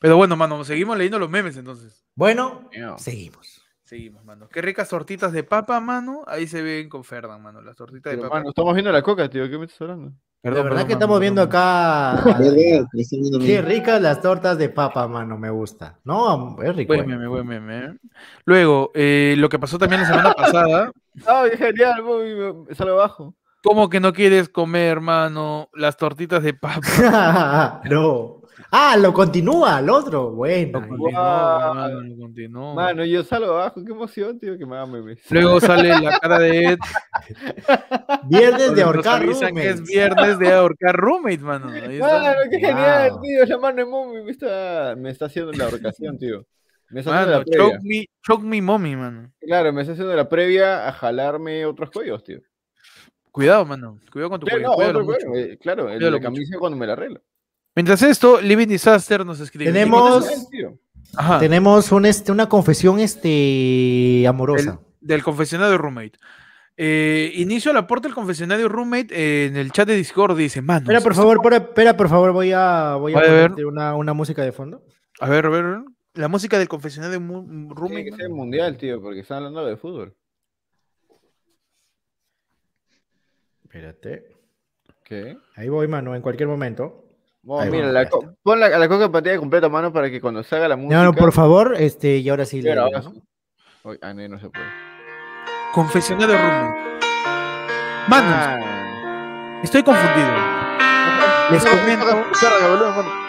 Speaker 3: Pero bueno, mano, seguimos leyendo los memes entonces.
Speaker 4: Bueno,
Speaker 1: Mío.
Speaker 4: seguimos.
Speaker 3: Seguimos, mano. Qué ricas tortitas de papa, mano. Ahí se ven con Ferdan, mano. Las tortitas de
Speaker 1: Pero,
Speaker 3: papa.
Speaker 1: mano, estamos viendo la coca, tío. ¿Qué me estás hablando?
Speaker 4: La verdad
Speaker 3: perdón,
Speaker 4: que
Speaker 3: mano,
Speaker 4: estamos viendo
Speaker 3: perdón.
Speaker 4: acá.
Speaker 2: Verdad, me están viendo a mí.
Speaker 4: Qué ricas las tortas de papa, mano, me gusta. No, es rico.
Speaker 3: Buen
Speaker 4: eh.
Speaker 3: meme, buen meme, ¿eh? Luego, eh, lo que pasó también la semana pasada.
Speaker 1: ¡Ay, genial! Muy, me- salgo abajo.
Speaker 3: ¿Cómo que no quieres comer, mano, las tortitas de papa?
Speaker 4: no. Ah, lo continúa al otro. Bueno.
Speaker 3: No
Speaker 1: continúa.
Speaker 3: continuó,
Speaker 1: Guau.
Speaker 3: mano, no continuó.
Speaker 1: Mano, yo salgo abajo. ¡Qué emoción, tío! Que me haga memes.
Speaker 3: Luego sale la cara de Ed.
Speaker 4: Viernes de
Speaker 3: donde nos
Speaker 4: ahorcar
Speaker 3: avisan que es
Speaker 4: roommates.
Speaker 3: viernes de ahorcar roommate, mano. Ahí está.
Speaker 1: Mano, qué genial,
Speaker 4: Wow.
Speaker 1: tío. La mano de Momi me está, me está haciendo la ahorcación, tío. Me está haciendo
Speaker 3: Mano,
Speaker 1: la previa.
Speaker 3: choke me, choke me mommy, mano.
Speaker 1: Claro, me está haciendo la previa a jalarme otros cuellos, tío.
Speaker 3: Cuidado, mano. Cuidado con tu
Speaker 1: Claro,
Speaker 3: cuello.
Speaker 1: no,
Speaker 3: cuídalo
Speaker 1: otro
Speaker 3: mucho.
Speaker 1: cuello, eh, claro, el de
Speaker 3: Cuídalo
Speaker 1: la camisa cuando me la arreglo.
Speaker 3: Mientras esto, Living Disaster nos escribe.
Speaker 4: Tenemos-
Speaker 1: Genial, tío.
Speaker 3: Ajá,
Speaker 4: Tenemos un, este, una confesión este, amorosa.
Speaker 3: del confesionario roommate. Eh, inicio al aporte del confesionario roommate eh, en el chat de Discord. Dice, mano.
Speaker 4: Espera, por favor, espera, espera, por favor, voy a, voy a
Speaker 3: A ver.
Speaker 4: ponerte una, una música de fondo.
Speaker 3: A ver, a ver, a ver. La música del confesionario mu-
Speaker 1: Tiene
Speaker 3: roommate.
Speaker 1: que ser
Speaker 3: mano.
Speaker 1: mundial, tío, porque están hablando de fútbol.
Speaker 4: Espérate.
Speaker 1: ¿Qué?
Speaker 4: Ahí voy, mano, en cualquier momento.
Speaker 1: Bueno,
Speaker 4: Ahí
Speaker 1: mira,
Speaker 4: va,
Speaker 1: la
Speaker 4: ahí
Speaker 1: co- pon la, a la coca en pantalla completa, mano, para que cuando salga la música.
Speaker 4: No, no, por favor, este, y ahora sí.
Speaker 1: Pero
Speaker 4: le-
Speaker 1: ahora
Speaker 4: ¿no?
Speaker 1: sí. Ay, ah, no, no se puede.
Speaker 3: Confesionario roommate. Mano,
Speaker 1: Ah.
Speaker 3: estoy confundido. Les comento.
Speaker 1: Cárgalo, boludo, mano.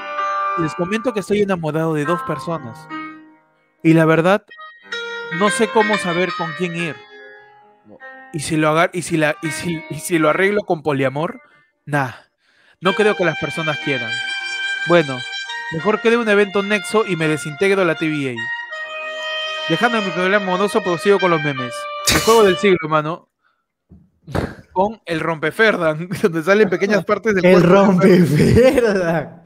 Speaker 3: Les comento que estoy enamorado de dos personas. Y la verdad, no sé cómo saber con quién ir.
Speaker 1: No.
Speaker 3: Y si lo, agar- y si la- y si- y si lo arreglo con poliamor, nah. No creo que las personas quieran. Bueno, mejor que de un evento nexo y me desintegro la TVA. Dejando mi problema monoso, prosigo con los memes. El juego del siglo, mano. Con el rompeferdan, donde salen pequeñas partes del
Speaker 4: El
Speaker 3: cuerpo de
Speaker 4: rompe verdad.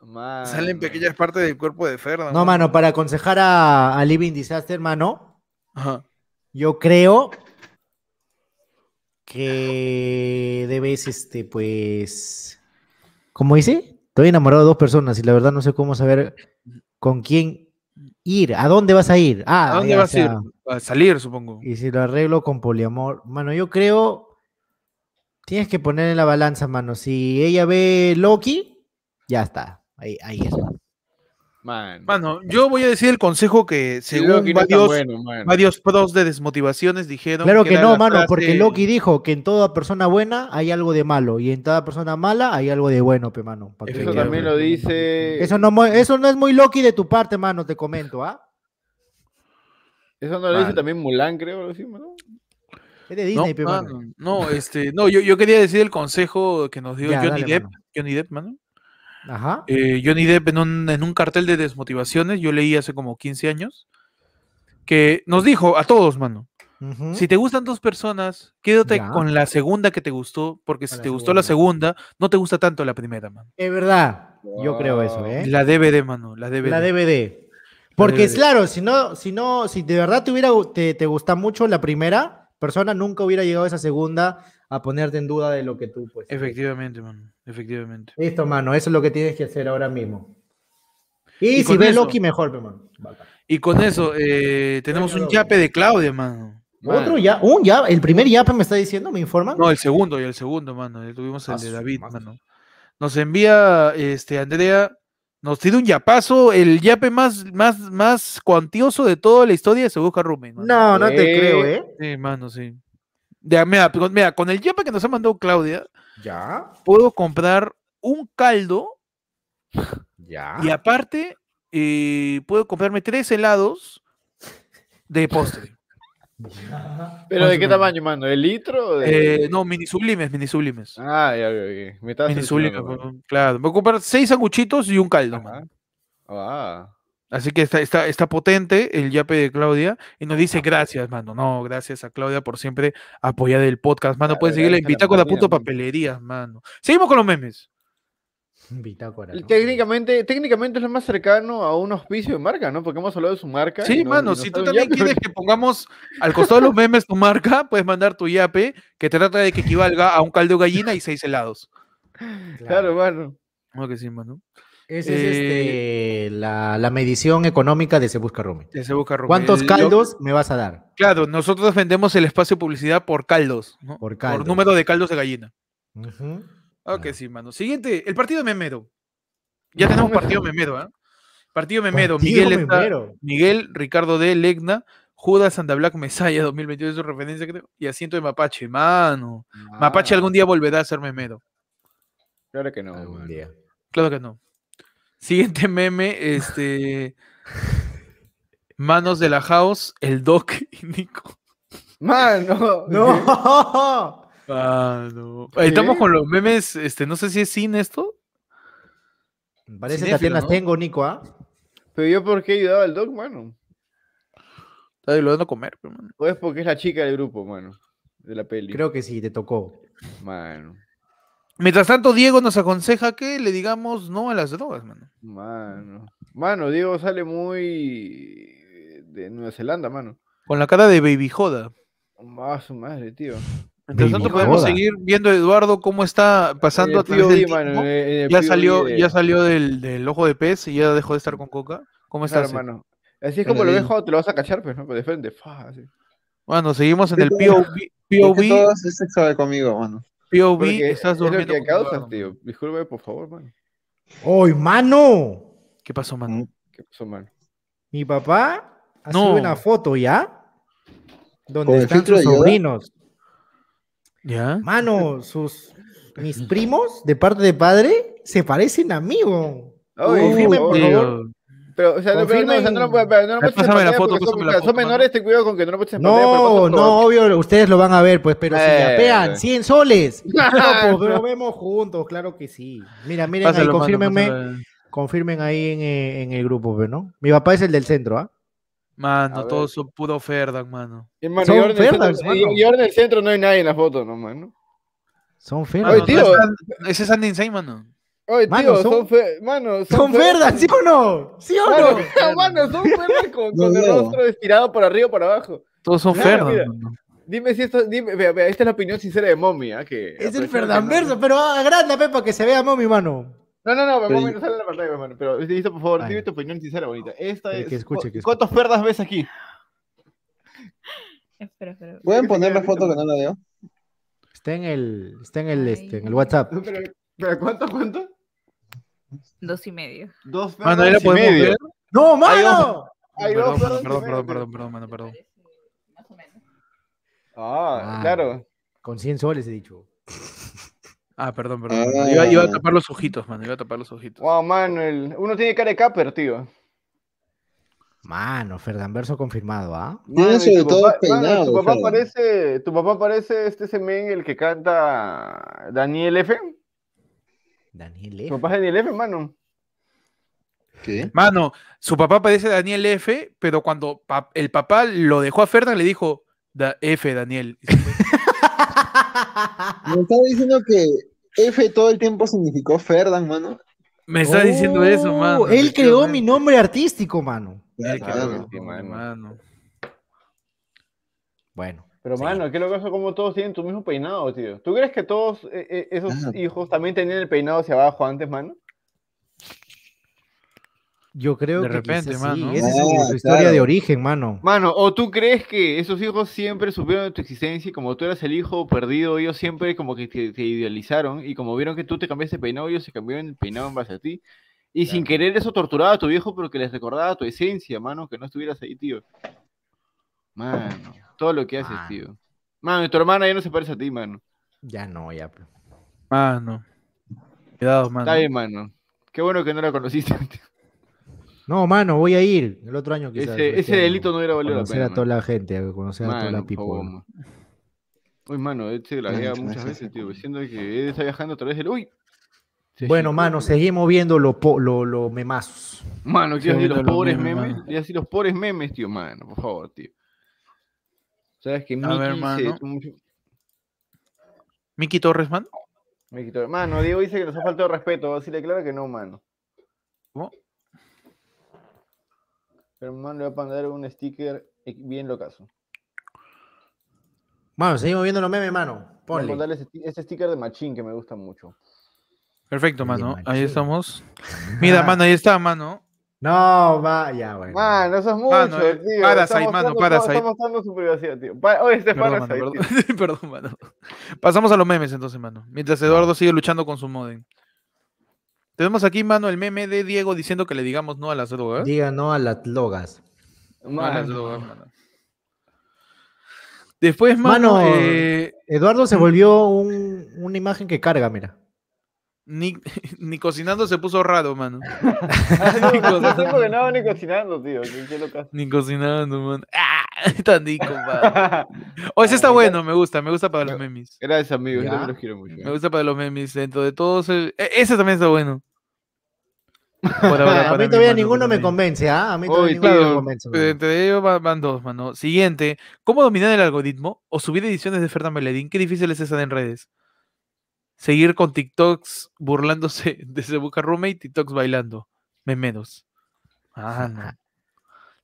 Speaker 1: Mano.
Speaker 3: Salen pequeñas partes del cuerpo de Ferdan.
Speaker 4: No, mano, para aconsejar a, a Living Disaster, mano,
Speaker 3: Ajá.
Speaker 4: yo creo que debes, este, pues, ¿cómo dice? Estoy enamorado de dos personas y la verdad no sé cómo saber con quién ir, a dónde vas a ir. Ah,
Speaker 3: ¿A dónde
Speaker 4: ya,
Speaker 3: vas
Speaker 4: o
Speaker 3: a ir?
Speaker 4: sea,
Speaker 3: A salir, supongo.
Speaker 4: Y si lo arreglo con poliamor, mano, yo creo, tienes que poner en la balanza, mano. Si ella ve Loki, ya está. Ahí, ahí es.
Speaker 1: Mano.
Speaker 3: Mano, yo voy a decir el consejo que
Speaker 1: Sí, creo
Speaker 3: según
Speaker 1: que no es tan
Speaker 3: varios,
Speaker 1: bueno, mano.
Speaker 3: varios pros de desmotivaciones dijeron.
Speaker 4: Claro que
Speaker 3: era
Speaker 4: no,
Speaker 3: la
Speaker 4: mano,
Speaker 3: frase-
Speaker 4: porque Loki dijo que en toda persona buena hay algo de malo y en toda persona mala hay algo de bueno, pe mano. pa' que-
Speaker 1: Eso también lo dice.
Speaker 4: Eso no, mu- eso no es muy Loki de tu parte, mano, te comento, ¿ah?
Speaker 1: Eso no lo dice
Speaker 6: Mano.
Speaker 1: también Mulan, creo, algo así, ¿no?
Speaker 4: Es de
Speaker 3: No,
Speaker 4: Disney, pe, mano.
Speaker 3: mano, no, este, no, yo, yo quería decir el consejo que nos dio
Speaker 4: Ya,
Speaker 3: Johnny
Speaker 4: dale,
Speaker 3: Depp,
Speaker 4: mano.
Speaker 3: Johnny Depp, mano.
Speaker 4: Ajá.
Speaker 3: Eh, Johnny Depp en un, en un cartel de desmotivaciones, yo leí hace como 15 años, que nos dijo a todos, mano,
Speaker 4: Ujú.
Speaker 3: si te gustan dos personas, quédate
Speaker 4: Ya.
Speaker 3: con la segunda que te gustó, porque si
Speaker 4: Con la
Speaker 3: te gustó la segunda, no te gusta tanto la primera, mano.
Speaker 4: Es verdad. Yo creo eso,
Speaker 1: Wow.
Speaker 4: ¿eh?
Speaker 3: La DVD, mano, la DVD.
Speaker 4: La DVD. Porque
Speaker 3: DVD.
Speaker 4: claro, si no, si no, si de verdad te hubiera gu- te, te gusta mucho la primera persona, nunca hubiera llegado a esa segunda a ponerte en duda de lo que tú pues.
Speaker 3: Efectivamente, mano, efectivamente.
Speaker 4: Listo, mano, eso es lo que tienes que hacer ahora mismo. Y,
Speaker 3: Y
Speaker 4: si
Speaker 3: con
Speaker 4: ves
Speaker 3: eso-
Speaker 4: Loki, mejor, pe, mano. Bacán.
Speaker 3: Y con eso, eh, tenemos un
Speaker 4: Claro.
Speaker 3: yape de Claudia, mano.
Speaker 4: Otro ya, un ya, el primer ya pe, me está diciendo, me informan.
Speaker 3: No, el segundo, y el segundo, mano. ya Tuvimos el
Speaker 4: Ah,
Speaker 3: de
Speaker 4: su
Speaker 3: David,
Speaker 4: madre.
Speaker 3: mano. Nos envía, este, Andrea, nos tiene un yapazo, el yape más, más, más cuantioso de toda la historia de Se Busca Rumen. mano.
Speaker 4: no, no te
Speaker 1: Eh,
Speaker 4: creo, ¿eh?
Speaker 3: Sí, mano, sí. Ya, mira, con, mira, con el yape que nos ha mandado Claudia,
Speaker 4: Ya,
Speaker 3: puedo comprar un caldo
Speaker 4: ya.
Speaker 3: y aparte eh, puedo comprarme tres helados de postre.
Speaker 1: ¿Pero
Speaker 3: Más
Speaker 1: de
Speaker 3: o
Speaker 1: qué
Speaker 3: menos.
Speaker 1: tamaño, mano? ¿El litro? o de-
Speaker 3: Eh, no, mini sublimes, mini sublimes.
Speaker 1: Ah, ya, ya, ya. Me estaba pues.
Speaker 3: Mini sublimes,
Speaker 1: decepcionando, mano.
Speaker 3: weón, claro. Voy a comprar seis sanguchitos y un caldo,
Speaker 1: Ajá.
Speaker 3: mano.
Speaker 1: Ah,
Speaker 3: Así que está, está, está potente el yape de Claudia y nos dice gracias, mano. No, gracias a Claudia por siempre apoyar el podcast, mano.
Speaker 1: Claro,
Speaker 3: Pueden seguirle en
Speaker 1: gracias a la
Speaker 3: Bitácora
Speaker 1: Claudia,
Speaker 3: punto
Speaker 1: mano.
Speaker 3: papelerías, mano. Seguimos con los memes.
Speaker 4: Bitácora,
Speaker 1: El-
Speaker 4: ¿no?
Speaker 1: técnicamente, técnicamente es lo más cercano a un auspicio de marca, ¿no? Porque hemos hablado de su marca. y
Speaker 3: Sí,
Speaker 1: no- y
Speaker 3: mano,
Speaker 1: nos
Speaker 3: si
Speaker 1: sale
Speaker 3: tú
Speaker 1: un
Speaker 3: también
Speaker 1: yape.
Speaker 3: quieres que pongamos al costado de los memes tu marca, puedes mandar tu yape que trata de que equivalga a un caldo de gallina y seis helados.
Speaker 1: Claro, mano.
Speaker 3: No que sí, mano.
Speaker 4: Esa
Speaker 3: Eh.
Speaker 4: es este, la, la medición económica de Se Busca Rumi.
Speaker 3: Ya se busca Rubén.
Speaker 4: ¿Cuántos
Speaker 3: Lo-
Speaker 4: caldos me vas a dar?
Speaker 3: Claro, nosotros vendemos el espacio de publicidad por caldos, ¿no?
Speaker 4: Por
Speaker 3: Por
Speaker 4: caldos.
Speaker 3: número de caldos de gallina.
Speaker 4: Ujú.
Speaker 3: Ok,
Speaker 4: Claro.
Speaker 3: sí, mano. Siguiente, el partido Memero. Ya tenemos partido Memero, ¿ah? Partido Memero.
Speaker 4: Partido
Speaker 3: Miguel, está-
Speaker 4: memero.
Speaker 3: Miguel, Ricardo D, Legna, Judas, Santa Black, Mesaya, 2022, su referencia, creo. Y asiento de Mapache, mano.
Speaker 1: Ah.
Speaker 3: Mapache algún Ah, día volverá a ser Memero.
Speaker 1: Claro que no.
Speaker 4: Algún
Speaker 1: mano.
Speaker 4: día.
Speaker 3: Claro que no. Siguiente meme, este. Manos de la House, el Doc y Nico.
Speaker 1: Mano.
Speaker 4: ¡No!
Speaker 3: Mano. Ah, Estamos
Speaker 1: ¿Qué?
Speaker 3: con los memes, este, no sé si es sin esto.
Speaker 4: Parece que
Speaker 3: Cinéfilo,
Speaker 4: apenas
Speaker 3: ¿no?
Speaker 4: tengo, Nico, ¿ah?
Speaker 1: Pero yo, ¿por qué ayudaba al dog, mano?
Speaker 3: Está de lo de no comer, pero, mano.
Speaker 1: O es porque es la chica del grupo, mano. De la peli.
Speaker 4: Creo que sí, te tocó.
Speaker 1: Mano.
Speaker 3: Mientras tanto, Diego nos aconseja que le digamos no a las drogas, mano.
Speaker 1: Mano. Mano, Diego sale muy. de Nueva Zelanda, mano.
Speaker 3: Con la cara de baby joda.
Speaker 1: Ah, su madre, tío.
Speaker 3: Mientras
Speaker 4: Baby
Speaker 3: tanto, podemos
Speaker 4: joda.
Speaker 3: seguir viendo a Eduardo cómo está pasando
Speaker 1: Eh,
Speaker 3: a través
Speaker 1: POV,
Speaker 3: del
Speaker 1: mano, eh,
Speaker 3: tiempo.
Speaker 1: en el- en el
Speaker 3: Ya
Speaker 1: POV
Speaker 3: salió,
Speaker 1: de-
Speaker 3: ya salió del, del ojo de pez y ya dejó de estar con coca. ¿Cómo
Speaker 1: Claro,
Speaker 3: estás? Mano,
Speaker 1: mano. Así es
Speaker 3: Pero
Speaker 1: como lo
Speaker 3: de-
Speaker 1: dejo, te lo vas a cachar, pues, ¿no? Pero de frente, fa, así.
Speaker 3: seguimos en el
Speaker 2: Yo
Speaker 3: POV.
Speaker 2: ¿Por qué
Speaker 3: POV,
Speaker 2: todos es sexo de conmigo, mano.
Speaker 3: POV,
Speaker 1: Porque
Speaker 3: estás
Speaker 1: es lo
Speaker 3: durmiendo.
Speaker 1: que
Speaker 3: con
Speaker 1: causas,
Speaker 3: Eduardo,
Speaker 1: tío. Disculpe, por favor, mano.
Speaker 4: ¡Ay, mano!
Speaker 3: mano. ¿Qué pasó, mano?
Speaker 1: ¿Qué pasó, mano?
Speaker 4: Mi papá ha
Speaker 3: No.
Speaker 4: subido una foto, ¿ya? Donde
Speaker 2: ¿Con el
Speaker 4: están
Speaker 2: filtro de
Speaker 4: sus
Speaker 2: Yoda?
Speaker 4: sobrinos.
Speaker 3: ¿Ya?
Speaker 4: Mano, sus mis primos, de parte de padre, se parecen a mí, weón.
Speaker 1: Ay,
Speaker 4: Uy,
Speaker 1: confirmen, por
Speaker 3: tío.
Speaker 1: favor. Pero, o sea, no, pero no, o sea, no, lo puedes- pero no lo
Speaker 3: Confirmen.
Speaker 1: puedes hacer
Speaker 3: Pásame la
Speaker 1: pantalla
Speaker 3: foto,
Speaker 1: porque
Speaker 3: pásame la
Speaker 1: son,
Speaker 3: foto,
Speaker 1: son menores,
Speaker 3: mano.
Speaker 1: ten cuidado con que no lo puedes hacer pantalla, pero
Speaker 4: No,
Speaker 1: pásame la
Speaker 4: no,
Speaker 1: foto.
Speaker 4: obvio, ustedes lo van a ver, pues, pero si
Speaker 1: Eh.
Speaker 4: ya pean 100 soles. No, pues, lo vemos juntos, claro que sí. Mira, miren
Speaker 3: Pásalo,
Speaker 4: ahí,
Speaker 3: mano,
Speaker 4: confírmenme,
Speaker 3: pásalo.
Speaker 4: confirmen ahí en, eh, en el grupo, pues, ¿no? Mi papá es el del centro, ¿ah?
Speaker 1: A
Speaker 3: Mano,
Speaker 1: ver.
Speaker 3: todos son puro Ferdan, mano.
Speaker 1: Y, mano,
Speaker 4: Son
Speaker 1: y ahora en el
Speaker 4: perlas,
Speaker 1: centro- y-
Speaker 4: mano.
Speaker 1: y ahora en el centro no hay nadie en la foto, no, mano.
Speaker 4: Son
Speaker 3: Mano,
Speaker 1: Oye,
Speaker 4: Ferdan.
Speaker 3: no
Speaker 1: tío.
Speaker 3: están- ese es Andy Insane, mano.
Speaker 1: Oye, tío,
Speaker 4: Mano, son-
Speaker 1: son, fe- mano,
Speaker 4: Son
Speaker 1: fe-
Speaker 4: Ferdan, ¿sí o no? ¿Sí o
Speaker 1: Mano,
Speaker 4: no?
Speaker 1: mano, son perlas con,
Speaker 2: No
Speaker 1: con el
Speaker 2: veo.
Speaker 1: rostro estirado para arriba o para abajo.
Speaker 3: Todos son
Speaker 1: Claro,
Speaker 3: Ferdan.
Speaker 1: mira.
Speaker 3: mano.
Speaker 1: Dime si esto, dime, vea, vea, esta es la opinión sincera de Mommy, ¿ah? Que
Speaker 4: Es el
Speaker 1: apareció
Speaker 4: Fernanverso,
Speaker 1: acá,
Speaker 4: pero agranda, Pepa, que se vea mami, mano.
Speaker 1: No, no, no, no,
Speaker 2: Pero-
Speaker 1: Mommy no sale en la pantalla, hermano. Pero listo, por favor,
Speaker 4: Ah,
Speaker 1: dime
Speaker 4: ya.
Speaker 1: tu opinión sincera, bonita. Esta
Speaker 4: Pero
Speaker 1: es.
Speaker 4: que escuche, que
Speaker 1: ¿Cuántos perdas ves aquí?
Speaker 8: Espera, espera.
Speaker 2: ¿Pueden poner la foto que no la veo?
Speaker 4: Está en el, está en el,
Speaker 8: Ay.
Speaker 4: este, en el WhatsApp.
Speaker 1: Pero, pero ¿cuántos, cuántos?
Speaker 8: Dos y medio.
Speaker 1: Dos perdas
Speaker 3: Mano, ahí la
Speaker 1: y
Speaker 3: Ah, podemos
Speaker 1: medio.
Speaker 3: ver.
Speaker 4: ¡No,
Speaker 1: vamos.
Speaker 4: mano!
Speaker 1: Hay dos
Speaker 3: Perdón,
Speaker 1: perdas y medio,
Speaker 3: mano, perdón, perdón,
Speaker 1: tío.
Speaker 3: perdón, perdón, mano, perdón.
Speaker 8: Más o menos.
Speaker 1: Ah,
Speaker 4: Ah.
Speaker 1: claro.
Speaker 4: Con 100 soles he dicho.
Speaker 3: Ah, perdón, perdón. mano. Iba, iba a
Speaker 2: Ah.
Speaker 3: tapar los ojitos, mano. Iba a tapar los ojitos.
Speaker 1: Wow, mano, el- uno tiene cara de capper, tío.
Speaker 4: Mano, Ferdamberso confirmado, ¿ah?
Speaker 2: Tiene
Speaker 1: Mano, y
Speaker 2: sobre
Speaker 1: tu
Speaker 2: todo
Speaker 1: papá-
Speaker 2: peinado,
Speaker 1: mano, tu papá
Speaker 2: Fran.
Speaker 1: parece, tu papá parece este semen el que canta Daniel F.
Speaker 4: Daniel
Speaker 1: Tu
Speaker 4: F.
Speaker 1: papá es Daniel F, mano.
Speaker 2: ¿Qué?
Speaker 3: Mano, su papá parece Daniel F, pero cuando pa- el papá lo dejó a Fernan le dijo "Da- F, Daniel. Y se fue.
Speaker 2: Me estaba diciendo que F todo el tiempo significó Ferdan, mano.
Speaker 3: Me está diciendo eso,
Speaker 4: Oh,
Speaker 3: mano.
Speaker 4: Él creó mi nombre artístico, mano.
Speaker 3: Él creó
Speaker 2: Claro.
Speaker 3: mi nombre, mano.
Speaker 4: Bueno.
Speaker 1: Pero,
Speaker 4: Sí.
Speaker 1: mano, qué loco como todos tienen tu mismo peinado, tío. ¿Tú crees que todos eh, eh, esos
Speaker 2: Claro.
Speaker 1: hijos también tenían el peinado hacia abajo antes, mano?
Speaker 4: Yo creo
Speaker 3: De
Speaker 4: que
Speaker 3: repente,
Speaker 4: quizás
Speaker 3: mano.
Speaker 4: Esa es su,
Speaker 2: Ah,
Speaker 4: su historia
Speaker 2: claro.
Speaker 4: de origen, mano.
Speaker 1: Mano, ¿o tú crees que esos hijos siempre supieron de tu existencia y como tú eras el hijo perdido, ellos siempre como que te, te idealizaron y como vieron que tú te cambiaste de peinado, ellos se cambiaron el peinado en base a ti? Y sin querer eso torturaba a tu viejo porque les recordaba tu esencia, mano, que no estuvieras ahí, tío. Mano, todo lo que haces,
Speaker 4: Mano.
Speaker 1: tío. Mano, y tu hermana ya no se parece a ti, mano.
Speaker 4: Ya no, ya. pe.
Speaker 3: Mano. Cuidado, mano.
Speaker 1: Está bien, mano. Qué bueno que no la conociste antes.
Speaker 4: No, mano, voy a ir el otro año quizás.
Speaker 1: Ese, ese
Speaker 4: este año.
Speaker 1: delito no hubiera valido la
Speaker 4: Conocer
Speaker 1: pena.
Speaker 4: a toda
Speaker 1: mano.
Speaker 4: la gente, a conocer a toda
Speaker 1: Mano,
Speaker 4: la
Speaker 1: por favor,
Speaker 4: people.
Speaker 1: mano. Uy, mano, él se
Speaker 2: Mano,
Speaker 1: laguea
Speaker 2: se me
Speaker 1: muchas
Speaker 2: hace
Speaker 1: veces,
Speaker 2: ese
Speaker 1: tío.
Speaker 2: culo.
Speaker 1: Siendo que él está viajando a través del. ¡Uy! Se
Speaker 4: Bueno,
Speaker 1: llegó,
Speaker 4: mano, seguimos viendo los po- lo- los memazos.
Speaker 1: Mano,
Speaker 3: Sí,
Speaker 1: quiero decir los
Speaker 3: ahorita lo
Speaker 1: pobres
Speaker 3: mismo,
Speaker 1: memes.
Speaker 3: mano.
Speaker 1: Y así los pobres memes, tío, mano, por favor, tío. ¿Sabes que
Speaker 3: A ver,
Speaker 1: Miki
Speaker 3: mano.
Speaker 1: se... mucho-
Speaker 3: Miki Torres, mano.
Speaker 1: Me quitó- Mano, Diego dice que nos ha faltado respeto. Así le claro que no, mano.
Speaker 3: ¿Cómo?
Speaker 1: Pero, mano, le va a mandar un sticker eh, bien locazo.
Speaker 4: Mano, seguimos viendo los memes, mano.
Speaker 1: Voy a
Speaker 4: Ponle.
Speaker 1: mandarle ese, sti- ese sticker de Machín que me gusta mucho.
Speaker 3: Perfecto,
Speaker 4: Oye,
Speaker 3: mano. Ahí
Speaker 4: machín.
Speaker 3: estamos. Mira, mano, ahí está, mano.
Speaker 4: No, va, ya, bueno.
Speaker 1: Mano, eso es mucho,
Speaker 3: Mano, eh,
Speaker 1: tío.
Speaker 3: Parasite,
Speaker 1: Estamos
Speaker 3: mano,
Speaker 1: dando-
Speaker 3: Parasite.
Speaker 1: Estamos dando su privacidad, tío. Pa- Oye, este es
Speaker 3: Perdón,
Speaker 1: Parasite,
Speaker 3: mano,
Speaker 1: tío.
Speaker 3: perdón. Perdón, mano. Pasamos a los memes entonces, mano. Mientras Eduardo sigue luchando con su modem. Tenemos aquí, mano, el meme de Diego diciendo que le digamos no a las drogas.
Speaker 4: Diga no a las logas.
Speaker 3: No a las
Speaker 1: Mano.
Speaker 3: drogas, mano. Después, mano,
Speaker 4: Mano.
Speaker 3: eh,
Speaker 4: Eduardo se volvió un- una imagen que carga, mira.
Speaker 3: ni, ni cocinando se puso raro, mano.
Speaker 1: Ah, no, no, no, sé por qué no, ni cocinando, tío. Qué, qué locazo.
Speaker 3: Ni cocinando, mano. ¡Ah! Tan rico, mano. O ese está bueno, me gusta, me gusta para los memes.
Speaker 1: Gracias, amigos. Yo
Speaker 4: Ya.
Speaker 1: también los quiero mucho.
Speaker 3: Me gusta para los memes. Dentro de todos, el- e- ese también está bueno. Por ahora,
Speaker 4: a
Speaker 3: Ah, para
Speaker 4: mí
Speaker 3: mí,
Speaker 4: todavía
Speaker 3: mano,
Speaker 4: ninguno
Speaker 3: para
Speaker 4: me
Speaker 3: mí.
Speaker 4: convence, ¿ah? A mí
Speaker 1: Uy,
Speaker 4: todavía ninguno
Speaker 1: tío,
Speaker 4: me convence.
Speaker 3: Eh,
Speaker 4: mano.
Speaker 3: Entre ellos va- van dos, mano. Siguiente. ¿Cómo dominar el algoritmo o subir ediciones de Fernán Meledín? Qué difícil es esa en redes. Seguir con TikToks burlándose de Se Busca Roommate y TikToks bailando. Memedos. Ah, no.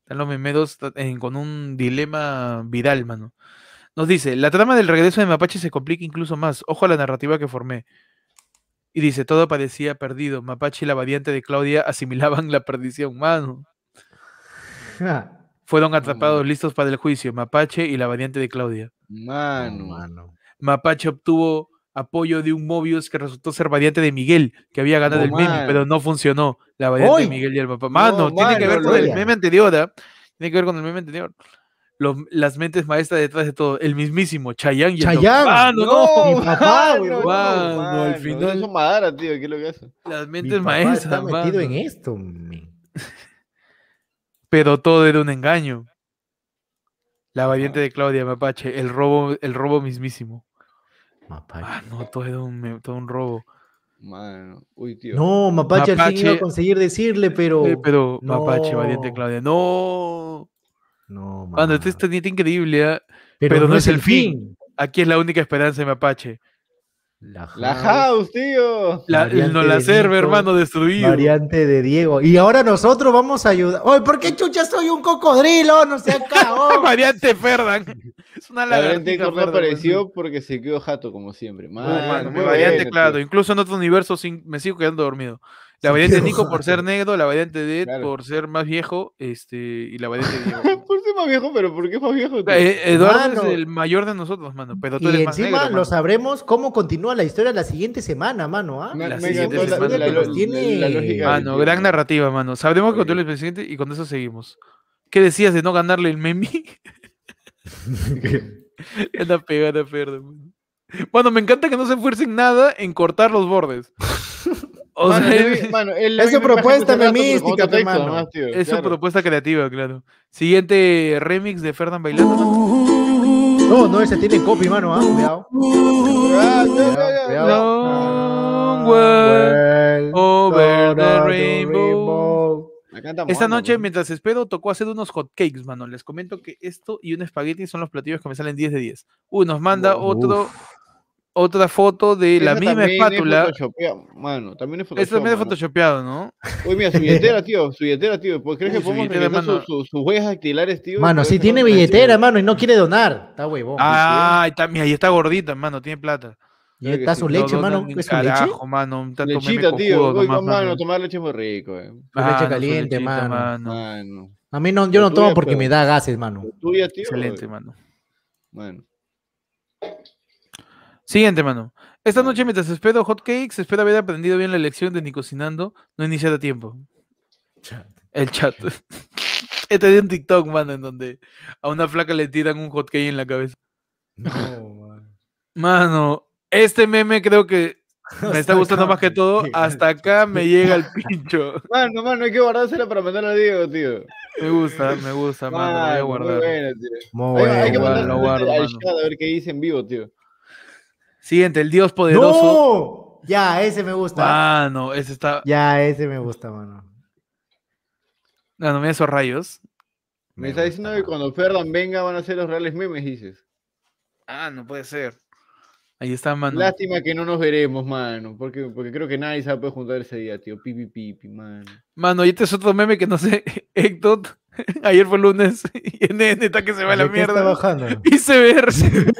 Speaker 3: Están los memedos ta- en- con un dilema viral, mano. Nos dice, la trama del regreso de Mapache se complica incluso más. Ojo a la narrativa que formé. Y dice, todo parecía perdido. Mapache y la variante de Claudia asimilaban la perdición, mano. ah, Fueron atrapados listos para el juicio, Mapache y la variante de Claudia.
Speaker 1: Mano.
Speaker 4: Ah, Mano.
Speaker 3: Mapache obtuvo apoyo de un Mobius que resultó ser variante de Miguel, que había ganado
Speaker 1: No,
Speaker 3: el meme,
Speaker 1: mano.
Speaker 3: pero no funcionó. La variante
Speaker 4: ¡Ay!
Speaker 3: de Miguel y el papá. Mano,
Speaker 1: No,
Speaker 3: tiene que ver
Speaker 1: mano,
Speaker 3: con el
Speaker 4: Lola.
Speaker 3: meme anterior, ¿ah? Tiene que ver con el meme anterior. Los- las mentes maestras detrás de todo, el mismísimo Chayanne y el
Speaker 4: ¡Chayanne!
Speaker 3: Mano, no.
Speaker 4: Mi papá, güey,
Speaker 1: mano,
Speaker 3: mano, al
Speaker 1: eso
Speaker 3: final-
Speaker 1: Es un madara, tío. Qué locazo.
Speaker 3: Las
Speaker 4: Mi
Speaker 3: mentes
Speaker 4: papá
Speaker 3: maestras.
Speaker 4: está metido en e-.
Speaker 3: mano.
Speaker 4: esto. men.
Speaker 3: pero todo era un engaño. La variante de Claudia Mapache, el robo, el robo mismísimo.
Speaker 4: Mapache.
Speaker 3: Ah, no, todo era un, me- todo un robo.
Speaker 1: Mano. Uy, tío.
Speaker 4: No, Mapache, al fin iba a
Speaker 3: Mapache-
Speaker 4: conseguir decirle, pero.
Speaker 3: Eh, pero Mapache, variante
Speaker 4: no.
Speaker 3: Claudia. No.
Speaker 4: No, mano.
Speaker 3: Cuando este es increíble, ¿ah? pero no es el fin. aquí es la única esperanza de Mapache.
Speaker 4: La,
Speaker 1: La
Speaker 4: house,
Speaker 1: house, tío.
Speaker 3: La, el
Speaker 4: Variante
Speaker 3: no la
Speaker 4: de
Speaker 3: serve,
Speaker 4: Nico,
Speaker 3: hermano, destruido.
Speaker 4: Variante de Diego. Y ahora nosotros vamos a ayudar. Oye, ¿por qué chucha soy un cocodrilo? No sea cagón.
Speaker 3: Variante Ferdan. Es una
Speaker 1: La variante
Speaker 3: lagartija
Speaker 1: no
Speaker 3: Ferdan,
Speaker 1: apareció porque se quedó jato, como siempre.
Speaker 3: pues.
Speaker 1: Mano,
Speaker 3: No, mano, mi
Speaker 1: muy
Speaker 3: variante,
Speaker 1: bueno,
Speaker 3: claro.
Speaker 1: tío.
Speaker 3: Incluso en otro universo sin- me sigo quedando dormido. La
Speaker 4: Sí,
Speaker 3: variante de
Speaker 4: qué
Speaker 3: Nico por ser negro, la variante de Ed
Speaker 1: Claro.
Speaker 3: por ser más viejo, este, y la variante de Diego.
Speaker 1: Por ser más viejo, pero ¿por qué más viejo? tío?
Speaker 3: Eh, Eduardo
Speaker 4: Mano.
Speaker 3: es el mayor de nosotros, mano. Pero tú
Speaker 4: Y
Speaker 3: eres más negro.
Speaker 4: encima
Speaker 3: mano.
Speaker 4: lo sabremos cómo continúa la historia la siguiente semana, mano. ¿ah?
Speaker 1: Me-
Speaker 3: la
Speaker 1: me
Speaker 3: siguiente
Speaker 1: encantó
Speaker 3: semana,
Speaker 1: la- la-
Speaker 3: pero
Speaker 1: la-
Speaker 4: tiene-
Speaker 1: la lógica del
Speaker 3: Mano,
Speaker 1: tío,
Speaker 3: gran narrativa, mano. Sabremos que
Speaker 1: Oye.
Speaker 3: controla el presidente y con eso seguimos. ¿Qué decías de no ganarle el meme? Le Anda pegada, Ferdo. mano. Bueno, me encanta que no se esfuercen nada en cortar los bordes. O
Speaker 1: Mano,
Speaker 3: sea,
Speaker 1: yo vi-
Speaker 3: es-
Speaker 1: mano, él- a
Speaker 4: es
Speaker 1: mí
Speaker 4: su
Speaker 1: me pasa
Speaker 4: propuesta,
Speaker 1: hace rato,
Speaker 4: mi
Speaker 1: pero con otro
Speaker 4: mística, pe,
Speaker 1: texto
Speaker 4: mano.
Speaker 1: nomás, tío,
Speaker 3: es su
Speaker 1: claro.
Speaker 3: propuesta creativa, claro. Siguiente remix de Ferdan bailando. mano.
Speaker 4: No, no, ese tiene copy, mano, ah, cuidado.
Speaker 1: Ah, no, no, no.
Speaker 4: Cuidado. Ah,
Speaker 3: Long way over the rainbow.
Speaker 1: Acá estamos,
Speaker 3: Esta
Speaker 1: anda,
Speaker 3: noche,
Speaker 1: pues.
Speaker 3: mientras espero, tocó hacer unos hotcakes, mano. Les comento que esto y un espagueti son los platillos que me salen 10 de 10. Uy, nos manda
Speaker 4: Wow.
Speaker 3: otro, otra foto de la
Speaker 1: Esa
Speaker 3: misma
Speaker 1: también es
Speaker 3: espátula.
Speaker 1: photoshopeado, Mano, también es
Speaker 3: Esto también es
Speaker 1: mano.
Speaker 3: photoshopeado, ¿no?
Speaker 1: Uy, mira, su billetera, tío, su billetera, tío. Pues crees
Speaker 3: Uy,
Speaker 1: que
Speaker 3: su
Speaker 1: podemos
Speaker 3: billetera,
Speaker 1: regresar su-
Speaker 3: mano.
Speaker 1: su- sus huellas dactilares, tío.
Speaker 4: Mano,
Speaker 1: Pero
Speaker 4: si
Speaker 1: eso
Speaker 4: tiene
Speaker 1: no es-
Speaker 4: billetera, mano, y no quiere donar. Está huevón.
Speaker 3: Ah, ahí está, mira, ahí está gordita, mano, tiene plata.
Speaker 4: Y está
Speaker 1: sí.
Speaker 4: su
Speaker 1: No
Speaker 4: leche,
Speaker 3: donan
Speaker 4: mano.
Speaker 3: ni un
Speaker 4: ¿Es su leche?
Speaker 3: carajo, mano, un tanto meme
Speaker 1: Lechita, tío.
Speaker 3: cojudo
Speaker 1: Uy,
Speaker 3: nomás,
Speaker 1: mano, tomar leche es muy rico, eh.
Speaker 4: Su leche
Speaker 3: Mano, su
Speaker 4: caliente,
Speaker 3: lechita,
Speaker 4: mano.
Speaker 1: Mano.
Speaker 4: A mí no, yo no
Speaker 1: Lo tuyo,
Speaker 4: tomo porque
Speaker 1: pero-
Speaker 4: me da gases, mano.
Speaker 1: Tuya, tío.
Speaker 3: Excelente, mano.
Speaker 1: Mano.
Speaker 3: Siguiente, mano. Esta noche, mientras espero hotcakes, espero haber aprendido bien la lección de ni cocinando, no he iniciado a tiempo. El chat. Este de un TikTok, mano, en donde a una flaca le tiran un hotcake en la cabeza. Mano, este meme creo que me está gustando más que todo. Hasta acá me llega el pincho.
Speaker 1: Mano, mano, hay que guardársela para mandarla a Diego, tío.
Speaker 3: Me gusta, me gusta, mano. Lo voy a
Speaker 1: Mano, muy
Speaker 3: guardar.
Speaker 1: buena, tío.
Speaker 4: Muy
Speaker 1: hay, hay que
Speaker 3: guardo,
Speaker 1: mandarla
Speaker 3: lo guardo,
Speaker 1: al
Speaker 3: mano.
Speaker 1: chat a ver qué dice en vivo, tío.
Speaker 3: Siguiente, el dios poderoso.
Speaker 4: ¡No! Ya, ese me gusta.
Speaker 3: Mano, ese está.
Speaker 4: Ya, ese me gusta, mano.
Speaker 3: No, no, mira esos rayos.
Speaker 1: Me está diciendo que cuando Ferdan venga van a ser los reales memes, dices.
Speaker 3: Ah, no puede ser. Ahí está, mano.
Speaker 1: Lástima que no nos veremos, mano. Porque, porque creo que nadie se va a poder juntar ese día, tío. Pipi, pipi, mano.
Speaker 3: Mano, y este es otro meme que no sé. Ectot. Ayer fue lunes. Y en está que se va a la
Speaker 4: ¿De qué está
Speaker 3: mierda.
Speaker 4: bajando?
Speaker 3: Y se ve.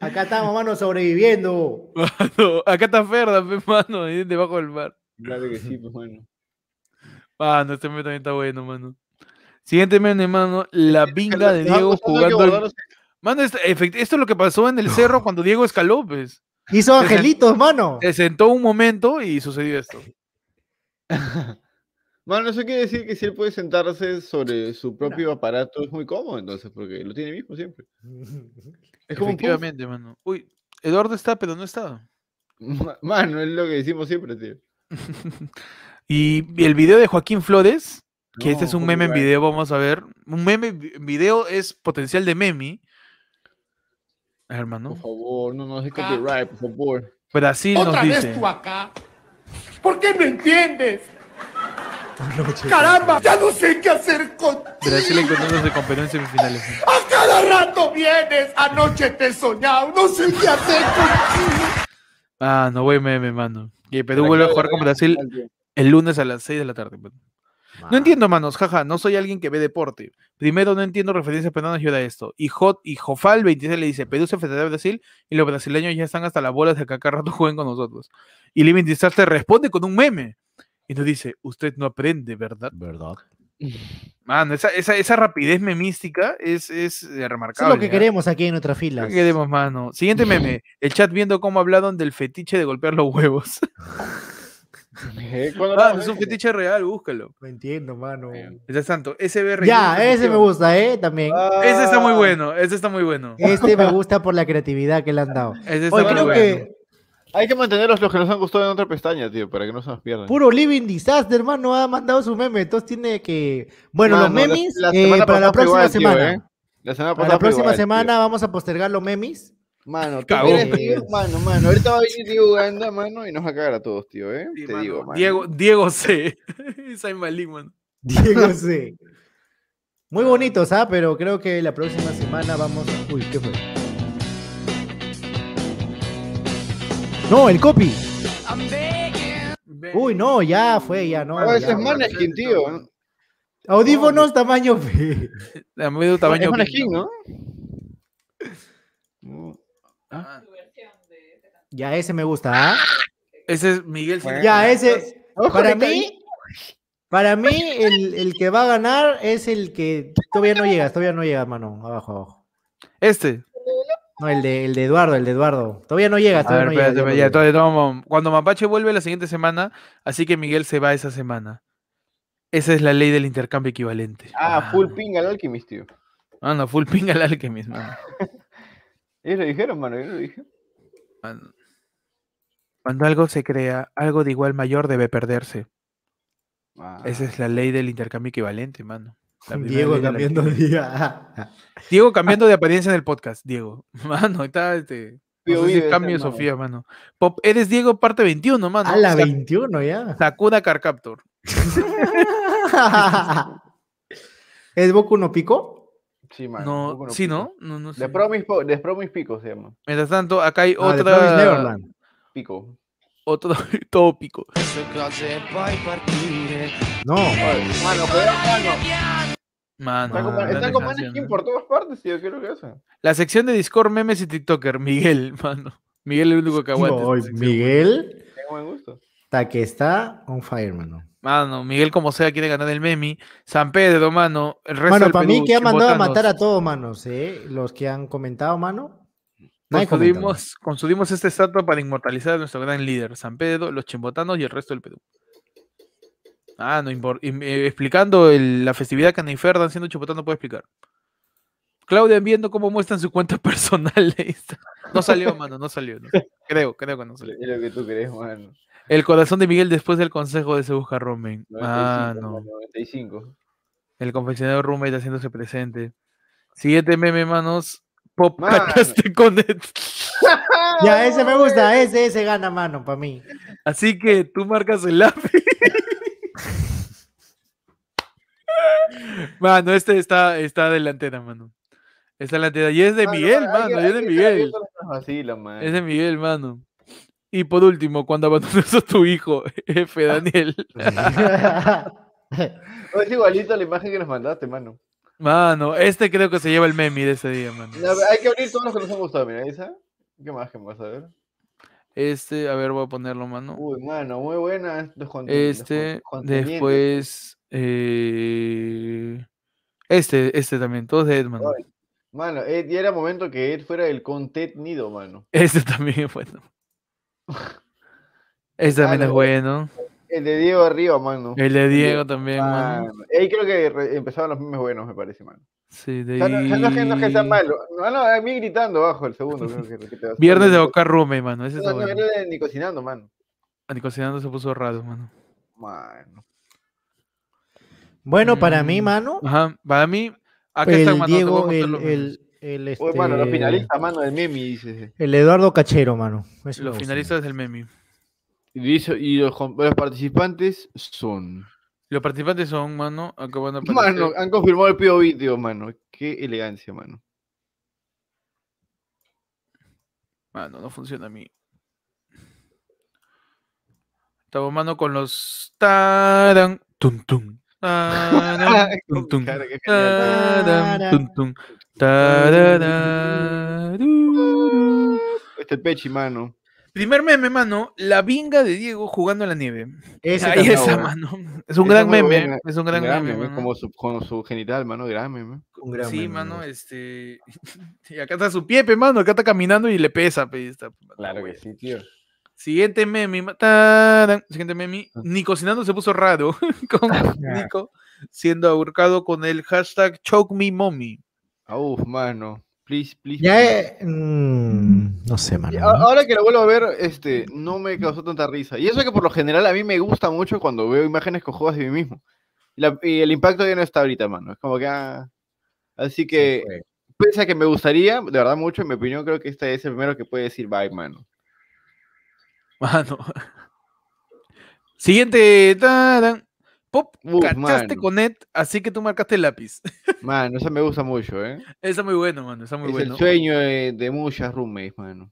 Speaker 4: Acá estamos, mano, sobreviviendo.
Speaker 3: Mano, acá está Ferda, pe, mano, ahí debajo del bar.
Speaker 1: Claro que sí, pues, mano.
Speaker 3: Mano, este meme también está bueno, mano. Siguiente meme, mano, la vinga de
Speaker 1: Te va
Speaker 3: Diego
Speaker 1: costando Este que
Speaker 3: jugando. al-
Speaker 1: guardarlos-
Speaker 3: Mano, esto, efect- esto es lo que pasó en el cerro cuando Diego escaló, pues.
Speaker 4: Hizo angelitos, mano.
Speaker 3: Se sentó un momento y sucedió esto.
Speaker 1: Mano, eso quiere decir que si él puede sentarse sobre su propio aparato es muy cómodo, entonces, porque lo tiene mismo siempre. Es como un puff.
Speaker 3: Efectivamente, mano. Uy, Eduardo está, pero no está.
Speaker 1: Ma- Mano, es lo que decimos siempre, tío.
Speaker 3: y el video de Joaquín Flores, que este
Speaker 1: No,
Speaker 3: es un
Speaker 1: ¿cómo
Speaker 3: meme en
Speaker 1: va?
Speaker 3: video, vamos a ver. Un meme en video es potencial de meme. A ver, Hermano.
Speaker 1: Por favor, no nos des copyright, por favor.
Speaker 3: Brasil nos
Speaker 9: Otra vez
Speaker 3: dice.
Speaker 9: tú acá. ¿Por qué no entiendes? Caramba, ya no sé qué hacer contigo.
Speaker 3: Brasil encontrándose con Perú en semifinales. ¿no?
Speaker 9: A cada rato vienes. Anoche te he soñado. No sé qué hacer contigo.
Speaker 3: Ah, no, güey, meme, mano. Y Perú
Speaker 1: Pero
Speaker 3: vuelve a
Speaker 1: claro,
Speaker 3: jugar con Brasil el lunes a las 6 de la tarde. mano. No entiendo, manos, jaja, no soy alguien que ve deporte. Primero, no entiendo referencias peruanas y ahora esto. Y, Hot, y Jofal 26 le dice, Perú se enfrentará a Brasil y los brasileños ya están hasta las bolas de que a cada rato jueguen con nosotros. Y Living Disaster responde con un meme. Y nos dice, usted no aprende, ¿verdad?
Speaker 4: ¿Verdad?
Speaker 3: Mano, esa, esa, esa rapidez memística es, es eh,
Speaker 4: Eso es
Speaker 3: remarcable.
Speaker 4: lo que
Speaker 3: ¿ah?
Speaker 4: queremos aquí en nuestras
Speaker 3: Lo
Speaker 4: filas.
Speaker 3: que queremos, mano. Siguiente meme. El chat viendo cómo hablaron del fetiche de golpear los huevos.
Speaker 1: Eh, ¿cuándo
Speaker 3: Ah,
Speaker 1: hablamos
Speaker 3: es
Speaker 1: de
Speaker 3: un
Speaker 1: eso?
Speaker 3: fetiche real, búscalo.
Speaker 4: No entiendo, mano.
Speaker 3: Mientras tanto, SBR.
Speaker 4: Ya, ese me gusta, ¿eh? También.
Speaker 1: Ah.
Speaker 3: Ese está muy bueno, ese está muy bueno.
Speaker 4: Este me gusta por la creatividad que le han dado.
Speaker 3: Ese está
Speaker 4: Hoy
Speaker 3: muy
Speaker 4: creo
Speaker 3: bueno.
Speaker 4: que
Speaker 1: Hay que mantenerlos los que nos han gustado en otra pestaña, tío, para que no se nos pierdan.
Speaker 4: puro Living Disaster, hermano, ha mandado su meme. Entonces tiene que. Bueno, los
Speaker 1: Mano, la-
Speaker 4: memes
Speaker 1: la
Speaker 4: eh,
Speaker 1: semana
Speaker 4: para la
Speaker 1: pasada fue
Speaker 4: próxima
Speaker 1: igual, tío,
Speaker 4: semana.
Speaker 1: ¿eh? La semana
Speaker 4: Para
Speaker 1: pasada
Speaker 4: la
Speaker 1: fue
Speaker 4: próxima
Speaker 1: igual, tío.
Speaker 4: semana vamos a postergar los memes.
Speaker 1: Mano, tú
Speaker 3: Cagó.
Speaker 1: eres tío, mano, mano. Ahorita va a venir Diego Uganda, mano, y nos va a cagar a todos, tío, ¿eh?
Speaker 3: Sí,
Speaker 1: Te
Speaker 3: mano.
Speaker 1: digo, mano.
Speaker 3: Diego, Diego C. Esa es malí, mano.
Speaker 4: Diego sí. Muy bonitos, ¿ah? Pero creo que la próxima semana vamos. Uy, ¿qué fue? No, el copy. Uy, no, ya fue, ya no.
Speaker 1: No,
Speaker 4: ya.
Speaker 1: ese es Maneskin, tío.
Speaker 4: Audífonos tamaño P.
Speaker 3: A medio tamaño.
Speaker 1: Es Maneskin,
Speaker 3: pinta,
Speaker 1: ¿no?
Speaker 3: mano.
Speaker 4: Ya ese me gusta, ¿ah?
Speaker 3: Ese es Miguel. Sin-
Speaker 4: Ya ese.
Speaker 1: Ojo,
Speaker 4: Para
Speaker 1: ahorita
Speaker 4: mí, para mí, el, el que va a ganar es el que todavía no llega, todavía no llega, mano. Abajo, abajo.
Speaker 3: Este.
Speaker 4: No, el de, el de Eduardo, el de Eduardo. Todavía no llega,
Speaker 3: A
Speaker 4: todavía
Speaker 3: ver,
Speaker 4: no llega,
Speaker 3: espérate, ya,
Speaker 4: todavía no llega.
Speaker 3: todavía no vamos- Cuando Mapache vuelve la siguiente semana, así que Miguel se va esa semana. Esa es la ley del intercambio equivalente.
Speaker 1: Ah, full ping al Alchemist, tío.
Speaker 3: Ah, no, full ping al Alchemist, mano.
Speaker 1: Ellos lo dijeron, mano, yo lo dije.
Speaker 3: Mano. Cuando algo se crea, algo de igual mayor debe perderse.
Speaker 1: Ah,
Speaker 3: Esa es la ley del intercambio equivalente, mano. La primera
Speaker 4: Ah. Diego
Speaker 3: ley de la
Speaker 4: cambiando
Speaker 3: química.
Speaker 4: día.
Speaker 3: Diego cambiando de apariencia en el podcast, Diego. Mano, está este. no
Speaker 1: Vive,
Speaker 3: sé si
Speaker 1: vive,
Speaker 3: cambio
Speaker 1: hermano.
Speaker 3: Sofía, mano. Pop, eres Diego parte 21, mano.
Speaker 4: A la
Speaker 3: Sa-
Speaker 4: 21 ya.
Speaker 3: Sakuna Carcaptor.
Speaker 4: ¿Es Boku no Pico?
Speaker 1: Sí, mano.
Speaker 3: No,
Speaker 1: poco
Speaker 3: sí,
Speaker 1: pico.
Speaker 3: ¿no? No, no sé.
Speaker 1: The Promise, Po- The Promise Pico se llama.
Speaker 3: Mientras tanto, acá hay
Speaker 4: Ah, de
Speaker 3: otra-
Speaker 4: Promised Neverland.
Speaker 1: Pico.
Speaker 3: otro tópico.
Speaker 4: No.
Speaker 1: Mano, pero, mano, pues,
Speaker 3: Mano,
Speaker 1: están con,
Speaker 3: la
Speaker 1: están con manes
Speaker 3: canción,
Speaker 1: Kim
Speaker 3: ¿no?
Speaker 1: por todas partes, tío, creo que eso.
Speaker 3: La sección de Discord, memes y TikToker. Miguel, mano. Miguel es el único que aguanta. esta
Speaker 4: No,
Speaker 3: sección.
Speaker 4: Miguel,
Speaker 1: Tengo buen gusto.
Speaker 4: está que está on fire, mano.
Speaker 3: Mano, Miguel como sea quiere ganar el meme. San Pedro, mano. El resto
Speaker 4: Mano,
Speaker 3: del
Speaker 4: para mí
Speaker 3: Perú,
Speaker 4: que ha mandado a matar a
Speaker 3: chimbotanos.
Speaker 4: todos, manos, ¿eh? Los que han comentado, mano. Nadie comenta, mano.
Speaker 3: Construimos, construimos esta este estatua para inmortalizar a nuestro gran líder, San Pedro, los chimbotanos y el resto del Perú. Ah, no impor- im- eh, explicando el- la festividad caniferda siendo chimbotano puede explicar. Claudia viendo cómo muestran su cuenta personal. de Insta. No salió, mano, no salió. no. Creo, creo que no salió.
Speaker 1: Es lo que tú crees, mano.
Speaker 3: El corazón de Miguel después del consejo de se busca Romen.
Speaker 1: 95,
Speaker 3: Ah,
Speaker 1: mano,
Speaker 3: no.
Speaker 1: 95.
Speaker 3: El confeccionador Roommate haciéndose presente. Siguiente meme, manos. Pop
Speaker 1: Mano.
Speaker 3: atacaste con Ed.
Speaker 4: Ya, ese me gusta, ese, ese gana, mano, para mí.
Speaker 3: Así que tú marcas el lápiz. mano, este está, está delantera, mano. Está delantera. Y es de
Speaker 1: Mano, hay
Speaker 3: Miguel,
Speaker 1: que-
Speaker 3: mano. y
Speaker 1: hay
Speaker 3: es de
Speaker 1: que estar
Speaker 3: Miguel.
Speaker 1: abierto a las cosas así, la mano.
Speaker 3: Es de Miguel, mano. Y por último, cuando abandonas a tu hijo, F.
Speaker 1: Ah.
Speaker 3: Daniel.
Speaker 1: No, es igualito a la imagen que nos mandaste, mano.
Speaker 3: Mano, este creo que se lleva el meme de ese día, mano.
Speaker 1: No, hay que abrir todos los que nos han gustado, mira, esa. ¿Qué más que más? A ver.
Speaker 3: Este, a ver, voy a ponerlo, mano.
Speaker 1: Uy, mano, muy buena. Los conten- los
Speaker 3: Este,
Speaker 1: con- contenientes.
Speaker 3: después. eh, este, este también, todos de Edman.
Speaker 1: Ay, Mano, Ed, ya era momento que Ed fuera el contenido, mano.
Speaker 3: Este también es bueno. Este también
Speaker 1: Ah,
Speaker 3: es
Speaker 1: no.
Speaker 3: bueno.
Speaker 1: El de Diego arriba, mano.
Speaker 3: El de
Speaker 1: Diego.
Speaker 3: Diego también, mano.
Speaker 1: Mano, Ahí creo que re- empezaron los memes buenos, me parece, mano.
Speaker 3: Sí,
Speaker 1: O
Speaker 3: de
Speaker 1: sea, no, o sea, no es que, no es que sea
Speaker 3: ahí-
Speaker 1: malo. No, no, a mí gritando abajo el segundo. creo que- que te vas-
Speaker 3: Viernes de
Speaker 1: no,
Speaker 3: Boca Rume, mano. Ese está
Speaker 1: No, no,
Speaker 3: bueno.
Speaker 1: era de ni cocinando, mano.
Speaker 3: Anticocinando se puso raro, mano.
Speaker 1: Mano.
Speaker 4: bueno, para mí,
Speaker 3: Mm.
Speaker 4: mano,
Speaker 3: Ajá, para mí, acá está,
Speaker 4: el
Speaker 3: mano. te voy a
Speaker 4: Diego,
Speaker 3: contar
Speaker 4: el,
Speaker 3: los memes.
Speaker 4: el, el,
Speaker 1: Uy, mano, los
Speaker 4: este,
Speaker 1: finalistas, mano, del meme, dice.
Speaker 4: el Eduardo Cachero, mano. Ese me
Speaker 3: Los
Speaker 4: gusta,
Speaker 3: finalistas del meme.
Speaker 1: Y, dice- y los, com- los participantes son.
Speaker 3: Los participantes son, mano, acá van a aparecer.
Speaker 1: Mano, han confirmado el POV, tío, mano. Qué elegancia, mano.
Speaker 3: Mano, no funciona a mí. Estamos mano con los taran, tum tum. Taran, tum, tum,
Speaker 1: Cara, qué genial.
Speaker 3: taran, tum, tum, tarararú.
Speaker 1: Este pechi, mano.
Speaker 3: Primer meme, mano, la vinga de Diego jugando en la nieve.
Speaker 4: mano. Ese
Speaker 3: Ahí
Speaker 4: también,
Speaker 3: está,
Speaker 1: bueno.
Speaker 3: mano. Es un
Speaker 1: Esa
Speaker 3: gran
Speaker 1: muy
Speaker 3: meme,
Speaker 1: buena,
Speaker 3: es un gran meme. mano.
Speaker 1: como su, con su genital, mano, gran meme.
Speaker 4: un gran
Speaker 3: Sí,
Speaker 4: meme,
Speaker 3: mano, este. Y acá está su pie, pe, mano, acá está caminando y le pesa, pe, está,
Speaker 1: Claro
Speaker 3: güey.
Speaker 1: que sí, tío.
Speaker 3: Siguiente meme. ma- tarán, Siguiente meme.
Speaker 1: Ah.
Speaker 3: Ni cocinando se puso raro. con Nico siendo ahorcado con el hashtag choke me mommy.
Speaker 1: Ah, Uf, mano. Please, please.
Speaker 4: Ya,
Speaker 1: please.
Speaker 4: eh, mm, no sé,
Speaker 3: Ah,
Speaker 1: Y
Speaker 4: mano.
Speaker 1: a- Ahora que lo vuelvo a ver, este, no me causó tanta risa. Y eso que por lo general a mí me gusta mucho cuando veo imágenes con juegos de mí mismo. Y, la- y el impacto ya no está ahorita, mano. Es como que. ah, Así que,
Speaker 3: pues.
Speaker 1: pese a que me gustaría, de verdad mucho, en mi opinión, creo que este es el primero que puede decir bye, mano.
Speaker 3: Mano. Ah, Siguiente. tarán. Pop,
Speaker 1: Uh,
Speaker 3: cachaste
Speaker 1: mano.
Speaker 3: con Ed, así que tú marcaste el lápiz.
Speaker 1: Mano, eso me gusta mucho, ¿eh?
Speaker 3: Está muy bueno, mano. Está muy
Speaker 1: es
Speaker 3: bueno.
Speaker 1: el sueño de, de muchas roommates, mano.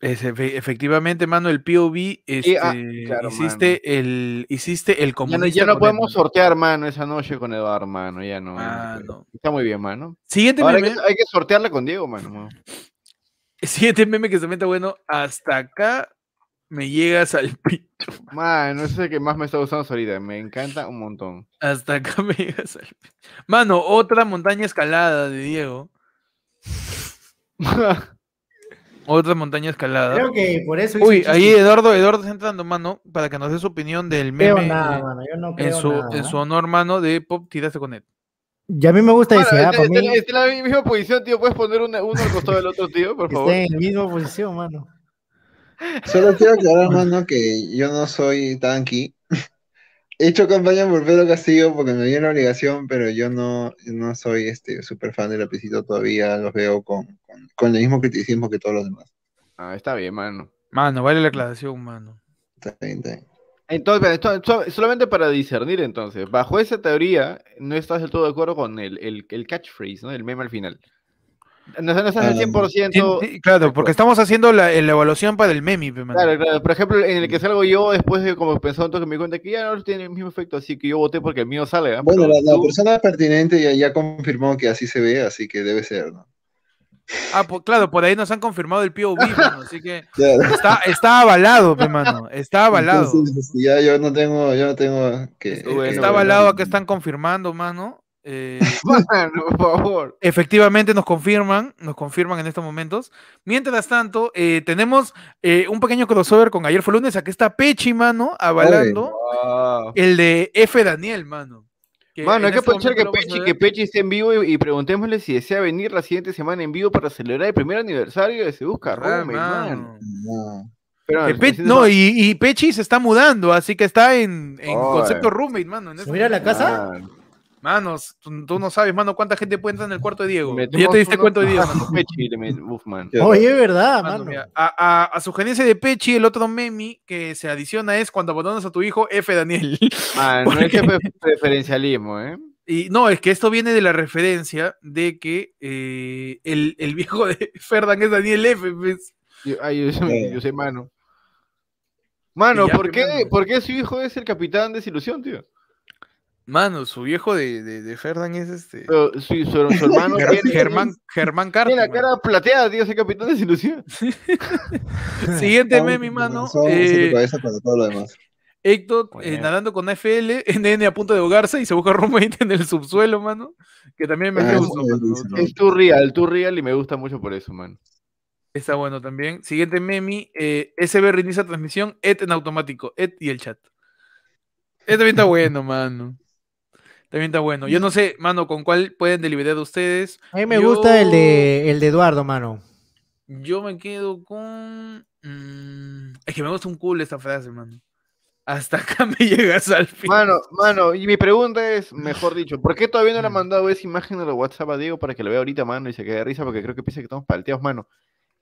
Speaker 3: Es efe- efectivamente, mano, el POV. Este,
Speaker 1: ah, claro,
Speaker 3: hiciste, el, hiciste
Speaker 1: Ya
Speaker 3: el
Speaker 1: no,
Speaker 3: comunista.
Speaker 1: ya no
Speaker 3: con Ed,
Speaker 1: podemos
Speaker 3: mano.
Speaker 1: sortear, mano, esa noche con Eduardo, mano. Ya no. mano, pues.
Speaker 3: Mano.
Speaker 1: Está muy bien, mano.
Speaker 3: Siguiente
Speaker 1: Ahora hay
Speaker 3: meme.
Speaker 1: que, hay que sortearla con Diego, mano. mano.
Speaker 3: Siguiente este meme que se meta bueno. Hasta acá me llegas al pi.
Speaker 1: Mano, ese es el que más me está gustando hasta ahorita. Me encanta un montón.
Speaker 3: Hasta acá me llegas al pi. Mano, otra montaña escalada de Diego. Otra montaña escalada.
Speaker 4: oh, Creo que por eso. hice
Speaker 3: Uy,
Speaker 4: el
Speaker 3: ahí
Speaker 4: chiste.
Speaker 3: Eduardo, Eduardo está entrando, mano, para que nos dé su opinión del
Speaker 4: No creo
Speaker 3: meme.
Speaker 4: nada,
Speaker 3: eh,
Speaker 4: mano. Yo no creo
Speaker 3: en, su,
Speaker 4: nada.
Speaker 3: en su honor, mano, de Pop, tiraste con él.
Speaker 4: Y a mí me gusta
Speaker 1: Mano,
Speaker 3: eh,
Speaker 4: ese, ¿ah?
Speaker 1: está,
Speaker 4: Para mí,
Speaker 1: está- está en la misma posición, tío. ¿Puedes poner una- uno al costado del otro, tío, por
Speaker 4: que
Speaker 1: favor?
Speaker 4: esté en la misma posición, mano.
Speaker 2: Solo quiero aclarar, mano, que yo no soy tanqui. He hecho campaña por Pedro Castillo porque me dio la obligación, pero yo no, no soy este super fan de Lapicito todavía. Los veo con, con, con el mismo criticismo que todos los demás.
Speaker 1: Ah, está bien, mano.
Speaker 3: Mano, vale la aclaración, mano.
Speaker 2: Está bien, está bien.
Speaker 1: Entonces, esto- so- solamente para discernir, entonces, bajo esa teoría, no estás del todo de acuerdo con el, el, el catchphrase, ¿no? El meme al final. No, no estás al
Speaker 2: Ah,
Speaker 1: 100%.
Speaker 3: Sí, sí, claro, porque estamos haciendo la, la evaluación para el meme, pe, mano.
Speaker 1: Claro, claro. Por ejemplo, en el que salgo yo, después de como pensando que me di cuenta que ya no tiene el mismo efecto, así que yo voté porque el mío
Speaker 3: Ah,
Speaker 1: salga.
Speaker 2: Bueno,
Speaker 1: pero
Speaker 2: la, la
Speaker 1: tú-
Speaker 2: persona pertinente ya, ya confirmó que así se ve, así que debe ser, ¿no?
Speaker 3: Ah, po- claro, por ahí nos han confirmado el POV, mano, así que
Speaker 2: Claro.
Speaker 3: está, está avalado, pe, mano. Está avalado.
Speaker 2: Entonces, este, ya yo no tengo, yo no tengo que.
Speaker 1: Está bueno,
Speaker 3: está
Speaker 1: bueno.
Speaker 3: avalado, acá están confirmando, mano. Eh,
Speaker 1: Mano, por favor.
Speaker 3: Efectivamente nos confirman, nos confirman en estos momentos. Mientras tanto, eh, tenemos eh, un pequeño crossover con ayer fue lunes. Aquí está Pechi, mano, avalando
Speaker 1: Wow.
Speaker 3: el de F. Daniel, mano.
Speaker 1: Mano, hay
Speaker 3: en
Speaker 1: que
Speaker 3: este
Speaker 1: aprovechar que
Speaker 3: momento lo
Speaker 1: Pechi,
Speaker 3: vamos a
Speaker 1: que
Speaker 3: ver.
Speaker 1: Pechi esté en vivo y, y preguntémosle si desea venir la siguiente semana en vivo para celebrar el primer aniversario de Se Busca
Speaker 3: Ah,
Speaker 1: Rome,
Speaker 3: mano.
Speaker 1: mano.
Speaker 2: No.
Speaker 1: Pero,
Speaker 3: Que
Speaker 1: no,
Speaker 3: Pe-
Speaker 1: haciendo-
Speaker 3: no, y, y Pechi se está mudando, así que está en, en
Speaker 1: Oye.
Speaker 3: concepto roommate, mano. en este
Speaker 5: ¿Subir a la
Speaker 3: momento.
Speaker 5: casa?
Speaker 1: Mano,
Speaker 3: Manos, tú, tú no sabes, mano, cuánta gente puede entrar en el cuarto de Diego. Ya
Speaker 1: metemos
Speaker 3: te diste
Speaker 1: unos
Speaker 3: cuenta de Diego.
Speaker 1: tajos, Pechi, le met- uf, man.
Speaker 5: Oye, es
Speaker 4: Ah,
Speaker 5: verdad,
Speaker 3: Mano,
Speaker 5: mano.
Speaker 3: mira, a, a- a sugerencia de Pechi, el otro meme que se adiciona es cuando abandonas a tu hijo, F. Daniel.
Speaker 1: Mano,
Speaker 3: Porque-
Speaker 1: ese pre- preferencialismo, ¿eh?
Speaker 3: Y no, es que esto viene de la referencia de que eh, el, el viejo de Ferdan es Daniel F. pues.
Speaker 1: Yo, ay, yo, soy-
Speaker 2: Eh.
Speaker 1: yo soy mano. Mano,
Speaker 3: Y ya,
Speaker 1: ¿por
Speaker 3: pues,
Speaker 1: qué,
Speaker 3: mano.
Speaker 1: ¿por qué su hijo es el capitán desilusión, tío?
Speaker 3: Mano, su viejo de, de, de Ferdan es este.
Speaker 1: Pero su, su- su hermano
Speaker 3: Ger-
Speaker 1: tiene,
Speaker 3: Germán, Germán Carter.
Speaker 1: tiene la
Speaker 3: mano.
Speaker 1: cara plateada, tío, ese capitán desilusión.
Speaker 3: Siguiente meme, mano.
Speaker 2: Son- son
Speaker 3: eh,
Speaker 2: de cabeza para todo lo demás.
Speaker 3: Héctor eh,
Speaker 1: Bueno.
Speaker 3: nadando con AFL, NN a punto de ahogarse y se busca roommate en el subsuelo, mano. Que también me
Speaker 2: Ah,
Speaker 3: gusta.
Speaker 2: sí,
Speaker 3: mano,
Speaker 2: sí,
Speaker 3: otro.
Speaker 1: Es tu real, tu real, y me gusta mucho por eso, mano.
Speaker 3: Está bueno también. Siguiente meme, eh, SB reinicia transmisión, et en automático, et y el chat. Este también está bueno, mano. También está bueno. Yo no sé, mano, con cuál pueden deliberar ustedes.
Speaker 4: A mí me
Speaker 3: Yo-
Speaker 4: gusta el de, el de Eduardo, mano.
Speaker 3: Yo me quedo con. mm, es que me gusta un cool esta frase, mano. Hasta acá me llegas al fin.
Speaker 1: Mano, mano, y mi pregunta es, mejor dicho, ¿por qué todavía no
Speaker 3: Mm.
Speaker 1: le han mandado esa imagen de WhatsApp a Diego para que lo vea ahorita, mano, y se quede de risa? Porque creo que piensa que estamos palteados, mano.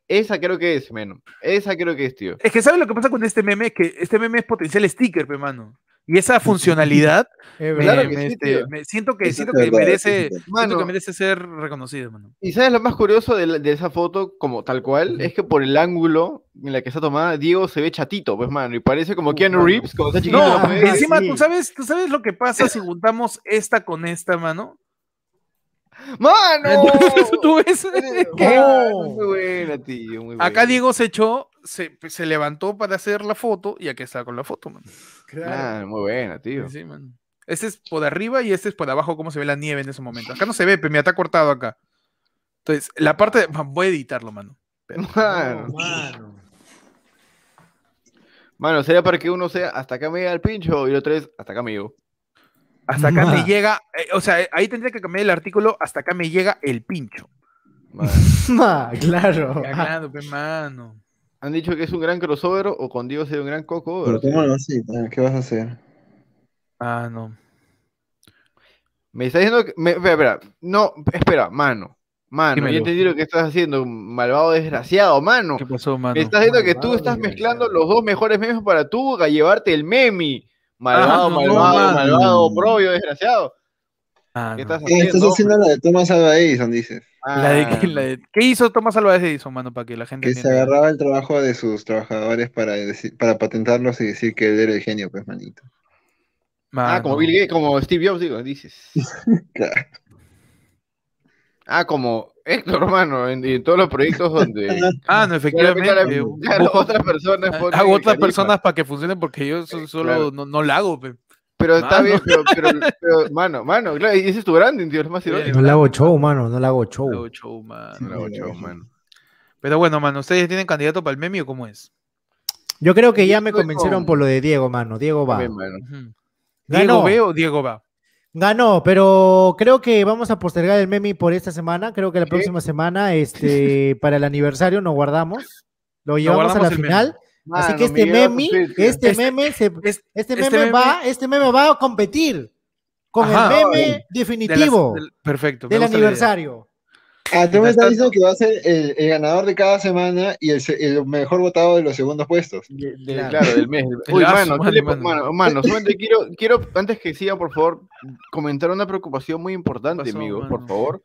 Speaker 1: Esa creo que es, mano. Esa creo que es, tío.
Speaker 3: Es que ¿sabes lo que pasa con este meme? Que este meme es potencial sticker, pe, mano. Y esa funcionalidad,
Speaker 4: Es
Speaker 3: me-
Speaker 4: verdad.
Speaker 1: que
Speaker 3: me,
Speaker 1: sí,
Speaker 3: este,
Speaker 1: tío.
Speaker 3: me- siento que,
Speaker 2: Eso
Speaker 3: siento
Speaker 2: es
Speaker 3: que
Speaker 2: verdad,
Speaker 3: merece,
Speaker 2: eso es
Speaker 3: siento que
Speaker 1: Mano.
Speaker 3: merece ser reconocido, mano.
Speaker 1: Y sabes lo más curioso de, la- de esa foto, como tal cual, es que por el ángulo en la que está tomada, Diego se ve chatito, pues, mano, y parece como Keanu
Speaker 5: mano.
Speaker 1: Reeves cuando está chiquito.
Speaker 3: No,
Speaker 1: pues.
Speaker 5: sí.
Speaker 3: encima tú sabes, tú sabes lo que pasa si juntamos esta con esta, mano.
Speaker 1: ¡Mano!
Speaker 3: ¿Tú ves?
Speaker 1: Mano, Muy buena, tío. Muy buena.
Speaker 3: Acá Diego se echó, se, se levantó para hacer la foto y aquí está con la foto, mano.
Speaker 1: Mano, Ah, muy buena, tío.
Speaker 3: Sí, mano. Este es por arriba y este es por abajo, cómo se ve la nieve en ese momento. Acá no se ve, pero me está cortado acá. Entonces, la parte de- Voy a editarlo, mano.
Speaker 4: Ah,
Speaker 1: Mano. Mano, sería para que uno sea hasta acá me llega el pincho y el otro es hasta acá me llego.
Speaker 3: Hasta acá me
Speaker 4: Ma.
Speaker 3: llega, eh, o sea, eh, ahí tendría que cambiar el artículo, hasta acá me llega el pincho.
Speaker 1: Mano.
Speaker 4: Ma, claro.
Speaker 3: Claro, pe, mano.
Speaker 1: Han dicho que es un gran crossover o con Diego sería un gran coco.
Speaker 2: Pero tómalo así, ah, ¿qué vas a hacer?
Speaker 3: Ah, no.
Speaker 1: Me está diciendo que. me- espera, espera. No, espera, mano. Mano,
Speaker 3: Dímelo.
Speaker 1: ya entendí lo que estás haciendo, malvado desgraciado, mano.
Speaker 3: ¿Qué pasó,
Speaker 1: Me
Speaker 3: mano?
Speaker 1: estás diciendo que
Speaker 4: Malvado
Speaker 1: tú estás
Speaker 4: desgraciado.
Speaker 1: mezclando los dos mejores memes para tú a llevarte el memi. Malvado,
Speaker 3: Ah, no,
Speaker 1: malvado,
Speaker 3: mano.
Speaker 1: malvado, propio, desgraciado.
Speaker 3: Ah,
Speaker 1: ¿Qué
Speaker 3: no.
Speaker 1: estás
Speaker 2: Eh,
Speaker 1: haciendo?
Speaker 2: estás haciendo la de Thomas Alva Edison, dices.
Speaker 3: La de-
Speaker 1: mano?
Speaker 3: la de- ¿Qué hizo Tomás Álvarez Edison, mano, para que la gente
Speaker 2: Que se
Speaker 3: entienda?
Speaker 2: agarraba el trabajo de sus trabajadores para, decir, para patentarlos y decir que él era el genio, pues, manito.
Speaker 1: Ah,
Speaker 3: Mano.
Speaker 1: como Bill Gates, como Steve Jobs, digo, dices.
Speaker 2: Claro.
Speaker 1: Ah, como Héctor, mano, en, en todos los proyectos donde.
Speaker 3: Ah, no, efectivamente.
Speaker 1: Claro,
Speaker 3: bu-
Speaker 1: claro,
Speaker 3: bu-
Speaker 1: otras personas. ponen
Speaker 3: Hago otras
Speaker 1: carisma.
Speaker 3: personas para que funcionen porque yo so- solo
Speaker 1: claro.
Speaker 3: no, no la hago, pe.
Speaker 1: Pero está
Speaker 3: Mano.
Speaker 1: bien, pero, pero, pero, mano, mano, claro, y ese es tu branding, tío, es lo más
Speaker 3: Bien.
Speaker 1: irónico.
Speaker 4: No le hago show, mano. No le hago show.
Speaker 3: Hago show, mano.
Speaker 1: Bravo, chavo, mano.
Speaker 3: Pero bueno, mano, ¿ustedes tienen candidato para el meme o cómo es?
Speaker 4: Yo creo que
Speaker 1: Yo
Speaker 4: ya me
Speaker 1: estoy
Speaker 4: convencieron
Speaker 1: con-
Speaker 4: por lo de Diego, mano. Diego va.
Speaker 1: Bien, mano.
Speaker 3: Ujú. ¿Diego
Speaker 4: Ganó.
Speaker 3: B o Diego va?
Speaker 4: Ganó, pero creo que vamos a postergar el meme por esta semana. Creo que la próxima semana, este, para el aniversario, nos guardamos. Lo llevamos
Speaker 3: guardamos
Speaker 4: a la
Speaker 3: el meme. Ah,
Speaker 4: final Así
Speaker 7: Mano,
Speaker 4: que este
Speaker 7: me llegó tu
Speaker 4: meme,
Speaker 7: tweet, tío.
Speaker 4: este
Speaker 3: Este-
Speaker 4: meme, se-
Speaker 3: Es-
Speaker 4: este
Speaker 3: este
Speaker 4: meme
Speaker 3: meme-
Speaker 4: va, este meme va a competir con
Speaker 3: Ajá,
Speaker 4: el meme
Speaker 3: de las-
Speaker 4: definitivo
Speaker 3: del- perfecto. me
Speaker 4: del
Speaker 3: gusta la idea.
Speaker 4: aniversario.
Speaker 2: Ah, tú
Speaker 3: Ya
Speaker 2: me
Speaker 3: está.
Speaker 2: estás diciendo que va a ser el, el ganador de cada semana y el, se- el mejor votado de los segundos puestos.
Speaker 1: De- de-
Speaker 4: Claro.
Speaker 1: claro. del mes. del-
Speaker 3: El
Speaker 1: Uy,
Speaker 3: lazo,
Speaker 1: mano, ¿qué
Speaker 3: mano,
Speaker 1: le-
Speaker 3: mano.
Speaker 1: mano, mano, solamente quiero, quiero, antes que siga, por favor, comentar una preocupación muy importante,
Speaker 3: ¿Qué pasó,
Speaker 1: amigos,
Speaker 3: mano?
Speaker 1: por favor.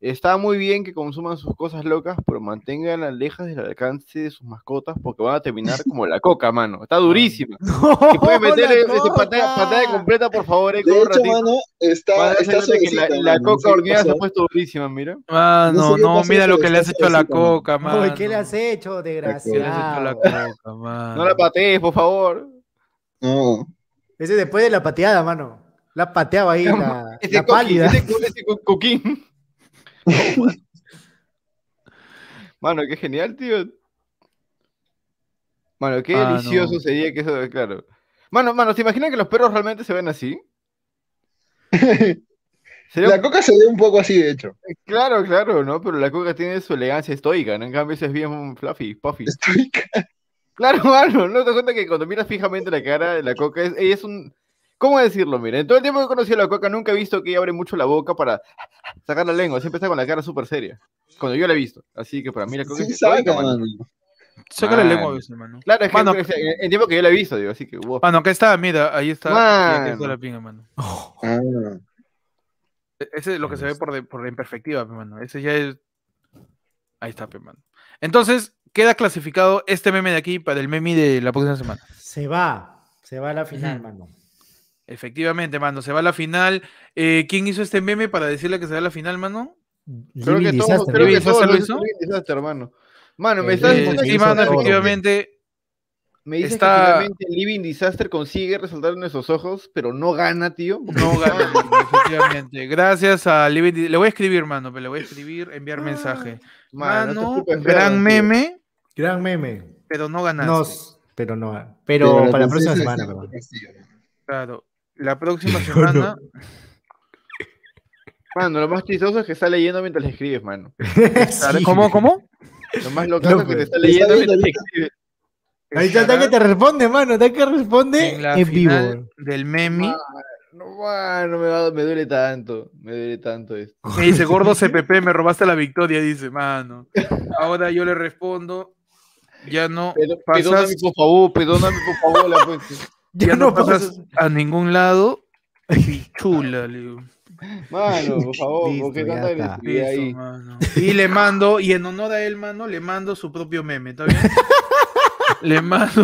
Speaker 1: Está muy bien que consuman sus cosas locas, pero mantengan alejas del alcance de sus mascotas porque van a terminar como la coca, mano. Está durísima. Si puedes meter eh, este, patada, patada completa, por favor, eh, con
Speaker 2: De
Speaker 1: un
Speaker 2: hecho,
Speaker 1: ratito.
Speaker 2: mano,
Speaker 1: Van a
Speaker 2: está,
Speaker 1: darse
Speaker 2: está
Speaker 1: cuenta que la,
Speaker 2: suavecita,
Speaker 1: la
Speaker 2: mano, no sé
Speaker 1: coca
Speaker 2: qué
Speaker 1: horneada se
Speaker 2: pasó.
Speaker 1: ha puesto durísima, mira.
Speaker 2: No
Speaker 3: Mano,
Speaker 2: sé qué
Speaker 3: no,
Speaker 2: pasó,
Speaker 3: mira lo
Speaker 2: pero
Speaker 3: que le has
Speaker 2: está
Speaker 3: hecho a la
Speaker 2: suavecita, mano.
Speaker 3: coca, mano.
Speaker 4: Uy, ¿qué le has hecho,
Speaker 3: ¿Qué le has hecho a la
Speaker 4: desgraciado?
Speaker 3: coca, mano?
Speaker 1: No la patees, por favor.
Speaker 2: No,
Speaker 4: Ese después de la pateada, mano. La pateaba ahí, la,
Speaker 1: Ese
Speaker 4: la
Speaker 1: coqui,
Speaker 4: pálida.
Speaker 1: ese co- ese co- coquín. No, mano. Mano, qué genial, tío. Mano, qué
Speaker 3: Ah,
Speaker 1: delicioso
Speaker 3: no.
Speaker 1: sería que eso, claro. Mano, mano, ¿te imaginas que los perros realmente se ven así? Sería-
Speaker 2: La coca se ve un poco así, de hecho.
Speaker 1: Claro, claro, ¿no? Pero la coca tiene su elegancia estoica, ¿no? En cambio, ese es bien fluffy, puffy.
Speaker 2: Estoy
Speaker 1: Claro, mano, ¿no te das cuenta que cuando miras fijamente la cara de la coca, es, ella es un... ¿Cómo decirlo? Mira, en todo el tiempo que he conocido a la coca, nunca he visto que ella abre mucho la boca para sacar la lengua. Siempre está con la cara súper seria. Cuando yo la he visto. Así que para mí la coca
Speaker 2: sí,
Speaker 1: es estoica,
Speaker 2: saca,
Speaker 1: mano.
Speaker 2: mano.
Speaker 3: Saca la lengua a
Speaker 1: Mano.
Speaker 3: veces, mano.
Speaker 1: Claro, es que
Speaker 3: Mano.
Speaker 1: o sea, en el tiempo que yo la he visto, digo, así que wow.
Speaker 3: Mano, acá está, mira, ahí está. ya que está
Speaker 1: Mano.
Speaker 3: la pinga, mano.
Speaker 2: Ah,
Speaker 3: E- Ese es lo que se ve
Speaker 4: Listo.
Speaker 3: por, de- por la imperfectiva, pe, mano. Ese ya es. Ahí está, pe, mano. Entonces, queda clasificado este meme de aquí para el meme de la próxima semana.
Speaker 4: Se va, se va a la final,
Speaker 3: Ujú.
Speaker 4: mano.
Speaker 3: Efectivamente, mano. Se va a la final. Eh, ¿Quién hizo este meme para decirle que se va a la final, mano?
Speaker 1: Creo que
Speaker 4: Living
Speaker 1: todo,
Speaker 4: Disaster,
Speaker 1: creo
Speaker 4: ¿no?
Speaker 1: que
Speaker 3: ¿Living
Speaker 1: todo
Speaker 3: Disaster
Speaker 1: lo
Speaker 3: lo
Speaker 1: hizo
Speaker 3: hizo?
Speaker 1: Living Disaster, hermano. Mano, me
Speaker 4: Eh,
Speaker 1: estás
Speaker 3: Eh,
Speaker 1: diciendo
Speaker 3: sí,
Speaker 1: que-
Speaker 4: hizo
Speaker 3: mano,
Speaker 4: todo.
Speaker 3: efectivamente.
Speaker 1: me dices
Speaker 3: está-
Speaker 1: que finalmente Living Disaster consigue resaltar en nuestros ojos, pero no gana, tío.
Speaker 3: No gana, mano, efectivamente. Gracias a Living Di- Le voy a escribir, mano, pero le voy a escribir, enviar mensaje.
Speaker 1: Ah, Mano, no te
Speaker 3: Mano,
Speaker 1: escupes,
Speaker 3: gran
Speaker 1: Fernando, tío.
Speaker 3: meme,
Speaker 4: Gran meme.
Speaker 3: pero no ganaste.
Speaker 4: Nos, pero no, pero, para la próxima semana, perdón.
Speaker 3: Claro. La próxima
Speaker 4: Yo no.
Speaker 3: semana.
Speaker 1: Mano, lo más chistoso es que está leyendo mientras le escribes, mano.
Speaker 4: Sí.
Speaker 3: ¿Cómo, cómo?
Speaker 1: Lo más loco es que
Speaker 4: pero-
Speaker 1: te está
Speaker 2: está
Speaker 1: leyendo
Speaker 2: viendo
Speaker 1: mientras le escribes.
Speaker 4: Ahí está, está que te responde, mano, está que responde
Speaker 3: en
Speaker 4: en,
Speaker 3: la final
Speaker 4: vivo.
Speaker 3: del meme.
Speaker 1: No, mano, me, va- me duele tanto. Me duele tanto esto.
Speaker 4: Ah.
Speaker 3: Me dice, gordo CPP, me robaste la victoria, dice, mano. Ahora yo le respondo, ya no
Speaker 1: Pero,
Speaker 3: pasas,
Speaker 1: Perdóname, por favor, perdóname, por favor. La pues.
Speaker 3: ya
Speaker 4: Ya
Speaker 3: no
Speaker 4: no pasa.
Speaker 3: pasas a ningún lado. Pichula, le digo.
Speaker 1: Mano, por favor,
Speaker 4: Listo,
Speaker 1: ¿por qué
Speaker 4: ya
Speaker 1: tanta
Speaker 4: está.
Speaker 1: agresividad
Speaker 3: Eso,
Speaker 1: ahí?
Speaker 3: mano. Y le mando, y en honor a él, mano, le mando su propio meme, ¿está bien? le mando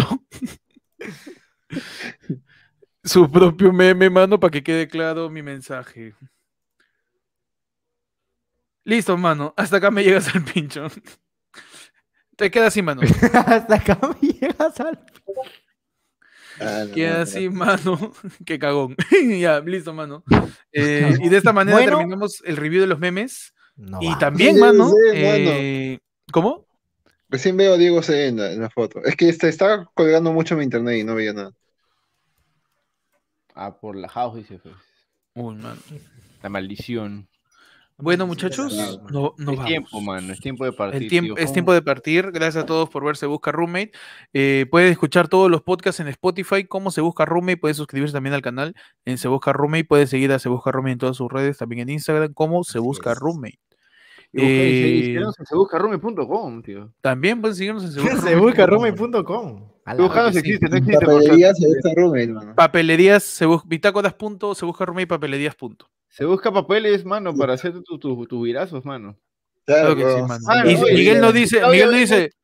Speaker 3: su propio meme, mano, para que quede claro mi mensaje. Listo, mano. Hasta acá me llegas al pincho. Te queda así, mano.
Speaker 4: Hasta acá me llegas al.
Speaker 2: Ah,
Speaker 3: Queda así, mano. Qué cagón. ya, listo, mano. Eh, y de esta manera
Speaker 4: Bueno.
Speaker 3: terminamos el review de los memes.
Speaker 5: Ah,
Speaker 4: No
Speaker 3: y
Speaker 4: va.
Speaker 3: también,
Speaker 2: Sí,
Speaker 3: mano.
Speaker 2: sí,
Speaker 3: eh, ¿Cómo?
Speaker 2: Recién veo a Diego C en la, en la foto. Es que está, está colgando mucho mi internet y no veía nada.
Speaker 1: Ah, por la house, dice. pues.
Speaker 3: Uy, mano.
Speaker 1: La maldición.
Speaker 3: Bueno, muchachos, no, no
Speaker 1: es
Speaker 3: vamos.
Speaker 1: tiempo, mano. Es tiempo de partir.
Speaker 3: El tiempo, es tiempo de partir. Gracias a todos por ver Se Busca Roommate. Eh, pueden escuchar todos los podcasts en Spotify, como Se Busca Roommate. Pueden suscribirse también al canal en Se Busca Roommate. Pueden seguir a Se Busca Roommate en todas sus redes, también en Instagram, como Se Busca
Speaker 4: es.
Speaker 3: Roommate. Eh,
Speaker 1: Se busca rumi.com, tío.
Speaker 3: También pueden seguirnos en Se Busca
Speaker 4: Se
Speaker 3: Roommate.
Speaker 4: busca roommate.com. A la-
Speaker 1: Se busca no
Speaker 3: Ah, sí.
Speaker 1: existe, no existe. por favor.
Speaker 2: Papelería se ve esta Rubén, hermano.
Speaker 3: Papelerías, se busca, bitácoras punto, se busca Roommate, papelerías punto.
Speaker 1: Se busca papeles, mano, para hacer tus tu, tus virazos, mano.
Speaker 3: Claro
Speaker 2: Claro,
Speaker 3: que sí,
Speaker 2: bro.
Speaker 3: mano.
Speaker 1: Ah,
Speaker 3: Y
Speaker 1: oye,
Speaker 3: Miguel nos dice,
Speaker 1: Claudia
Speaker 3: Miguel nos
Speaker 1: Benítez.
Speaker 3: dice,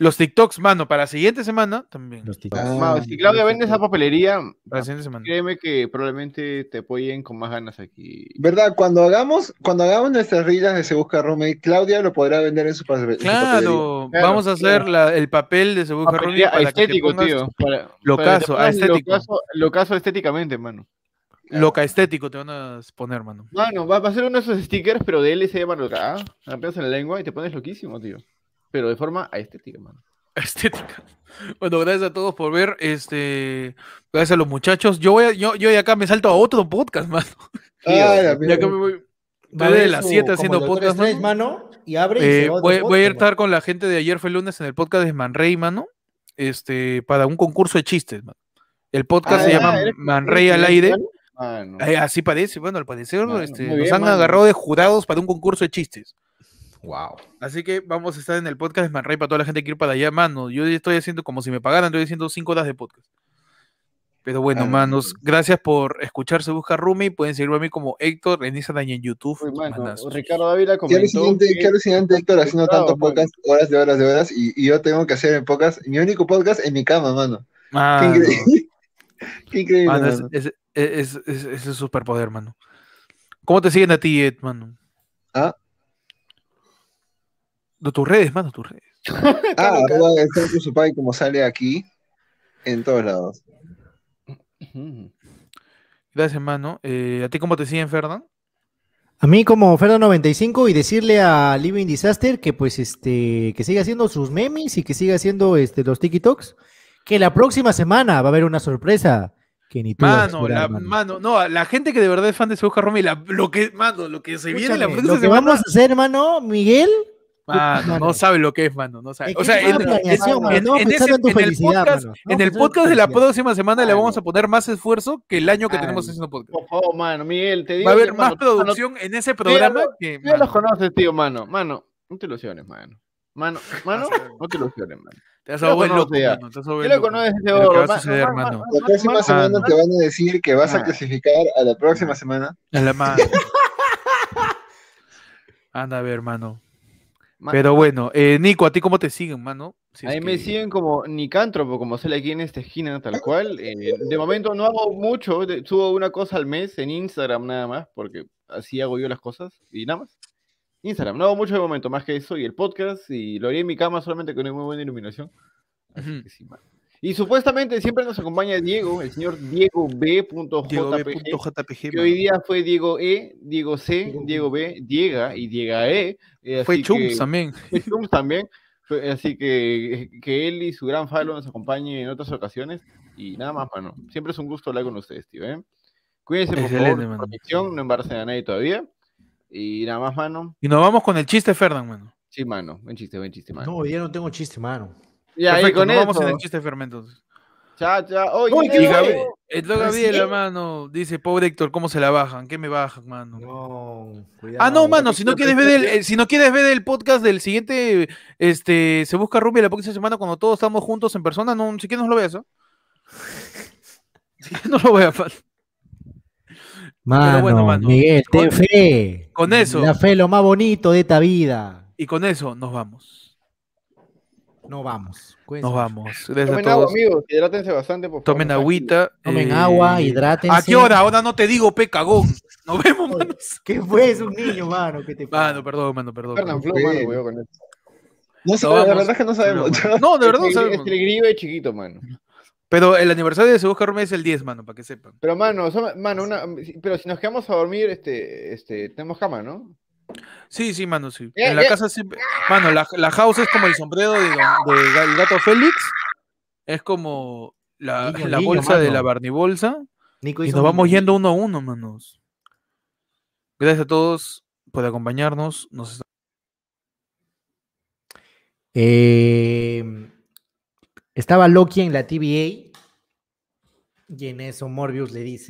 Speaker 3: los TikToks, mano, para la siguiente semana también.
Speaker 4: Los tics.
Speaker 2: Ah,
Speaker 1: Mano, si Claudia vende esa papelería,
Speaker 3: Para la siguiente semana.
Speaker 1: créeme que probablemente te apoyen con más ganas aquí.
Speaker 2: ¿Verdad? Cuando hagamos, cuando hagamos nuestras reglas de Se Busca Roommate, Claudia lo podrá vender en su, pa- en su papelería.
Speaker 3: Claro,
Speaker 1: Claro,
Speaker 3: vamos a hacer la- el papel de Sebu Carroni
Speaker 1: Papelería
Speaker 3: para que te
Speaker 1: estético,
Speaker 3: pongas
Speaker 1: tío. Para,
Speaker 3: Lo
Speaker 1: para que te
Speaker 3: caso, ah,
Speaker 1: pongas
Speaker 3: estético.
Speaker 1: Lo caso, lo caso estéticamente, mano.
Speaker 3: loca estético, te van a poner, mano.
Speaker 1: Mano, va, va a ser uno de esos stickers, pero de LC, mano. Acá, ah, apenas en la lengua y te pones loquísimo, tío. Pero de forma estética, mano.
Speaker 3: Estética. Bueno, gracias a todos por ver, este, gracias a los muchachos. Yo voy, a- yo, yo de acá me salto a otro podcast, mano.
Speaker 2: Ah, la
Speaker 3: Ya que me
Speaker 2: mierda.
Speaker 3: voy,
Speaker 4: Va a
Speaker 3: desde
Speaker 4: ver
Speaker 3: las
Speaker 4: su-
Speaker 3: 7
Speaker 4: como
Speaker 3: haciendo
Speaker 4: el Doctor
Speaker 3: podcast,
Speaker 4: Strange, mano. Y abre y
Speaker 3: Eh,
Speaker 4: se va a otro
Speaker 3: voy, voy a
Speaker 4: podcast,
Speaker 3: estar con la gente de ayer fue lunes en el podcast de Manrey, mano. este, para un concurso de chistes. man. El podcast se
Speaker 1: Ah,
Speaker 3: llama
Speaker 1: ¿eres-
Speaker 3: Manrey al aire.
Speaker 1: Ah, no.
Speaker 3: Eh, así parece, bueno, al parecer
Speaker 1: Bueno,
Speaker 3: este,
Speaker 1: muy
Speaker 3: nos
Speaker 1: bien,
Speaker 3: han
Speaker 1: mano.
Speaker 3: agarrado de jurados para un concurso de chistes.
Speaker 4: Wow.
Speaker 3: Así que vamos a estar en el podcast de Manrey para toda la gente que ir para allá, mano. Yo estoy haciendo como si me pagaran, estoy haciendo cinco horas de podcast. Pero bueno,
Speaker 2: Ah,
Speaker 3: manos, gracias por escuchar Se Busca Rumi. Pueden seguirme a mí como Héctor en Instagram y en YouTube.
Speaker 1: Uy, mano,
Speaker 3: manazos.
Speaker 1: Ricardo Ávila
Speaker 2: Qué
Speaker 1: comentó
Speaker 2: alucinante,
Speaker 1: que-
Speaker 2: qué alucinante, Héctor, haciendo
Speaker 1: Claro,
Speaker 2: tantos
Speaker 1: mano.
Speaker 2: podcasts, horas de horas de horas, y, y yo tengo que hacer en pocas, mi único podcast en mi cama, mano. Qué
Speaker 3: Mano,
Speaker 2: increíble. Qué increíble,
Speaker 3: mano, Ah, es,
Speaker 2: mano.
Speaker 3: es, es, es- es el superpoder, mano. ¿Cómo te siguen a ti, Ed, mano?
Speaker 2: ¿Ah?
Speaker 3: No, tus redes, mano, tus redes.
Speaker 2: Ah, arroba el Centro Supai, como sale aquí, en todos lados.
Speaker 1: Ujú.
Speaker 3: Gracias, mano. Eh, ¿A ti cómo te siguen, Fernán?
Speaker 4: A mí como oferta 95 y decirle a Living Disaster que pues este que siga haciendo sus memes y que siga haciendo este los TikToks, que la próxima semana va a haber una sorpresa que ni tú vas a
Speaker 3: Mano,
Speaker 4: esperar,
Speaker 3: la,
Speaker 4: mano.
Speaker 3: mano, no, a la gente que de verdad es fan de Se Busca Romy, la- lo que, mano, lo que se viene la
Speaker 4: Escúchame,
Speaker 3: próxima
Speaker 4: lo que
Speaker 3: semana,
Speaker 4: vamos a hacer, mano, Miguel,
Speaker 3: mano, no
Speaker 4: mano.
Speaker 3: sabe lo que es, mano, no sabe.
Speaker 4: Es
Speaker 3: O
Speaker 4: que
Speaker 3: sea,
Speaker 4: es una
Speaker 3: en,
Speaker 4: planeación,
Speaker 3: en-
Speaker 4: mano,
Speaker 3: en-
Speaker 4: estamos
Speaker 3: en
Speaker 4: pensando
Speaker 3: ese-
Speaker 4: en tu
Speaker 3: en el
Speaker 4: felicidad,
Speaker 3: podcast,
Speaker 4: mano,
Speaker 3: en
Speaker 4: estamos
Speaker 3: el
Speaker 4: pensando en tu
Speaker 3: podcast de la
Speaker 4: felicidad.
Speaker 3: próxima semana le vamos a poner más esfuerzo que el año que
Speaker 1: Ay.
Speaker 3: tenemos haciendo podcast.
Speaker 1: Por favor, mano, Miguel, te digo.
Speaker 3: Va a haber
Speaker 1: que,
Speaker 3: más
Speaker 1: mano,
Speaker 3: producción en ese programa que.
Speaker 1: Tú ya los
Speaker 3: mano,
Speaker 1: conoces, tío, mano. Mano, no te ilusiones, mano. Mano, mano, no te ilusiones, mano.
Speaker 3: Te has
Speaker 1: ya los
Speaker 3: vuelto loco,
Speaker 1: conoces ya.
Speaker 3: mano, te has
Speaker 1: ¿Qué
Speaker 3: vuelto
Speaker 1: lo
Speaker 3: loco.
Speaker 1: conoces ese
Speaker 3: Pero ¿qué
Speaker 1: oro?
Speaker 3: va a
Speaker 1: ma-
Speaker 3: suceder,
Speaker 1: ma- ma-
Speaker 3: mano?
Speaker 2: La próxima
Speaker 1: mano,
Speaker 2: semana
Speaker 3: mano.
Speaker 2: te van a decir que vas a
Speaker 1: Ah.
Speaker 2: clasificar a la próxima semana.
Speaker 3: A la mano. Anda a ver, mano.
Speaker 1: ma-
Speaker 3: Pero bueno, eh, Nico, ¿a ti cómo te siguen, mano? Si es
Speaker 1: Ahí me
Speaker 3: que-
Speaker 1: siguen como nicántropo, como sale aquí en esta esquina, tal cual. Eh, de momento no hago mucho, de- subo una cosa al mes en Instagram nada más, porque así hago yo las cosas y nada más. Instagram, no hago mucho de momento, más que eso, y el podcast, y lo haré en mi cama solamente con una muy buena iluminación. Así
Speaker 3: Ujú.
Speaker 1: que sí, mano. Y supuestamente siempre nos acompaña Diego, el señor Diego
Speaker 3: Diego B.
Speaker 1: B.JPG.
Speaker 3: JPG,
Speaker 1: que hoy
Speaker 3: mano.
Speaker 1: día fue Diego E, Diego C, Diego B, Diega y Diega E. eh,
Speaker 3: Fue
Speaker 1: así
Speaker 3: Chums
Speaker 1: que-
Speaker 3: también.
Speaker 1: fue Chums Pues también. Fue- Así que que él y su gran falo nos acompañen en otras ocasiones. Y nada más, mano. Siempre es un gusto hablar con ustedes, tío. ¿eh? Cuídense, por
Speaker 3: Excelente,
Speaker 1: favor,
Speaker 3: mano.
Speaker 1: protección, no embarcen a nadie todavía. Y nada más, mano.
Speaker 3: Y nos vamos con el chiste, Fernán, mano.
Speaker 1: Sí, mano. Buen chiste, buen chiste, mano.
Speaker 4: no, yo no tengo chiste, mano.
Speaker 1: ya, y
Speaker 3: Perfecto,
Speaker 1: con
Speaker 3: nos vamos en el
Speaker 1: eso.
Speaker 3: chiste, Fernán, entonces.
Speaker 1: Chao, chao. Oye,
Speaker 3: Y
Speaker 1: Diego,
Speaker 3: Gabriel, el Don Gabriel, mano, dice, pobre Héctor, ¿cómo se la bajan? ¿Qué me bajan, mano?
Speaker 4: No, cuidado.
Speaker 3: Ah, no, mano, si no quieres ver el, eh, si no quieres ver el podcast del siguiente, este, se busca Ruby la próxima semana cuando todos estamos juntos en persona, no, si quieres no lo veas, ¿ah? Si quieres no lo veas, mano.
Speaker 4: Mano,
Speaker 3: bueno, mano,
Speaker 4: Miguel, ten
Speaker 3: con-
Speaker 4: fe.
Speaker 3: con eso.
Speaker 4: La fe es lo más bonito de esta vida.
Speaker 3: Y con eso nos vamos.
Speaker 4: No vamos.
Speaker 3: Nos vamos. Gracias a
Speaker 1: Tomen agua,
Speaker 3: todos.
Speaker 1: amigos. Hidrátense bastante, por favor.
Speaker 3: Tomen agüita.
Speaker 4: Tomen
Speaker 3: eh,
Speaker 4: agua, hidrátense.
Speaker 3: ¿A qué hora? Ahora no te digo, pe cagón. Nos vemos, mano.
Speaker 4: ¿Qué fue? Es un niño, mano. ¿Qué te pasa?
Speaker 3: Mano, perdón, mano, perdón.
Speaker 1: Fernán
Speaker 3: perdón.
Speaker 1: Flow,
Speaker 2: Sí.
Speaker 1: mano, cuidado con eso.
Speaker 2: No sé,
Speaker 3: No,
Speaker 2: la
Speaker 3: vamos.
Speaker 2: verdad es que no sabemos.
Speaker 3: No, de verdad no
Speaker 1: Es el-
Speaker 3: sabemos.
Speaker 1: Es el gribe chiquito, mano.
Speaker 3: Pero el aniversario de Se Busca Rumi es el 10, mano, para que sepan.
Speaker 1: Pero, mano, son- mano una, pero si nos quedamos a dormir, este, este, tenemos cama, ¿no?
Speaker 3: Sí, sí, mano, sí.
Speaker 1: Eh,
Speaker 3: En la
Speaker 1: eh.
Speaker 3: casa siempre. Mano, la, la house es como el sombrero de, don- de ga- el gato Félix. Es como la,
Speaker 4: Guiño,
Speaker 3: la
Speaker 4: guiño,
Speaker 3: bolsa de la
Speaker 4: mano.
Speaker 3: Barnibolsa.
Speaker 4: Nico
Speaker 3: Y
Speaker 4: hizo
Speaker 3: nos
Speaker 4: un-
Speaker 3: vamos yendo uno a uno, manos. Gracias a todos por acompañarnos. Nos
Speaker 4: Eh, estaba Loki en la TVA y en eso Morbius le dice.